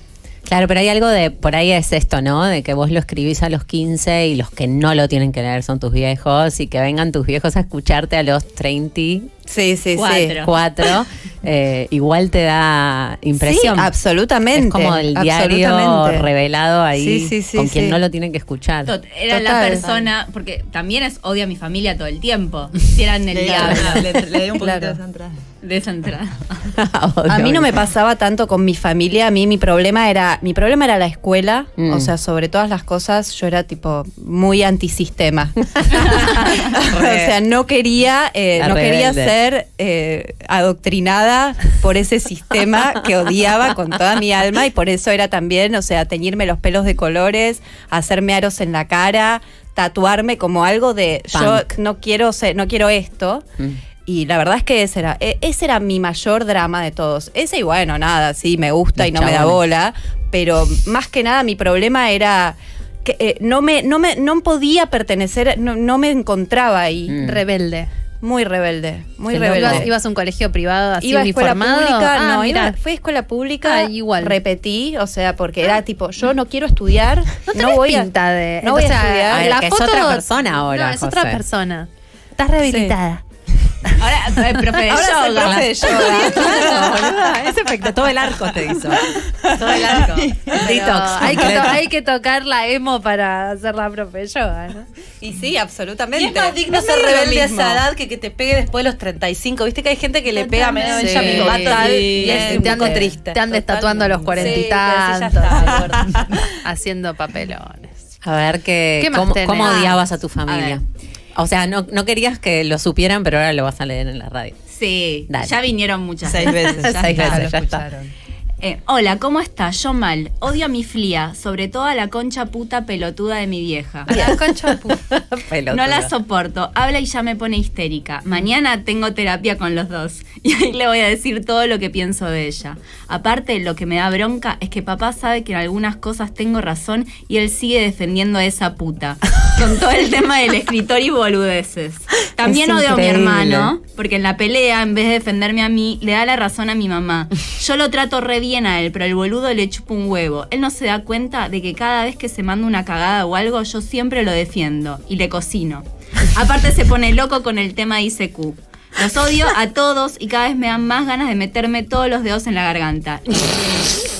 Speaker 4: Claro, pero hay algo de, por ahí es esto, ¿no? De que vos lo escribís a los 15 y los que no lo tienen que leer son tus viejos y que vengan tus viejos a escucharte a los 30.
Speaker 3: Sí, sí,
Speaker 4: cuatro. Cuatro, eh, igual te da impresión.
Speaker 3: Sí, absolutamente.
Speaker 4: Es como el diario
Speaker 3: absolutamente.
Speaker 4: revelado ahí
Speaker 3: Sí, sí, sí,
Speaker 4: con quien
Speaker 3: sí.
Speaker 4: no lo tienen que escuchar.
Speaker 13: Tot- Era la
Speaker 4: Total.
Speaker 13: persona, porque también es odio a mi familia todo el tiempo. Si eran el
Speaker 3: Le-
Speaker 13: diablo.
Speaker 3: le- le doy un poquito de esa
Speaker 13: entrada. De esa entrada.
Speaker 3: A mí no me pasaba tanto con mi familia, a mí mi problema era mi problema era la escuela,
Speaker 13: Mm.
Speaker 3: o sea, sobre todas las cosas yo era tipo muy antisistema. o sea, no quería eh,
Speaker 2: La
Speaker 3: no quería
Speaker 2: rebelde.
Speaker 3: ser eh, adoctrinada por ese sistema que odiaba con toda mi alma y por eso era también, o sea, teñirme los pelos de colores, hacerme aros en la cara, tatuarme como algo de
Speaker 4: Punk.
Speaker 3: yo no quiero ser, no quiero esto.
Speaker 4: Mm.
Speaker 3: Y la verdad es que ese era, e- ese era mi mayor drama de todos. Ese y bueno, nada, sí, me gusta y no me da
Speaker 2: chabones.
Speaker 3: bola. Pero más que nada mi problema era que eh, no, me, no, me, no podía pertenecer, no, no me encontraba ahí.
Speaker 1: Mm. Rebelde.
Speaker 3: Muy rebelde, muy
Speaker 1: Que no
Speaker 3: rebelde.
Speaker 1: Ibas, ibas a un colegio privado así
Speaker 3: Iba a escuela
Speaker 1: uniformado.
Speaker 3: pública,
Speaker 1: Ah,
Speaker 3: no,
Speaker 1: mirá.
Speaker 3: iba, fui a escuela pública,
Speaker 1: Ah, igual.
Speaker 3: repetí, o sea, porque
Speaker 2: Ah.
Speaker 3: era tipo, yo no quiero estudiar, no,
Speaker 1: tenés
Speaker 3: voy a,
Speaker 1: pinta de-
Speaker 3: no
Speaker 1: o
Speaker 3: voy a
Speaker 1: sea,
Speaker 3: estudiar.
Speaker 1: a ver, La que es foto- otra
Speaker 4: persona ahora,
Speaker 1: No, es otra
Speaker 4: José.
Speaker 1: persona. Estás rehabilitada.
Speaker 4: Ahora soy
Speaker 1: profe de
Speaker 4: Ahora soy
Speaker 1: yoga.
Speaker 4: profe de yoga. Claro, boluda, es espectacular. Todo el arco te hizo. Todo el arco.
Speaker 1: Pero
Speaker 4: Detox.
Speaker 1: hay, que to-
Speaker 4: completo.
Speaker 1: hay que tocar la emo para hacer la profe yoga, ¿no?
Speaker 3: Y sí, absolutamente.
Speaker 2: Y es más digno
Speaker 3: Es
Speaker 2: ser
Speaker 3: medio lo
Speaker 2: rebelde a
Speaker 3: mismo.
Speaker 2: esa edad que que te pegue después de los 35. Viste que hay gente que le pega medio
Speaker 1: Sí.
Speaker 2: Benjamin Button y es
Speaker 1: Sí.
Speaker 2: un
Speaker 1: Te
Speaker 2: poco
Speaker 1: andes-
Speaker 2: triste.
Speaker 1: Te andes tatuando a los cuarenta y
Speaker 2: Sí, que decís,
Speaker 1: tantos.
Speaker 2: ya está,
Speaker 1: haciendo papelones.
Speaker 4: A ver, que,
Speaker 1: ¿Qué más
Speaker 4: ¿cómo,
Speaker 1: tenés?
Speaker 4: cómo
Speaker 1: Ah,
Speaker 4: odiabas a tu
Speaker 1: a
Speaker 4: familia? o sea, no, no querías que lo supieran, pero ahora lo vas a leer en la radio.
Speaker 13: Sí,
Speaker 4: Dale.
Speaker 13: ya vinieron muchas
Speaker 4: Seis veces, ya Seis está. veces, ya está.
Speaker 13: Eh, hola, ¿cómo está? Yo mal. Odio a mi flía, sobre todo a la concha puta pelotuda de mi vieja. La concha
Speaker 4: Pelotuda.
Speaker 13: No la soporto. Habla y ya me pone histérica. Mañana tengo terapia con los dos. Y ahí le voy a decir todo lo que pienso de ella. Aparte, lo que me da bronca es que papá sabe que en algunas cosas tengo razón y él sigue defendiendo a esa puta. Con todo el tema del escritor y boludeces. También
Speaker 4: Es
Speaker 13: odio a mi
Speaker 4: increíble.
Speaker 13: hermano, porque en la pelea, en vez de defenderme a mí, le da la razón a mi mamá. Yo lo trato re bien a él, pero el boludo le chupa un huevo. Él no se da cuenta de que cada vez que se manda una cagada o algo, yo siempre lo defiendo y le cocino. Aparte se pone loco con el tema ICQ. Los odio a todos y cada vez me dan más ganas de meterme todos los dedos en la garganta.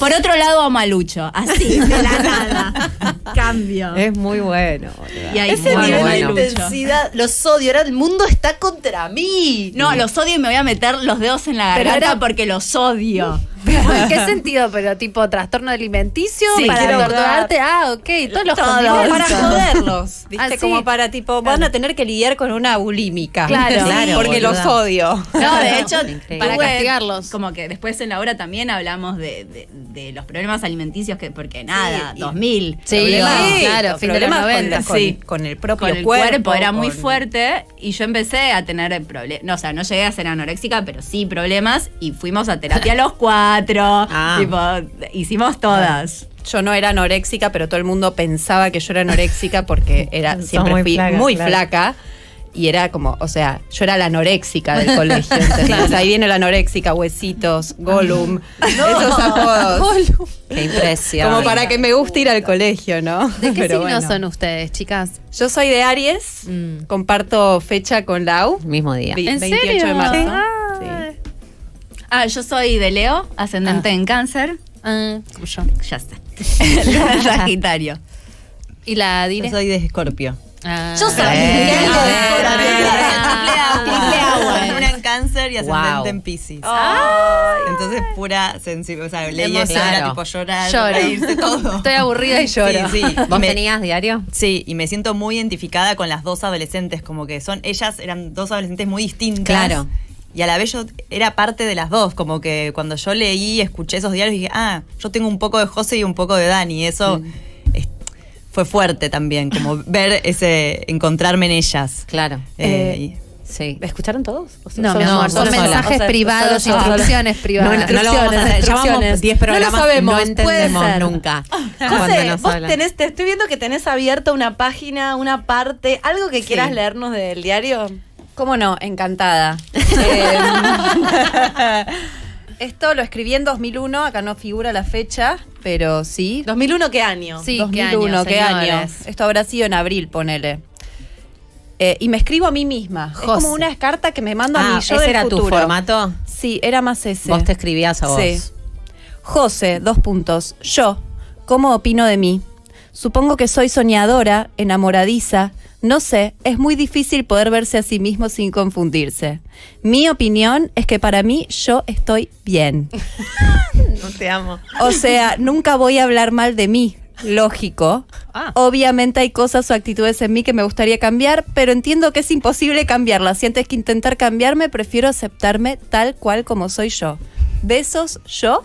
Speaker 13: Por otro lado, a Malucho. Así, de la nada. Cambio.
Speaker 4: Es muy bueno.
Speaker 13: Y ahí
Speaker 2: Ese
Speaker 13: muy
Speaker 2: nivel
Speaker 13: bueno.
Speaker 2: de intensidad, los odio. Ahora el mundo está contra mí.
Speaker 13: No, los odio y me voy a meter los dedos en la
Speaker 1: Pero
Speaker 13: garganta
Speaker 1: era-
Speaker 13: porque los odio.
Speaker 1: ¿En qué sentido? Pero tipo trastorno alimenticio
Speaker 13: Sí,
Speaker 1: para
Speaker 13: quiero
Speaker 1: torturarte. Ah, ok. Todos los condimentos.
Speaker 3: para joderlos, ¿viste?
Speaker 1: Ah, sí.
Speaker 3: Como para tipo, van a tener que lidiar con una bulímica.
Speaker 1: Claro.
Speaker 3: Sí,
Speaker 1: Claro,
Speaker 3: porque
Speaker 1: boluda.
Speaker 3: los odio.
Speaker 13: No, de hecho,
Speaker 1: Increíble.
Speaker 13: para
Speaker 1: Tuve-
Speaker 13: castigarlos. Como que después en la obra también hablamos de, de- de los problemas alimenticios, que porque nada, 2000.
Speaker 1: Sí,
Speaker 13: problemas-
Speaker 1: sí, claro, fin de los
Speaker 13: problemas
Speaker 1: 90,
Speaker 13: Con,
Speaker 1: sí.
Speaker 3: con el propio
Speaker 13: Con el cuerpo,
Speaker 3: cuerpo,
Speaker 13: era muy
Speaker 3: con-
Speaker 13: fuerte y yo empecé a tener problemas. No, o sea, no llegué a ser anoréxica, pero sí problemas y fuimos a terapia los cuatro.
Speaker 1: Ah.
Speaker 13: Ah. tipo, hicimos todas.
Speaker 3: Yo no era anoréxica, pero todo el mundo pensaba que yo era anoréxica porque era,
Speaker 2: Sos
Speaker 3: siempre
Speaker 2: muy
Speaker 3: fui
Speaker 2: flaca,
Speaker 3: muy
Speaker 2: claro.
Speaker 3: flaca. Y era como, o sea, yo era la anoréxica del colegio. ¿entendés?
Speaker 2: Claro.
Speaker 3: Ahí viene la anoréxica, huesitos, Gollum,
Speaker 2: No.
Speaker 3: esos apodos.
Speaker 1: Gollum.
Speaker 4: Qué impresión.
Speaker 3: Ah, Como para que me guste ir al colegio, ¿no?
Speaker 1: ¿De qué
Speaker 3: Pero
Speaker 1: signos
Speaker 3: bueno. Mm.
Speaker 1: son ustedes, chicas?
Speaker 3: Yo soy de Aries, comparto fecha con Lau.
Speaker 4: Mismo día.
Speaker 3: Ve-
Speaker 13: ¿En
Speaker 3: 28
Speaker 13: serio?
Speaker 3: de marzo.
Speaker 13: Ah, yo soy de Leo, ascendente en cáncer. Ah.
Speaker 1: como yo.
Speaker 13: Ya está. Sagitario.
Speaker 1: ¿Y la Dire?
Speaker 14: soy de Escorpio.
Speaker 1: Ah.
Speaker 14: Yo soy
Speaker 1: Eh.
Speaker 14: de Escorpio.
Speaker 1: Ah.
Speaker 14: Triple agua. Una en cáncer y ascendente
Speaker 4: Wow.
Speaker 14: en Pisces.
Speaker 1: Ay.
Speaker 14: Entonces pura sensibilidad. O sea, leí
Speaker 4: Emoción.
Speaker 14: eso, era
Speaker 4: Claro.
Speaker 14: tipo llorar,
Speaker 4: Lloro.
Speaker 14: reírse, todo.
Speaker 4: Estoy aburrida y lloro. ¿Vos tenías
Speaker 14: diario? Sí, y me siento muy identificada con las dos adolescentes, como que son, ellas eran dos adolescentes muy distintas.
Speaker 4: Claro.
Speaker 14: Y a la vez yo era parte de las dos, como que cuando yo leí, escuché esos diarios, dije, ah, yo tengo un poco de José y un poco de Dani, y eso es- fue fuerte también, como ver ese, encontrarme en ellas. Eh, Claro.
Speaker 4: sí.
Speaker 2: Eh, ¿Escucharon todos? O sea,
Speaker 14: No,
Speaker 2: solo
Speaker 14: no,
Speaker 2: yo.
Speaker 14: son
Speaker 2: O sea,
Speaker 14: mensajes
Speaker 2: solo
Speaker 4: privados,
Speaker 2: yo.
Speaker 4: instrucciones privadas. No, no lo vamos a hacer.
Speaker 2: Instrucciones,
Speaker 4: Llevamos
Speaker 2: instrucciones.
Speaker 4: 10 programas,
Speaker 2: no lo sabemos,
Speaker 4: no entendemos
Speaker 2: puede ser.
Speaker 4: nunca cuando
Speaker 2: José,
Speaker 4: nos
Speaker 2: vos
Speaker 4: hablan.
Speaker 2: tenés, te estoy viendo que tenés abierta una página, una parte, algo que quieras leernos del diario.
Speaker 3: ¿Cómo no? Encantada. Eh, Esto lo escribí en 2001, acá no figura la fecha, pero sí.
Speaker 2: ¿2001 qué año?
Speaker 3: Sí,
Speaker 2: 2001,
Speaker 3: 2001,
Speaker 2: ¿qué
Speaker 3: ¿qué
Speaker 2: año?
Speaker 3: año? Esto habrá sido en abril, ponele. Eh, y me escribo a mí misma. Es
Speaker 4: José.
Speaker 3: como una carta que me mando a
Speaker 4: Ah,
Speaker 3: mí yo
Speaker 4: ¿ese
Speaker 3: del
Speaker 4: era tu
Speaker 3: futuro.
Speaker 4: formato?
Speaker 3: Sí, era más ese.
Speaker 4: Vos te escribías a vos.
Speaker 3: Sí. José, dos puntos. Yo, ¿cómo opino de mí? Supongo que soy soñadora, enamoradiza. No sé, es muy difícil poder verse a sí mismo sin confundirse. Mi opinión es que para mí yo estoy bien.
Speaker 4: No te amo.
Speaker 3: O sea, nunca voy a hablar mal de mí. Lógico. Obviamente hay cosas o actitudes en mí que me gustaría cambiar, pero entiendo que es imposible cambiarlas. Si antes que intentar cambiarme, prefiero aceptarme tal cual como soy yo. Besos, yo,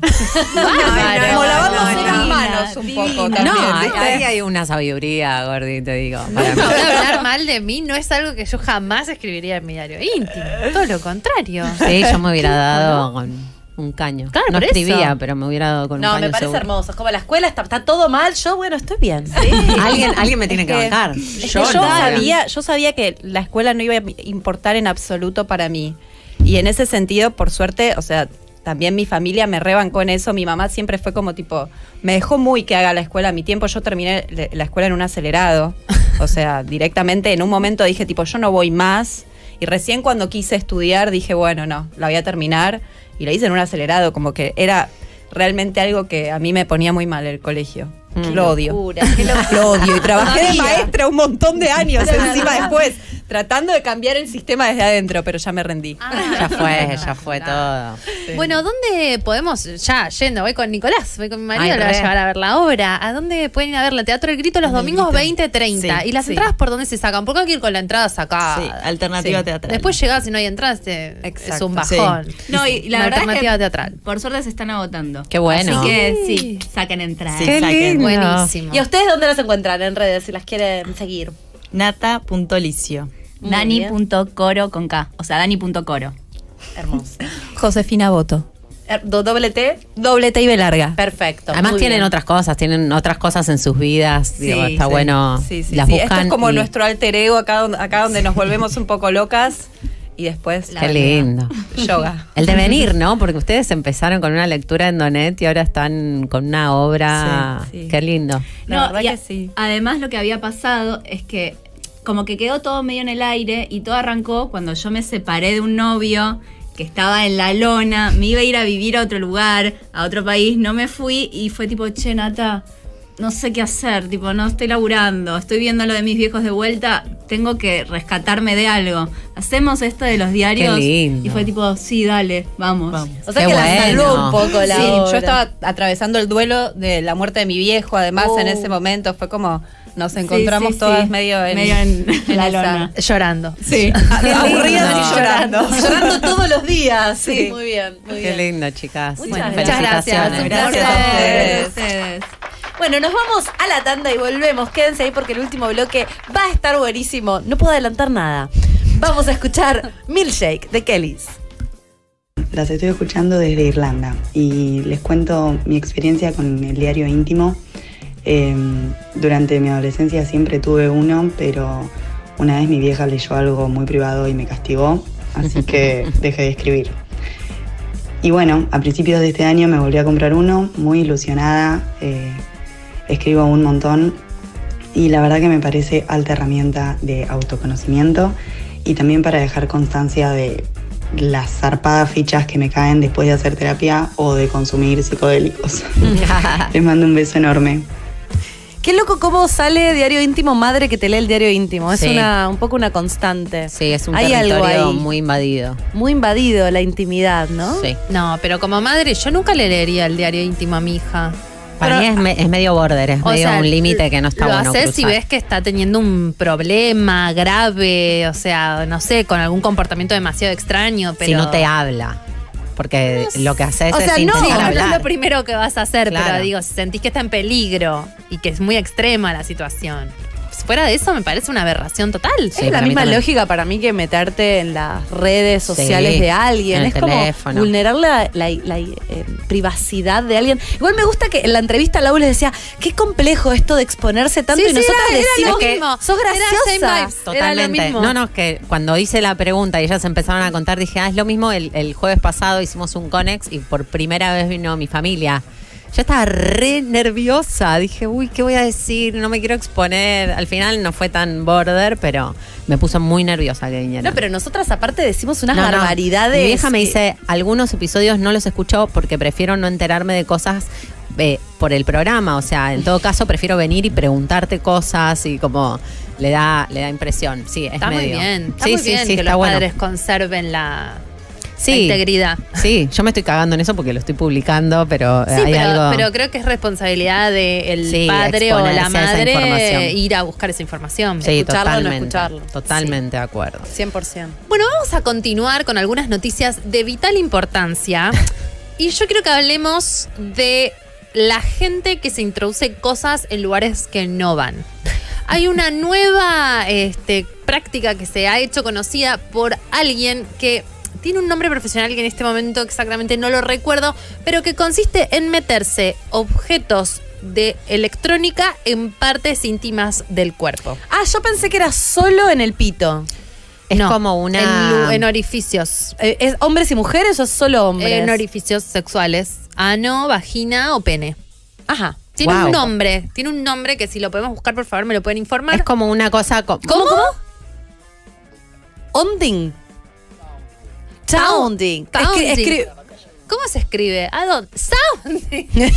Speaker 4: Como lavamos
Speaker 3: las manos un poco
Speaker 4: No,
Speaker 3: también,
Speaker 4: ahí
Speaker 3: ¿viste?
Speaker 4: ahí hay una sabiduría, Gordi, te digo. Para mí.
Speaker 1: Hablar mal de mí no es algo que yo jamás escribiría en mi diario íntimo. Todo lo contrario.
Speaker 4: Sí, yo me hubiera dado con un caño.
Speaker 1: Claro,
Speaker 4: no
Speaker 1: por eso.
Speaker 4: escribía, pero me hubiera dado con un
Speaker 2: No,
Speaker 4: caño.
Speaker 2: me parece
Speaker 4: seguro.
Speaker 2: hermoso. Es como la escuela está, está todo mal, yo, bueno, estoy bien.
Speaker 4: Alguien, alguien me tiene que,
Speaker 3: que-
Speaker 4: bancar.
Speaker 3: Es que Yo, sabía, yo sabía que la escuela no iba a importar en absoluto para mí. Y en ese sentido, por suerte, o sea, también mi familia me rebancó en eso. Mi mamá siempre fue como tipo, me dejó muy que haga la escuela a mi tiempo. Yo terminé le- la escuela en un acelerado. O sea, directamente en un momento dije tipo, yo no voy más. Y recién cuando quise estudiar dije, bueno, no, la voy a terminar. Y la hice en un acelerado, como que era realmente algo que a mí me ponía muy mal el colegio. Lo odio. Lo odio. Y trabajé de
Speaker 2: Todavía.
Speaker 3: maestra un montón de años
Speaker 2: Claro.
Speaker 3: encima después, tratando de cambiar el sistema desde adentro, pero ya me rendí.
Speaker 4: Ya fue, ya fue todo.
Speaker 1: Bueno, ¿dónde podemos? Ya, yendo, voy con Nicolás, voy con mi marido,
Speaker 4: Ay,
Speaker 1: lo voy a
Speaker 4: re.
Speaker 1: llevar a ver la obra. ¿A dónde pueden ir a verla? Teatro del Grito los domingos 20.30.
Speaker 14: Sí,
Speaker 1: ¿Y las
Speaker 14: sí.
Speaker 1: entradas por dónde se sacan? Porque hay que ir con la entrada sacada.
Speaker 14: Sí, alternativa teatral.
Speaker 1: Después llegás y no hay entradas, te- es
Speaker 14: Exacto,
Speaker 1: un bajón.
Speaker 14: sí.
Speaker 13: No, y la verdad
Speaker 1: Una
Speaker 13: es que-
Speaker 1: alternativa teatral.
Speaker 13: Por suerte se están agotando.
Speaker 4: Qué bueno.
Speaker 13: Así que sí, saquen entradas.
Speaker 14: Sí, Qué saquen. lindo.
Speaker 2: ¿Y a ustedes dónde las encuentran en redes si las quieren seguir?
Speaker 14: Nata.licio.
Speaker 2: Muy
Speaker 13: Dani.coro con K. O sea, Dani.coro.
Speaker 2: Hermoso.
Speaker 3: Josefina Boto.
Speaker 2: Er- do- Doble T.
Speaker 3: Doble T y B larga.
Speaker 2: Perfecto.
Speaker 4: Además
Speaker 2: muy
Speaker 4: tienen
Speaker 2: bien.
Speaker 4: otras cosas, tienen otras cosas en sus vidas. digo, está bueno.
Speaker 3: Sí, sí,
Speaker 4: las
Speaker 3: sí.
Speaker 4: buscan.
Speaker 3: Esto es como
Speaker 4: y-
Speaker 3: nuestro alter ego acá, donde- acá donde nos volvemos un poco locas y después
Speaker 4: Qué lindo.
Speaker 3: yoga.
Speaker 4: El devenir, ¿no? Porque ustedes empezaron con una lectura en Donet y ahora están con una obra.
Speaker 13: Sí, sí.
Speaker 4: Qué lindo.
Speaker 13: No, y a- Además, lo que había pasado es que como que quedó todo medio en el aire y todo arrancó cuando yo me separé de un novio que estaba en la lona, me iba a ir a vivir a otro lugar, a otro país, no me fui y fue tipo, che, Nata, no sé qué hacer, tipo, no estoy laburando, estoy viendo lo de mis viejos de vuelta, tengo que rescatarme de algo. Hacemos esto de los diarios
Speaker 4: lindo.
Speaker 13: y fue tipo, sí, dale, vamos.
Speaker 3: O sea que la salvó un poco la
Speaker 13: Sí,
Speaker 3: Yo estaba atravesando el duelo de la muerte de mi viejo, además, en ese momento. Fue como nos encontramos
Speaker 13: sí,
Speaker 3: todas
Speaker 13: sí.
Speaker 3: medio en,
Speaker 13: Medio en- en la
Speaker 3: esa-
Speaker 13: lona.
Speaker 1: Llorando.
Speaker 3: Sí. Aburridas y llorando.
Speaker 2: Llorando todos los días. Sí.
Speaker 3: ah, Sí.
Speaker 2: Muy bien, muy
Speaker 4: Qué
Speaker 2: bien.
Speaker 4: lindo, chicas.
Speaker 2: Muchas
Speaker 4: Bueno,
Speaker 2: gracias.
Speaker 4: felicitaciones.
Speaker 2: Gracias a ustedes. Bueno, nos vamos a la tanda y volvemos. Quédense ahí porque el último bloque va a estar buenísimo. No puedo adelantar nada. Vamos a escuchar Milkshake de Kellys.
Speaker 15: Las estoy escuchando desde Irlanda y les cuento mi experiencia con el diario íntimo. Eh, durante mi adolescencia siempre tuve uno, pero una vez mi vieja leyó algo muy privado y me castigó, así que dejé de escribir. Y bueno, a principios de este año me volví a comprar uno, muy ilusionada, eh, escribo un montón y la verdad que me parece alta herramienta de autoconocimiento y también para dejar constancia de las zarpadas fichas que me caen después de hacer terapia o de consumir psicodélicos. Les mando un beso enorme.
Speaker 3: Qué loco cómo sale Diario Íntimo, madre que te lee el Diario Íntimo. Es
Speaker 4: Sí.
Speaker 3: una, un poco una constante.
Speaker 4: Sí, es un
Speaker 3: Hay algo
Speaker 4: territorio
Speaker 3: ahí.
Speaker 4: muy invadido.
Speaker 3: Muy invadido la intimidad, ¿no?
Speaker 4: Sí.
Speaker 2: No, pero como madre, yo nunca le leería el diario íntimo a mi hija.
Speaker 4: Para mí es, me- es medio border, es
Speaker 2: O
Speaker 4: medio
Speaker 2: sea,
Speaker 4: un límite que no está
Speaker 2: lo
Speaker 4: bueno.
Speaker 2: haces si
Speaker 4: cruzar.
Speaker 2: ves que está teniendo un problema grave, o sea, no sé, con algún comportamiento demasiado extraño, pero
Speaker 4: Si no te habla. Porque lo que haces
Speaker 2: o sea,
Speaker 4: es
Speaker 2: no,
Speaker 4: intentar
Speaker 2: no es
Speaker 4: hablar.
Speaker 2: lo primero que vas a hacer, pero
Speaker 4: Claro.
Speaker 2: digo, si sentís que está en peligro y que es muy extrema la situación. pues, fuera de eso, me parece una aberración total.
Speaker 3: es la misma lógica para mí que meterte en las redes sociales
Speaker 2: Sí,
Speaker 3: de alguien.
Speaker 2: en el
Speaker 3: Es como
Speaker 2: teléfono.
Speaker 3: vulnerar la, la- la, eh, privacidad de alguien. Igual me gusta que en la entrevista Lau les decía, qué complejo esto de exponerse tanto
Speaker 2: Sí,
Speaker 3: y
Speaker 2: sí,
Speaker 3: nosotras
Speaker 2: era- era lo
Speaker 3: decimos
Speaker 2: mismo.
Speaker 3: que sos
Speaker 2: Era same
Speaker 3: graciosa.
Speaker 2: vibes,
Speaker 4: Totalmente. No, no, es que cuando hice la pregunta y ellas empezaron a contar, dije, ah, es lo mismo. El, el jueves pasado hicimos un Conex y por primera vez vino mi familia. Yo estaba re nerviosa. Dije, uy, ¿qué voy a decir? No me quiero exponer. Al final no fue tan border, pero me puso muy nerviosa que vinieran.
Speaker 3: No, pero nosotras aparte decimos unas
Speaker 4: No, no.
Speaker 3: barbaridades.
Speaker 4: Mi vieja me
Speaker 3: que-
Speaker 4: dice, algunos episodios no los escucho porque prefiero no enterarme de cosas eh, por el programa. O sea, en todo caso, prefiero venir y preguntarte cosas y como le da, le da impresión. Sí, es
Speaker 2: Está muy
Speaker 4: medio.
Speaker 2: bien, está
Speaker 4: Sí,
Speaker 2: muy
Speaker 4: sí,
Speaker 2: bien
Speaker 4: sí,
Speaker 2: que
Speaker 4: está
Speaker 2: los
Speaker 4: bueno.
Speaker 2: padres conserven la,
Speaker 4: Sí.
Speaker 2: la integridad.
Speaker 4: Sí, yo me estoy cagando en eso porque lo estoy publicando, pero eh,
Speaker 2: Sí,
Speaker 4: hay
Speaker 2: pero,
Speaker 4: algo.
Speaker 2: pero creo que es responsabilidad del
Speaker 4: Sí,
Speaker 2: padre
Speaker 4: exponerse
Speaker 2: o
Speaker 4: a
Speaker 2: la
Speaker 4: esa información.
Speaker 2: madre ir a buscar esa información.
Speaker 4: sí,
Speaker 2: escucharlo o no
Speaker 4: totalmente,
Speaker 2: escucharlo.
Speaker 4: Totalmente de acuerdo.
Speaker 3: 100%.
Speaker 2: Bueno, vamos a continuar con algunas noticias de vital importancia. Y yo quiero que hablemos de la gente que se introduce cosas en lugares que no van. Hay una nueva este, práctica que se ha hecho conocida por alguien que tiene un nombre profesional que en este momento exactamente no lo recuerdo, pero que consiste en meterse objetos de electrónica en partes íntimas del cuerpo.
Speaker 3: Ah, yo pensé que era solo en el pito.
Speaker 4: Es como una.
Speaker 2: En, lu- en orificios.
Speaker 3: Eh, ¿Es hombres y mujeres o solo hombres?
Speaker 2: En orificios sexuales. Ano, vagina o pene.
Speaker 3: Ajá.
Speaker 2: Tiene
Speaker 4: Wow.
Speaker 2: un nombre. Tiene un nombre que si lo podemos buscar, por favor, me lo pueden informar.
Speaker 4: Es como una cosa. co-
Speaker 2: ¿Cómo?
Speaker 3: Onding.
Speaker 2: Sounding.
Speaker 3: Sounding. Es que escri-
Speaker 2: ¿Cómo se escribe? ¿A dónde? Sounding.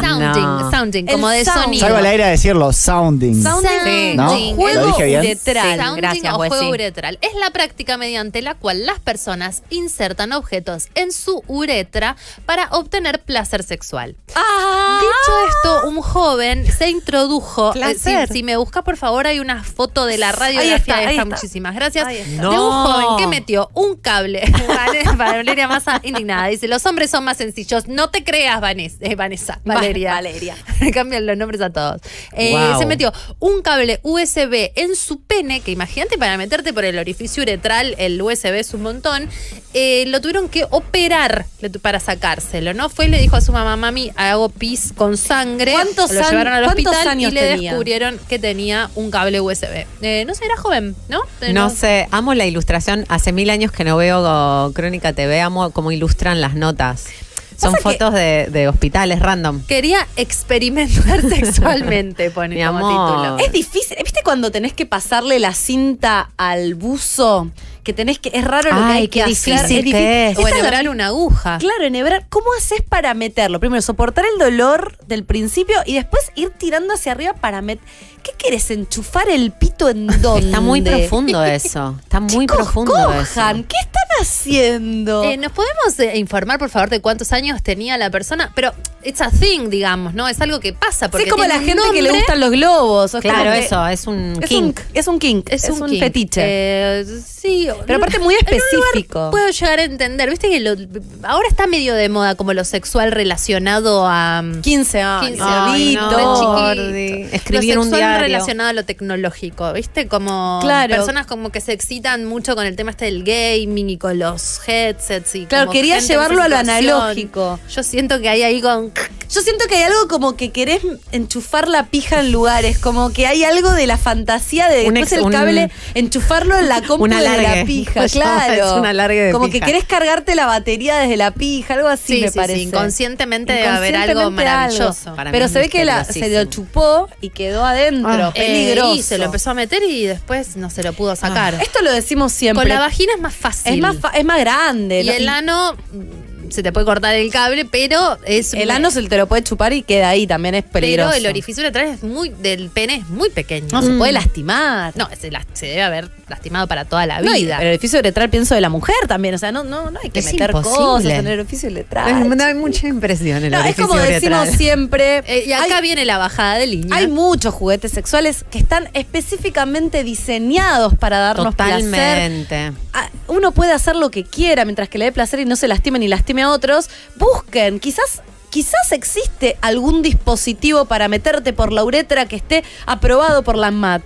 Speaker 2: sounding,
Speaker 6: No.
Speaker 2: sounding,
Speaker 3: El
Speaker 2: como de
Speaker 3: sound.
Speaker 2: sonido.
Speaker 6: Salgo al aire a decirlo, sounding.
Speaker 2: Sounding.
Speaker 6: ¿No?
Speaker 2: Sí.
Speaker 6: ¿Lo dije bien?
Speaker 2: Sounding
Speaker 3: Gracias,
Speaker 2: o
Speaker 3: Wessy.
Speaker 2: juego uretral. Es la práctica mediante la cual las personas insertan objetos en su uretra para obtener placer sexual. Ah. Dicho esto, un joven se introdujo. eh, si,
Speaker 3: Placer.
Speaker 2: si me busca, por favor, hay una foto de la radiografía
Speaker 3: Ahí está,
Speaker 2: de
Speaker 3: ahí
Speaker 2: esta.
Speaker 3: está.
Speaker 2: Muchísimas gracias.
Speaker 3: Ahí está.
Speaker 2: De un
Speaker 3: No.
Speaker 2: joven que metió un cable. Vale, Valeria Massa indignada. Dice: Los hombres son más sencillos. No te creas, Vanes- eh, Vanessa.
Speaker 3: Va-
Speaker 2: Valeria.
Speaker 3: Valeria.
Speaker 2: Cambian los nombres a todos. Eh,
Speaker 3: Guau.
Speaker 2: Se metió un cable USB en su pene, que imagínate para meterte por el orificio uretral, el USB es un montón. eh, lo tuvieron que operar le tu- para sacárselo, ¿no? Fue y le dijo a su mamá, mami, hago pis con sangre.
Speaker 3: ¿Cuántos
Speaker 2: lo
Speaker 3: an-
Speaker 2: llevaron al
Speaker 3: cuántos
Speaker 2: hospital
Speaker 3: años
Speaker 2: y le
Speaker 3: tenía?
Speaker 2: descubrieron que tenía un cable USB. Eh, no sé, era joven, ¿no? Eh,
Speaker 4: No sé, amo la ilustración. Hace mil años que no veo Crónica TV, amo cómo ilustran las notas. Son
Speaker 2: Pasa que-
Speaker 4: fotos de, de hospitales random.
Speaker 2: Quería experimentar sexualmente, pone
Speaker 4: Mi
Speaker 2: como
Speaker 4: amor.
Speaker 2: título.
Speaker 3: Es difícil. ¿Viste cuando tenés que pasarle la cinta al buzo? Que tenés que. Es raro lo que
Speaker 4: Ay,
Speaker 3: hay que
Speaker 4: qué
Speaker 3: hacer.
Speaker 4: difícil
Speaker 3: difi-
Speaker 4: que es.
Speaker 3: Esa
Speaker 4: O enhebrar
Speaker 2: una aguja.
Speaker 3: Claro, enhebrar. ¿Cómo haces para meterlo? Primero, soportar el dolor del principio y después ir tirando hacia arriba para meter. ¿Qué querés? ¿Enchufar el pito en dónde?
Speaker 4: Está muy profundo eso. Está muy
Speaker 3: Chicos,
Speaker 4: profundo
Speaker 3: cojan. ¿Qué están haciendo?
Speaker 2: Eh, ¿Nos podemos eh, informar, por favor, de cuántos años tenía la persona? Pero it's a thing, digamos, ¿no? Es algo que pasa.
Speaker 3: Sí,
Speaker 2: Porque
Speaker 3: es como
Speaker 2: tiene
Speaker 3: la
Speaker 2: un
Speaker 3: gente que le
Speaker 2: nombre.
Speaker 3: gustan los globos. o es
Speaker 4: Claro,
Speaker 3: como que-
Speaker 4: eso, es un
Speaker 3: es
Speaker 4: kink.
Speaker 3: Un, es un kink. Es, un,
Speaker 2: kink.
Speaker 3: fetiche.
Speaker 2: Eh, sí.
Speaker 3: Pero aparte muy
Speaker 2: en un lugar
Speaker 3: específico.
Speaker 2: puedo llegar a entender, viste que lo- ahora está medio de moda como lo sexual relacionado a...
Speaker 3: 15 años.
Speaker 2: 15
Speaker 3: Ay,
Speaker 2: años,
Speaker 3: no,
Speaker 2: re chiquito.
Speaker 4: Escribir
Speaker 2: lo
Speaker 4: un
Speaker 2: sexual
Speaker 4: diario.
Speaker 2: relacionado a lo tecnológico, ¿viste? Como
Speaker 3: Claro.
Speaker 2: personas como que se excitan mucho con el tema este del gaming y con los headsets y
Speaker 3: Claro,
Speaker 2: como
Speaker 3: quería
Speaker 2: gente en esa
Speaker 3: llevarlo a lo
Speaker 2: situación.
Speaker 3: analógico.
Speaker 2: Yo siento que hay ahí con...
Speaker 3: Yo siento que hay algo como que querés enchufar la pija en lugares, como que hay algo de la fantasía de
Speaker 4: Un
Speaker 3: después
Speaker 4: ex-
Speaker 3: el
Speaker 4: un-
Speaker 3: cable, enchufarlo en la compu
Speaker 4: un
Speaker 3: de la
Speaker 4: alargue.
Speaker 3: pija,
Speaker 4: Es
Speaker 3: claro.
Speaker 4: un alargue de
Speaker 3: como
Speaker 4: pija.
Speaker 3: que querés cargarte la batería desde la pija, algo así
Speaker 2: Sí,
Speaker 3: me
Speaker 2: sí, sí,
Speaker 3: parece.
Speaker 2: inconscientemente debe haber algo
Speaker 3: Inconscientemente
Speaker 2: maravilloso. Para mí
Speaker 3: Pero
Speaker 2: es
Speaker 3: se ve que la- se lo
Speaker 2: misteriosísimo.
Speaker 3: chupó y quedó adentro,
Speaker 2: Ah, eh,
Speaker 3: peligroso.
Speaker 2: y se lo empezó a meter y después no se lo pudo sacar.
Speaker 3: Esto lo decimos siempre.
Speaker 2: Con la vagina es más fácil.
Speaker 3: es más, fa- es más grande.
Speaker 2: Y
Speaker 3: ¿no?
Speaker 2: el ano
Speaker 1: se te puede cortar el cable, pero es.
Speaker 2: El ano se te lo puede chupar y queda ahí, también es peligroso.
Speaker 1: Pero el orificio lateral es muy, del pene es muy pequeño.
Speaker 4: Mm.
Speaker 2: No se puede
Speaker 1: lastimar. No, se, las- se debe haber lastimado para toda la
Speaker 2: No, y
Speaker 1: vida.
Speaker 2: el orificio uretral pienso de la mujer también, o sea, no, no, no hay que
Speaker 1: Es
Speaker 2: meter
Speaker 1: imposible.
Speaker 2: cosas en el orificio uretral.
Speaker 4: Me da mucha impresión el
Speaker 2: No, es
Speaker 4: orificio
Speaker 2: como decimos
Speaker 4: uretral.
Speaker 2: siempre.
Speaker 1: Eh, y acá viene la bajada de línea.
Speaker 2: Hay muchos juguetes sexuales que están específicamente diseñados para darnos placer.
Speaker 4: Totalmente.
Speaker 2: Ah, Uno puede hacer lo que quiera mientras que le dé placer y no se lastime ni lastime a otros. Busquen, quizás. Quizás existe algún dispositivo para meterte por la uretra que esté aprobado por la MAT.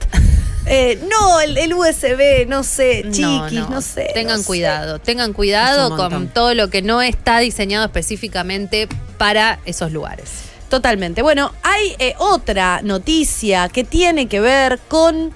Speaker 2: Eh, no, el, el USB, no sé, chiquis, no, sé.
Speaker 1: Tengan
Speaker 2: no sé.
Speaker 1: cuidado, tengan cuidado
Speaker 2: Es un
Speaker 1: con
Speaker 2: montón.
Speaker 1: todo lo que no está diseñado específicamente para esos lugares.
Speaker 2: Totalmente. Bueno, hay eh, otra noticia que tiene que ver con.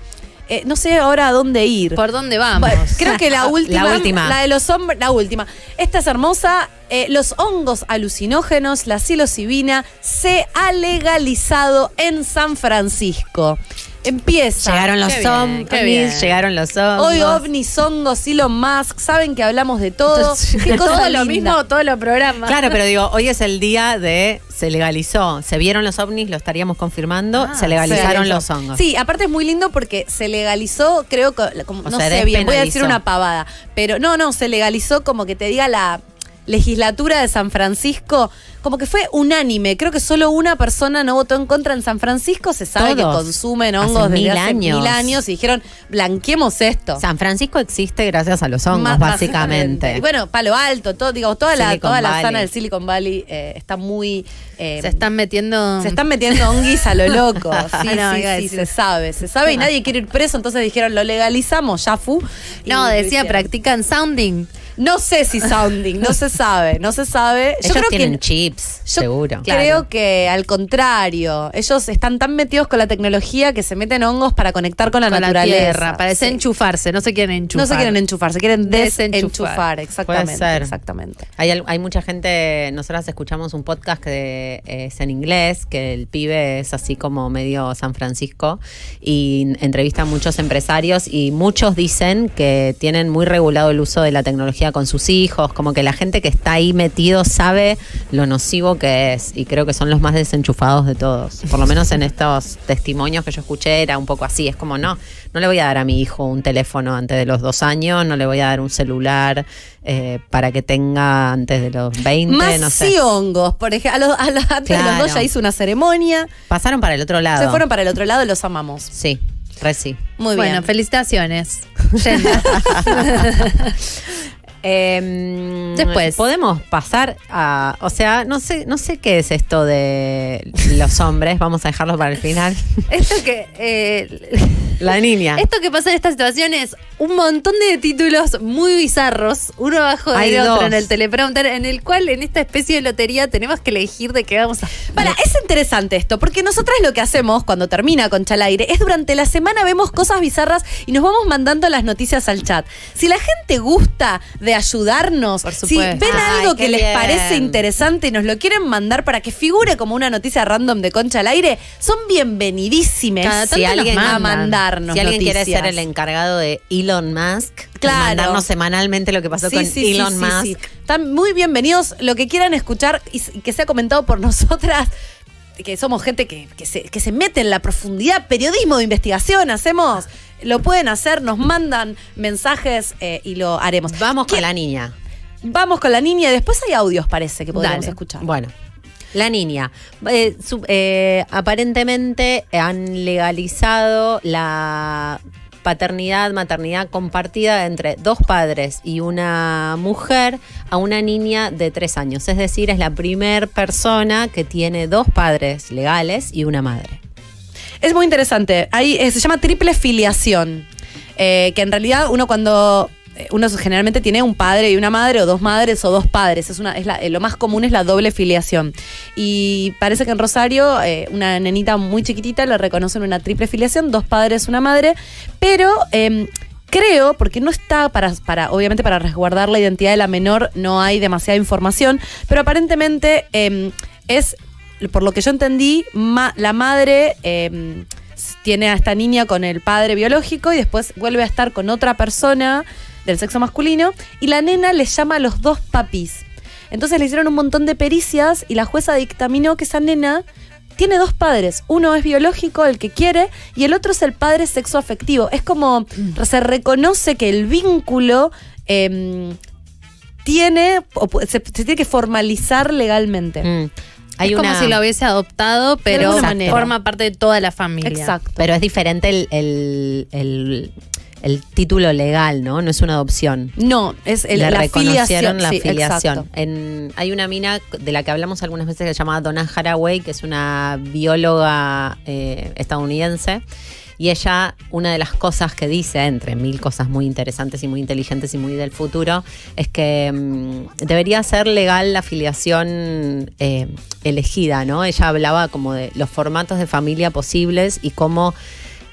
Speaker 2: eh, no sé ahora a dónde ir.
Speaker 1: ¿Por dónde vamos?
Speaker 2: Creo que la
Speaker 1: La
Speaker 2: última.
Speaker 1: última.
Speaker 2: la de los hombres. La última. Esta es hermosa. Eh, los hongos alucinógenos, la psilocibina, se ha legalizado en San Francisco. Empieza.
Speaker 4: Llegaron los zombies, llegaron los hongos.
Speaker 2: Hoy ovnis, hongos, Elon Musk, saben que hablamos de todo.
Speaker 4: Entonces,
Speaker 2: Qué cosa
Speaker 4: todo lo
Speaker 2: linda.
Speaker 4: mismo,
Speaker 1: todos los programas.
Speaker 4: Claro, pero digo, hoy es el día de se legalizó, se vieron los ovnis, lo estaríamos confirmando, se legalizaron
Speaker 2: legalizó.
Speaker 4: los hongos.
Speaker 2: Ah, Sí, aparte es muy lindo porque se legalizó, creo que, como-
Speaker 4: O
Speaker 2: no
Speaker 4: sea,
Speaker 2: sé bien, voy a
Speaker 4: despenalizó.
Speaker 2: decir una pavada, pero no, no, se legalizó como que te diga la legislatura de San Francisco, como que fue unánime, creo que solo una persona no votó en contra en San Francisco, se sabe
Speaker 4: Todos.
Speaker 2: que consumen
Speaker 4: Hace
Speaker 2: hongos desde
Speaker 4: mil
Speaker 2: hace
Speaker 4: años.
Speaker 2: mil años y dijeron, blanqueemos esto.
Speaker 4: San Francisco existe gracias a los hongos,
Speaker 2: Más-
Speaker 4: básicamente.
Speaker 2: Y bueno, Palo Alto, todo, digo, toda la,
Speaker 4: Silicon
Speaker 2: toda la
Speaker 4: Valley.
Speaker 2: zona del Silicon Valley eh, está muy... eh,
Speaker 1: Se están metiendo.
Speaker 2: se están metiendo honguis a lo loco. Sí,
Speaker 1: Ah, No,
Speaker 2: sí,
Speaker 1: iba a
Speaker 2: sí,
Speaker 1: decir.
Speaker 2: se sabe, se sabe y nadie quiere ir preso, entonces dijeron, lo legalizamos, ya fu. Y
Speaker 1: No,
Speaker 2: lo
Speaker 1: decía,
Speaker 2: hicieron.
Speaker 1: practican sounding.
Speaker 2: No sé si sounding, no se sabe, no se sabe. Yo
Speaker 4: Ellos
Speaker 2: creo
Speaker 4: tienen
Speaker 2: que
Speaker 4: chips, seguro.
Speaker 2: Creo que al contrario, ellos están tan metidos con la tecnología que se meten hongos para conectar con la
Speaker 1: Con la
Speaker 2: naturaleza.
Speaker 1: tierra, para desenchufarse, no se quieren
Speaker 2: No
Speaker 1: enchufar.
Speaker 2: se quieren enchufar, se quieren desenchufar,
Speaker 1: Desenchufar.
Speaker 2: exactamente.
Speaker 4: Puede ser.
Speaker 2: Exactamente.
Speaker 4: Hay, al- hay mucha gente, nosotras escuchamos un podcast que eh, es en inglés, que el pibe es así como medio San Francisco y n- entrevista a muchos empresarios y muchos dicen que tienen muy regulado el uso de la tecnología con sus hijos, como que la gente que está ahí metido sabe lo nocivo que es y creo que son los más desenchufados de todos. Por lo menos en estos testimonios que yo escuché era un poco así, es como no, no le voy a dar a mi hijo un teléfono antes de los dos años, no le voy a dar un celular eh, para que tenga antes de los 20,
Speaker 2: Más
Speaker 4: no sé.
Speaker 2: sí hongos, por ejemplo, a los- a los- antes de los
Speaker 4: Claro.
Speaker 2: dos ya hizo una ceremonia,
Speaker 4: Pasaron para el otro lado.
Speaker 2: se fueron para el otro lado y los amamos.
Speaker 4: Sí, re sí.
Speaker 2: Muy
Speaker 1: bueno,
Speaker 2: bien.
Speaker 1: felicitaciones.
Speaker 4: Eh,
Speaker 1: Después.
Speaker 4: Podemos pasar a. O sea, no sé, no sé qué es esto de los hombres. Vamos a dejarlo para el final.
Speaker 1: Esto que. eh,
Speaker 4: La niña.
Speaker 1: Esto que pasa en esta situación es un montón de títulos muy bizarros, uno abajo
Speaker 4: Hay
Speaker 1: del
Speaker 4: dos.
Speaker 1: otro en el teleprompter, en el cual en esta especie de lotería tenemos que elegir de qué vamos a.
Speaker 2: Para, es interesante esto, porque nosotras lo que hacemos cuando termina Concha al aire es durante la semana vemos cosas bizarras y nos vamos mandando las noticias al chat. Si la gente gusta de ayudarnos, si ven
Speaker 1: supuesto. Ay,
Speaker 2: algo que
Speaker 1: qué
Speaker 2: les
Speaker 1: bien.
Speaker 2: parece interesante y nos lo quieren mandar para que figure como una noticia random de Concha al aire, son bienvenidísimes
Speaker 4: Cada tanto
Speaker 2: si
Speaker 4: nos
Speaker 2: alguien a
Speaker 4: mandan.
Speaker 2: mandarnos
Speaker 4: Si alguien
Speaker 2: noticias.
Speaker 4: quiere ser el encargado de Elon Musk, de
Speaker 2: Claro.
Speaker 4: mandarnos semanalmente lo que pasó
Speaker 2: Sí,
Speaker 4: con
Speaker 2: sí, sí,
Speaker 4: Elon
Speaker 2: sí,
Speaker 4: Musk.
Speaker 2: sí. Están muy bienvenidos. Lo que quieran escuchar y s- y que sea comentado por nosotras, que somos gente que, que se, que se mete en la profundidad, periodismo de investigación hacemos. Lo pueden hacer, nos mandan mensajes eh, y lo haremos.
Speaker 4: Vamos con la niña.
Speaker 2: Vamos con la niña y después hay audios, parece, que podemos
Speaker 4: Dale.
Speaker 2: escuchar.
Speaker 4: Bueno. La niña. Eh, su- eh, aparentemente han legalizado la paternidad, maternidad compartida entre dos padres y una mujer a una niña de tres años. Es decir, es la primer persona que tiene dos padres legales y una madre.
Speaker 2: Es muy interesante. Ahí, eh, se llama triple filiación. Eh, que en realidad uno cuando. eh, Uno generalmente tiene un padre y una madre, o dos madres, o dos padres. Es una, es la- eh, lo más común es la doble filiación. Y parece que en Rosario, eh, una nenita muy chiquitita le reconocen una triple filiación, dos padres, una madre. Pero eh, creo, porque no está para, para, obviamente, para resguardar la identidad de la menor, no hay demasiada información. Pero aparentemente eh, es por lo que yo entendí, ma- la madre eh, tiene a esta niña con el padre biológico y después vuelve a estar con otra persona del sexo masculino y la nena le llama a los dos papis. Entonces le hicieron un montón de pericias y la jueza dictaminó que esa nena tiene dos padres. Uno es biológico, el que quiere, y el otro es el padre sexoafectivo. Es como se reconoce que el vínculo em, tiene, o pu- se, se tiene que formalizar legalmente.
Speaker 4: Mm,
Speaker 1: Hay
Speaker 2: es
Speaker 1: como si lo hubiese adoptado, pero
Speaker 2: alguna manera.
Speaker 1: forma parte de toda la familia.
Speaker 2: Exacto.
Speaker 4: Pero es diferente el, el- el- el título legal, ¿no? No es una adopción.
Speaker 2: No, es el-
Speaker 4: Le
Speaker 2: la
Speaker 4: reconocieron la
Speaker 2: filiación, sí,
Speaker 4: filiación.
Speaker 2: exacto.
Speaker 4: En- hay una mina de la que hablamos algunas veces que se llama Donna Haraway, que es una bióloga eh, estadounidense. Y ella, una de las cosas que dice, entre mil cosas muy interesantes y muy inteligentes y muy del futuro, es que mm, debería ser legal la filiación eh, elegida, ¿no? Ella hablaba como de los formatos de familia posibles y cómo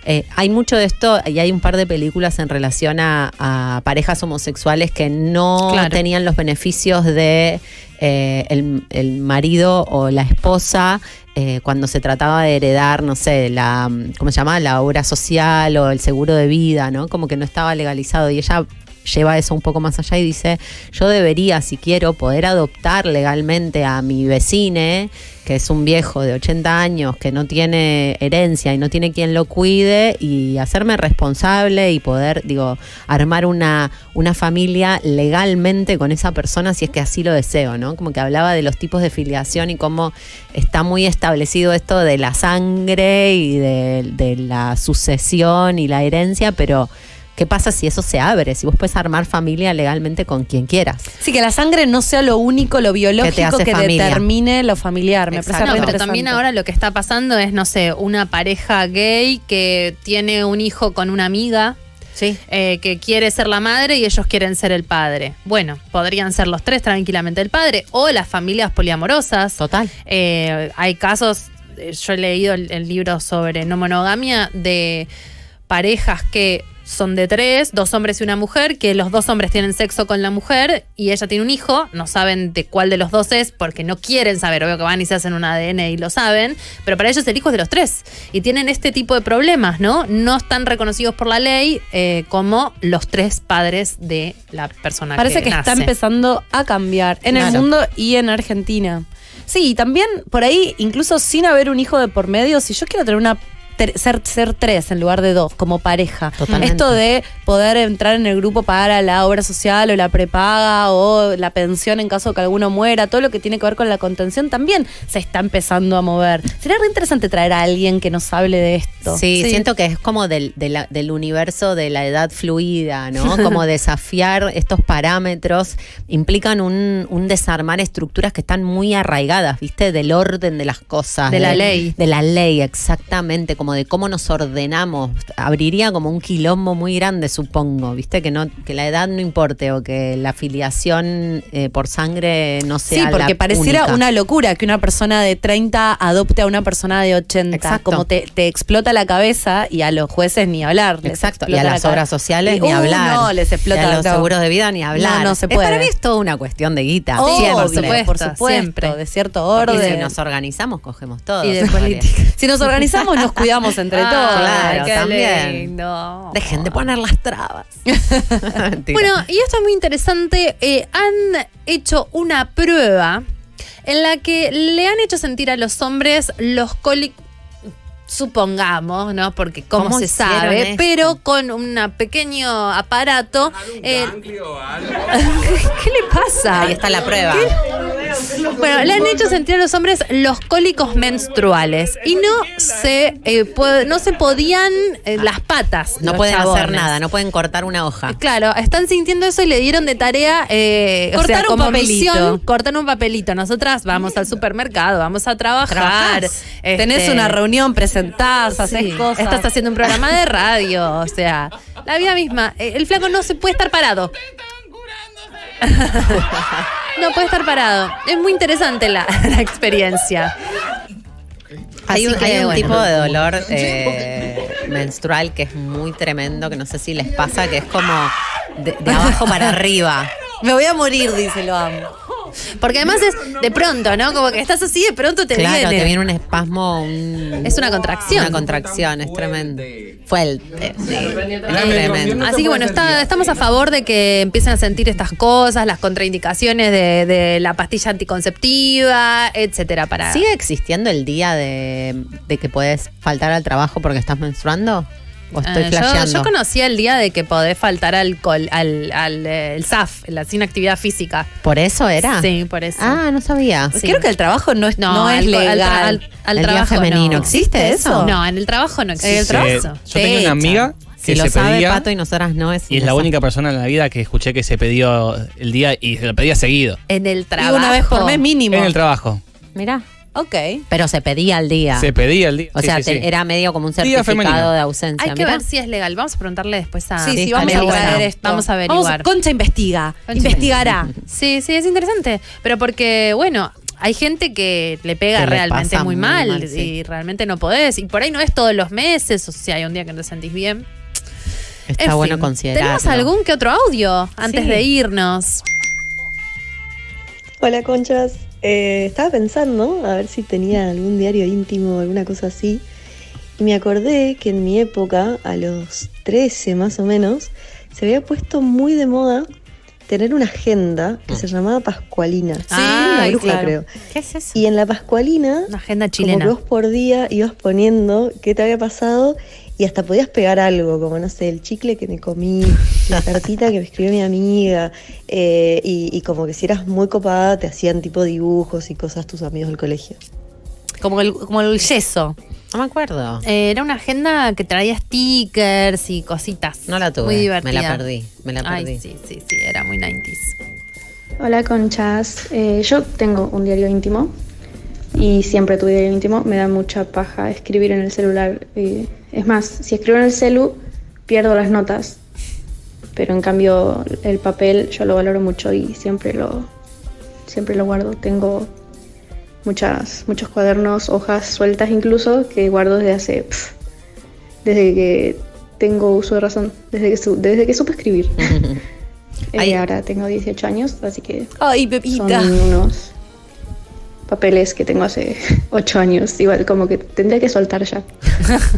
Speaker 4: eh, hay mucho de esto y hay un par de películas en relación a, a parejas homosexuales que no
Speaker 1: Claro.
Speaker 4: tenían los beneficios de eh, el, el marido o la esposa eh, cuando se trataba de heredar, no sé, la mm, ¿cómo se llama? la obra social o el seguro de vida, ¿no? Como que no estaba legalizado. Y ella lleva eso un poco más allá y dice, yo debería, si quiero, poder adoptar legalmente a mi vecine, que es un viejo de 80 años, que no tiene herencia y no tiene quien lo cuide, y hacerme responsable y poder, digo, armar una, una familia legalmente con esa persona si es que así lo deseo, ¿no? Como que hablaba de los tipos de filiación y cómo está muy establecido esto de la sangre y de, de la sucesión y la herencia, pero... ¿Qué pasa si eso se abre? Si vos puedes armar familia legalmente con quien quieras.
Speaker 2: Sí, que la sangre no sea lo único, lo biológico
Speaker 4: hace
Speaker 2: que,
Speaker 4: familia.
Speaker 2: determine lo familiar. Me parece
Speaker 1: No,
Speaker 2: re
Speaker 1: pero
Speaker 2: interesante.
Speaker 1: también ahora lo que está pasando es, no sé, una pareja gay que tiene un hijo con una amiga. eh, que quiere ser la madre y ellos quieren ser el padre. Bueno, podrían ser los tres tranquilamente el padre o las familias poliamorosas.
Speaker 4: Total.
Speaker 1: hay casos, eh, yo he leído el, el libro sobre no monogamia de parejas que son de tres, dos hombres y una mujer, que los dos hombres tienen sexo con la mujer y ella tiene un hijo, no saben de cuál de los dos es porque no quieren saber, obvio que van y se hacen un ADN y lo saben, pero para ellos el hijo es de los tres y tienen este tipo de problemas, ¿no? No están reconocidos por la ley eh, como los tres padres de la persona
Speaker 2: Parece
Speaker 1: que
Speaker 2: que, está
Speaker 1: nace.
Speaker 2: empezando a cambiar en el
Speaker 1: Claro.
Speaker 2: mundo y en Argentina. Sí, y también por ahí, incluso sin haber un hijo de por medio, si yo quiero tener una ter- ser, ser tres en lugar de dos como pareja.
Speaker 4: Totalmente.
Speaker 2: Esto de poder entrar en el grupo para la obra social o la prepaga o la pensión en caso de que alguno muera, todo lo que tiene que ver con la contención también se está empezando a mover. Sería re interesante traer a alguien que nos hable de esto.
Speaker 4: Sí, siento que es como del, de la- del universo de la edad fluida, ¿no? Como desafiar estos parámetros implican un, un desarmar estructuras que están muy arraigadas, ¿viste? Del orden de las cosas.
Speaker 1: De la ley.
Speaker 4: De la ley, exactamente, como de cómo nos ordenamos. Abriría como un quilombo muy grande, supongo, ¿viste? Que, no, que la edad no importe o que la filiación eh, por sangre no sea
Speaker 2: Sí, porque
Speaker 4: la
Speaker 2: pareciera
Speaker 4: única.
Speaker 2: una locura que una persona de 30 adopte a una persona de 80. Como te, te explota la cabeza y a los jueces ni hablar. Exacto.
Speaker 4: y a las obras sociales ni hablar.
Speaker 2: uh, No, les explota
Speaker 4: Y a los
Speaker 2: no.
Speaker 4: seguros de vida ni hablar.
Speaker 2: No, no se
Speaker 4: Es para
Speaker 2: puede.
Speaker 4: mí es toda una cuestión de guita.
Speaker 2: Obvio,
Speaker 4: siempre.
Speaker 2: por supuesto, por supuesto, de cierto
Speaker 4: Porque
Speaker 2: orden.
Speaker 4: si nos organizamos, cogemos todo.
Speaker 2: Y de política. Si nos organizamos, nos cuidamos entre
Speaker 1: Ay,
Speaker 2: todos.
Speaker 4: Ah, claro,
Speaker 1: qué
Speaker 4: también.
Speaker 1: lindo.
Speaker 4: Dejen de poner las trabas. Mentira.
Speaker 1: Bueno, y esto es muy interesante. eh, han hecho una prueba en la que le han hecho sentir a los hombres los cólicos. Supongamos, ¿no? Porque cómo,
Speaker 4: ¿Cómo
Speaker 1: se
Speaker 4: hicieron
Speaker 1: sabe,
Speaker 4: esto?
Speaker 1: pero con un pequeño aparato. eh, ¿Qué le pasa?
Speaker 4: Ahí está la prueba.
Speaker 1: Bueno, le han hecho sentir a los hombres los cólicos menstruales y no se eh, po- no se podían eh, las patas.
Speaker 4: No
Speaker 1: los
Speaker 4: pueden hacer
Speaker 1: chabones.
Speaker 4: nada, no pueden cortar una hoja.
Speaker 1: Claro, están sintiendo eso y le dieron de tarea eh, o
Speaker 4: Cortar
Speaker 1: sea,
Speaker 4: un
Speaker 1: como
Speaker 4: papelito.
Speaker 1: misión, cortar un papelito. Nosotras vamos al supermercado, vamos a trabajar. Este,
Speaker 2: Trabajás. Tenés una reunión, presentás, haces cosas.
Speaker 1: Estás haciendo un programa de radio, o sea, la vida misma. Eh, El flaco no se puede estar parado. No puede estar parado. Es muy interesante la, la experiencia.
Speaker 4: Hay
Speaker 1: Así
Speaker 4: un,
Speaker 1: que,
Speaker 4: hay un
Speaker 1: bueno.
Speaker 4: tipo de dolor eh, menstrual que es muy tremendo, que no sé si les pasa, que es como de, de abajo para arriba.
Speaker 2: Me voy a morir, dice, lo amo. Porque además es de pronto, ¿no? Como que estás así, de pronto te
Speaker 4: claro,
Speaker 2: viene.
Speaker 4: te viene un espasmo, un-
Speaker 2: Es una contracción.
Speaker 4: Una contracción, es tremendo. Fuerte. sí. Es tremendo.
Speaker 2: Así que bueno, está- estamos a favor de que empiecen a sentir estas cosas, las contraindicaciones de, de la pastilla anticonceptiva, etcétera. Para
Speaker 4: ¿Sigue existiendo el día de, de que puedes faltar al trabajo porque estás menstruando? ¿O estoy
Speaker 2: Eh, yo-
Speaker 4: flasheando?
Speaker 2: Yo, conocía el día de que podés faltar alcohol, al, al eh, el SAF, la sin actividad física.
Speaker 4: ¿Por eso era?
Speaker 2: Sí, por eso.
Speaker 4: Ah, no sabía.
Speaker 2: Creo que
Speaker 3: el trabajo no es,
Speaker 2: no,
Speaker 4: no es
Speaker 2: al- al-
Speaker 4: legal.
Speaker 2: Al, al
Speaker 4: El día
Speaker 2: trabajo
Speaker 4: femenino.
Speaker 2: no.
Speaker 4: ¿Existe eso?
Speaker 2: No, en el trabajo no existe.
Speaker 5: Sí, Eh, yo tenía una amiga que
Speaker 4: si lo
Speaker 5: se
Speaker 4: sabe
Speaker 5: pedía-
Speaker 4: Pato y nosotras no es.
Speaker 5: Y es la única persona en la vida que escuché que se pidió el día y se lo pedía seguido.
Speaker 2: En el
Speaker 3: trabajo. una vez por mes mínimo.
Speaker 5: En el trabajo.
Speaker 4: Mirá.
Speaker 3: Ok.
Speaker 4: Pero se pedía al día.
Speaker 5: Se pedía el día.
Speaker 4: O
Speaker 5: sí,
Speaker 4: sea,
Speaker 5: sí,
Speaker 4: te-
Speaker 5: sí.
Speaker 4: era medio como un
Speaker 5: Día
Speaker 4: certificado
Speaker 5: femenino.
Speaker 4: de ausencia.
Speaker 2: Hay que
Speaker 4: mirá.
Speaker 2: ver si es legal. Vamos a preguntarle después a.
Speaker 3: Sí, sí, vamos a
Speaker 2: Mariana.
Speaker 3: averiguar esto.
Speaker 2: Vamos a
Speaker 3: Vamos,
Speaker 2: averiguar.
Speaker 3: Concha investiga. investigará.
Speaker 2: Sí, sí, es interesante. Pero porque, bueno, hay gente que le pega
Speaker 3: Que le
Speaker 2: realmente
Speaker 3: pasa
Speaker 2: muy,
Speaker 3: muy
Speaker 2: mal,
Speaker 3: mal,
Speaker 2: y
Speaker 3: sí.
Speaker 2: realmente no podés. Y por ahí no es todos los meses, o sea, hay un día que no te sentís bien.
Speaker 4: Está
Speaker 2: En
Speaker 4: bueno
Speaker 2: fin,
Speaker 4: considerarlo.
Speaker 2: ¿Tenemos algún que otro audio antes
Speaker 4: Sí.
Speaker 2: de irnos?
Speaker 16: Hola conchas, Eh, estaba pensando a ver si tenía algún diario íntimo o alguna cosa así y me acordé que en mi época, a los 13 más o menos, se había puesto muy de moda tener una agenda que se llamaba Pascualina. Sí, una
Speaker 2: Ay,
Speaker 16: bruja
Speaker 2: claro.
Speaker 16: creo.
Speaker 2: ¿Qué es eso?
Speaker 16: Y en la Pascualina,
Speaker 2: Una agenda
Speaker 16: como
Speaker 2: chilena.
Speaker 16: que vos por día ibas poniendo qué te había pasado y hasta podías pegar algo, como no sé, el chicle que me comí, la cartita que me escribió mi amiga, eh, y, y como que si eras muy copada te hacían tipo dibujos y cosas tus amigos del colegio.
Speaker 3: Como el, como el yeso.
Speaker 4: No me acuerdo.
Speaker 2: Eh, era una agenda que traía stickers y cositas.
Speaker 4: No la tuve.
Speaker 2: Muy divertida.
Speaker 4: Me la perdí. Me la
Speaker 2: Ay,
Speaker 4: perdí.
Speaker 2: sí, sí, sí, era muy 90s.
Speaker 13: Hola conchas, Eh, yo tengo un diario íntimo y siempre tuve diario íntimo, me da mucha paja escribir en el celular. eh, es más, si escribo en el celu, pierdo las notas, pero en cambio el papel yo lo valoro mucho y siempre lo, siempre lo guardo. Tengo muchas, muchos cuadernos, hojas sueltas incluso, que guardo desde hace... pf, desde que tengo uso de razón, desde que, su- desde que supe escribir. Eh, ahora tengo 18 años, así que
Speaker 3: Ay,
Speaker 13: son unos papeles que tengo hace 8 años. Igual como que tendría que soltar ya.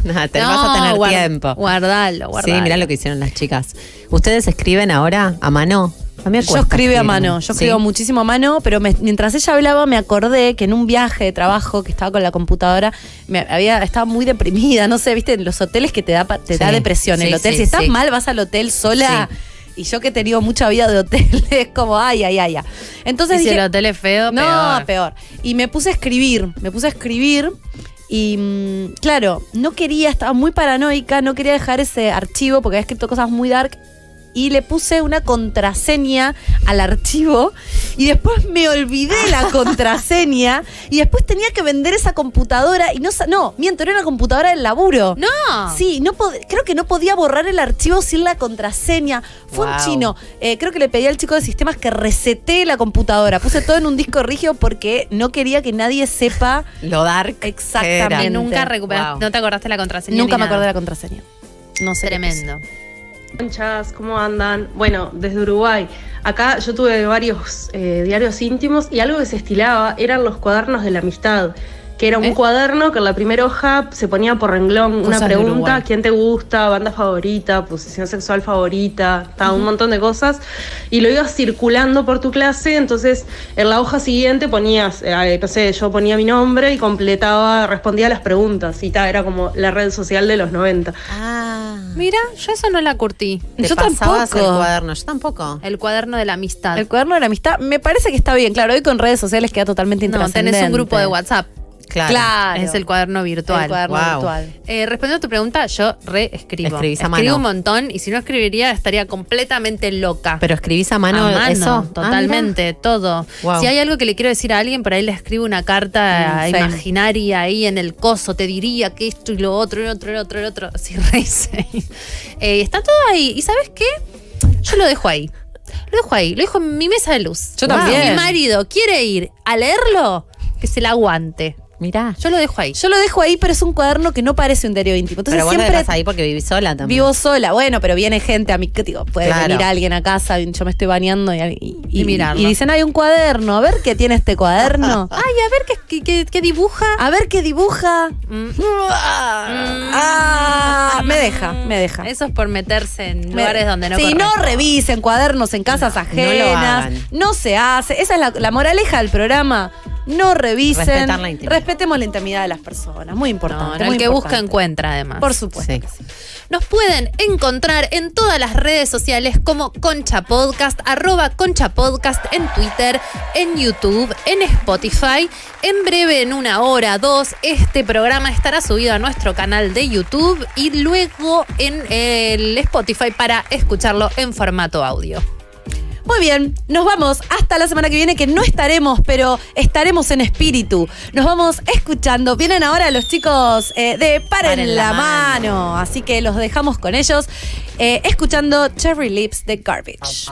Speaker 4: Nada, te
Speaker 13: No,
Speaker 4: vas a tener
Speaker 13: guar-
Speaker 4: tiempo.
Speaker 2: Guardalo,
Speaker 4: Sí, mirá lo que hicieron las chicas. ¿Ustedes escriben ahora a mano? A mí me
Speaker 3: Yo
Speaker 4: cuesta
Speaker 3: escribo a
Speaker 4: escribir.
Speaker 3: mano, yo escribo
Speaker 4: ¿Sí?
Speaker 3: muchísimo a mano, pero me- mientras ella hablaba me acordé que en un viaje de trabajo que estaba con la computadora, me había estaba muy deprimida, no sé, viste, en los hoteles que te da pa- te
Speaker 4: Sí,
Speaker 3: da depresión,
Speaker 4: sí,
Speaker 3: el hotel
Speaker 4: sí,
Speaker 3: si estás
Speaker 4: sí.
Speaker 3: mal vas al hotel sola. Y yo que he tenido mucha vida de hotel, es como, ay, ay, ay, ay. Entonces
Speaker 2: Y si
Speaker 3: dije,
Speaker 2: el hotel es feo,
Speaker 3: no,
Speaker 2: peor.
Speaker 3: Y me puse a escribir, me puse a escribir y mm, claro, no quería, estaba muy paranoica, no quería dejar ese archivo porque había escrito cosas muy dark y le puse una contraseña al archivo y después me olvidé la contraseña y después tenía que vender esa computadora y no sa- no, miento, era una computadora del laburo.
Speaker 2: No.
Speaker 3: Sí, no pod- creo que no podía borrar el archivo sin la contraseña. Fue un
Speaker 4: Wow.
Speaker 3: chino. Eh, creo que le pedí al chico de sistemas que resete la computadora. Puse todo en un disco rígido porque no quería que nadie sepa
Speaker 4: Lo dark.
Speaker 3: exactamente.
Speaker 2: Y nunca recuperaste, no te acordaste la contraseña.
Speaker 3: Nunca
Speaker 2: ni
Speaker 3: me acordé de
Speaker 2: nada.
Speaker 3: la contraseña. No sé.
Speaker 2: Tremendo.
Speaker 14: Conchas, ¿cómo andan? Bueno, desde Uruguay. Acá yo tuve varios eh, diarios íntimos y algo que se estilaba eran los cuadernos de la amistad, que era un cuaderno que en la primera hoja se ponía por renglón
Speaker 17: ¿Eh? Cosas
Speaker 14: una
Speaker 17: de Uruguay.
Speaker 14: pregunta, quién te gusta, banda favorita, posición sexual favorita, ta, un montón de cosas, y lo ibas circulando por tu clase, entonces en la hoja siguiente ponías, eh, no sé, yo ponía mi nombre y completaba, respondía a las preguntas, y ta, era como la red social de los 90.
Speaker 2: Mira, yo eso no la curtí.
Speaker 4: Te
Speaker 2: yo
Speaker 4: pasabas
Speaker 2: tampoco.
Speaker 4: el cuaderno, yo tampoco.
Speaker 2: El cuaderno de la amistad.
Speaker 3: El cuaderno de la amistad me parece que está bien. Claro, hoy con redes sociales queda totalmente
Speaker 2: No,
Speaker 3: intrascendente.
Speaker 2: tenés un grupo de WhatsApp.
Speaker 3: Claro.
Speaker 2: Es el cuaderno virtual.
Speaker 3: El cuaderno Wow. virtual.
Speaker 2: Eh, respondiendo a tu pregunta, yo reescribo.
Speaker 4: Escribís a
Speaker 2: Escribo
Speaker 4: mano.
Speaker 2: un montón y si no escribiría estaría completamente loca.
Speaker 4: Pero escribís a mano,
Speaker 2: A mano,
Speaker 4: eso. Ah,
Speaker 2: totalmente, todo.
Speaker 4: Wow.
Speaker 2: Si hay algo que le quiero decir a alguien, por ahí le escribo una
Speaker 4: Mm,
Speaker 2: carta
Speaker 4: sí.
Speaker 2: imaginaria ahí en el coso, te diría que esto y lo otro, y lo otro, y lo otro, y lo otro. Sí, re sí. Eh, Está todo ahí. ¿Y sabes qué? Yo lo dejo ahí. Lo dejo ahí, lo dejo en mi mesa de luz.
Speaker 3: Yo también.
Speaker 2: Si mi marido quiere ir a leerlo, que se la aguante.
Speaker 4: Mirá.
Speaker 1: Yo lo dejo ahí.
Speaker 2: Yo lo dejo ahí, pero es un cuaderno que no parece un diario íntimo. Entonces
Speaker 4: pero vos lo
Speaker 2: siempre
Speaker 4: dejás ahí porque vivís sola también.
Speaker 2: vivo sola. Bueno, pero viene gente a mí, que digo, puede
Speaker 4: Claro.
Speaker 2: venir alguien a casa, yo me estoy bañando y, y,
Speaker 1: Y mirarlo.
Speaker 2: y dicen, hay un cuaderno, a ver qué tiene este cuaderno.
Speaker 1: Ay, a ver qué, qué- qué- qué dibuja.
Speaker 2: A ver qué dibuja. Mm. Ah, me deja, me deja.
Speaker 1: Eso es por meterse en
Speaker 2: Me-
Speaker 1: lugares donde no
Speaker 2: Si
Speaker 1: corresponde.
Speaker 2: no revisen cuadernos en casas ajenas,
Speaker 1: hagan.
Speaker 2: no, se hace. Esa es la, la moraleja del programa. No revisen.
Speaker 1: Respetar la intimidad.
Speaker 2: Respetemos la intimidad de las personas. Muy importante.
Speaker 1: No, no,
Speaker 2: muy
Speaker 1: el que busca
Speaker 2: importante.
Speaker 1: encuentra además.
Speaker 2: Por supuesto.
Speaker 1: Nos pueden encontrar en todas las redes sociales como Concha Podcast, arroba Concha Podcast en Twitter, en YouTube, en Spotify. En breve, en una hora, dos, este programa estará subido a nuestro canal de YouTube y luego en el Spotify para escucharlo en formato audio.
Speaker 2: Muy bien, nos vamos hasta la semana que viene, que no estaremos, pero estaremos en espíritu. Nos vamos escuchando. Vienen ahora los chicos eh, de Paren,
Speaker 3: Paren
Speaker 2: la,
Speaker 3: la
Speaker 2: mano. así que los dejamos con ellos, eh, escuchando Cherry Lips de Garbage.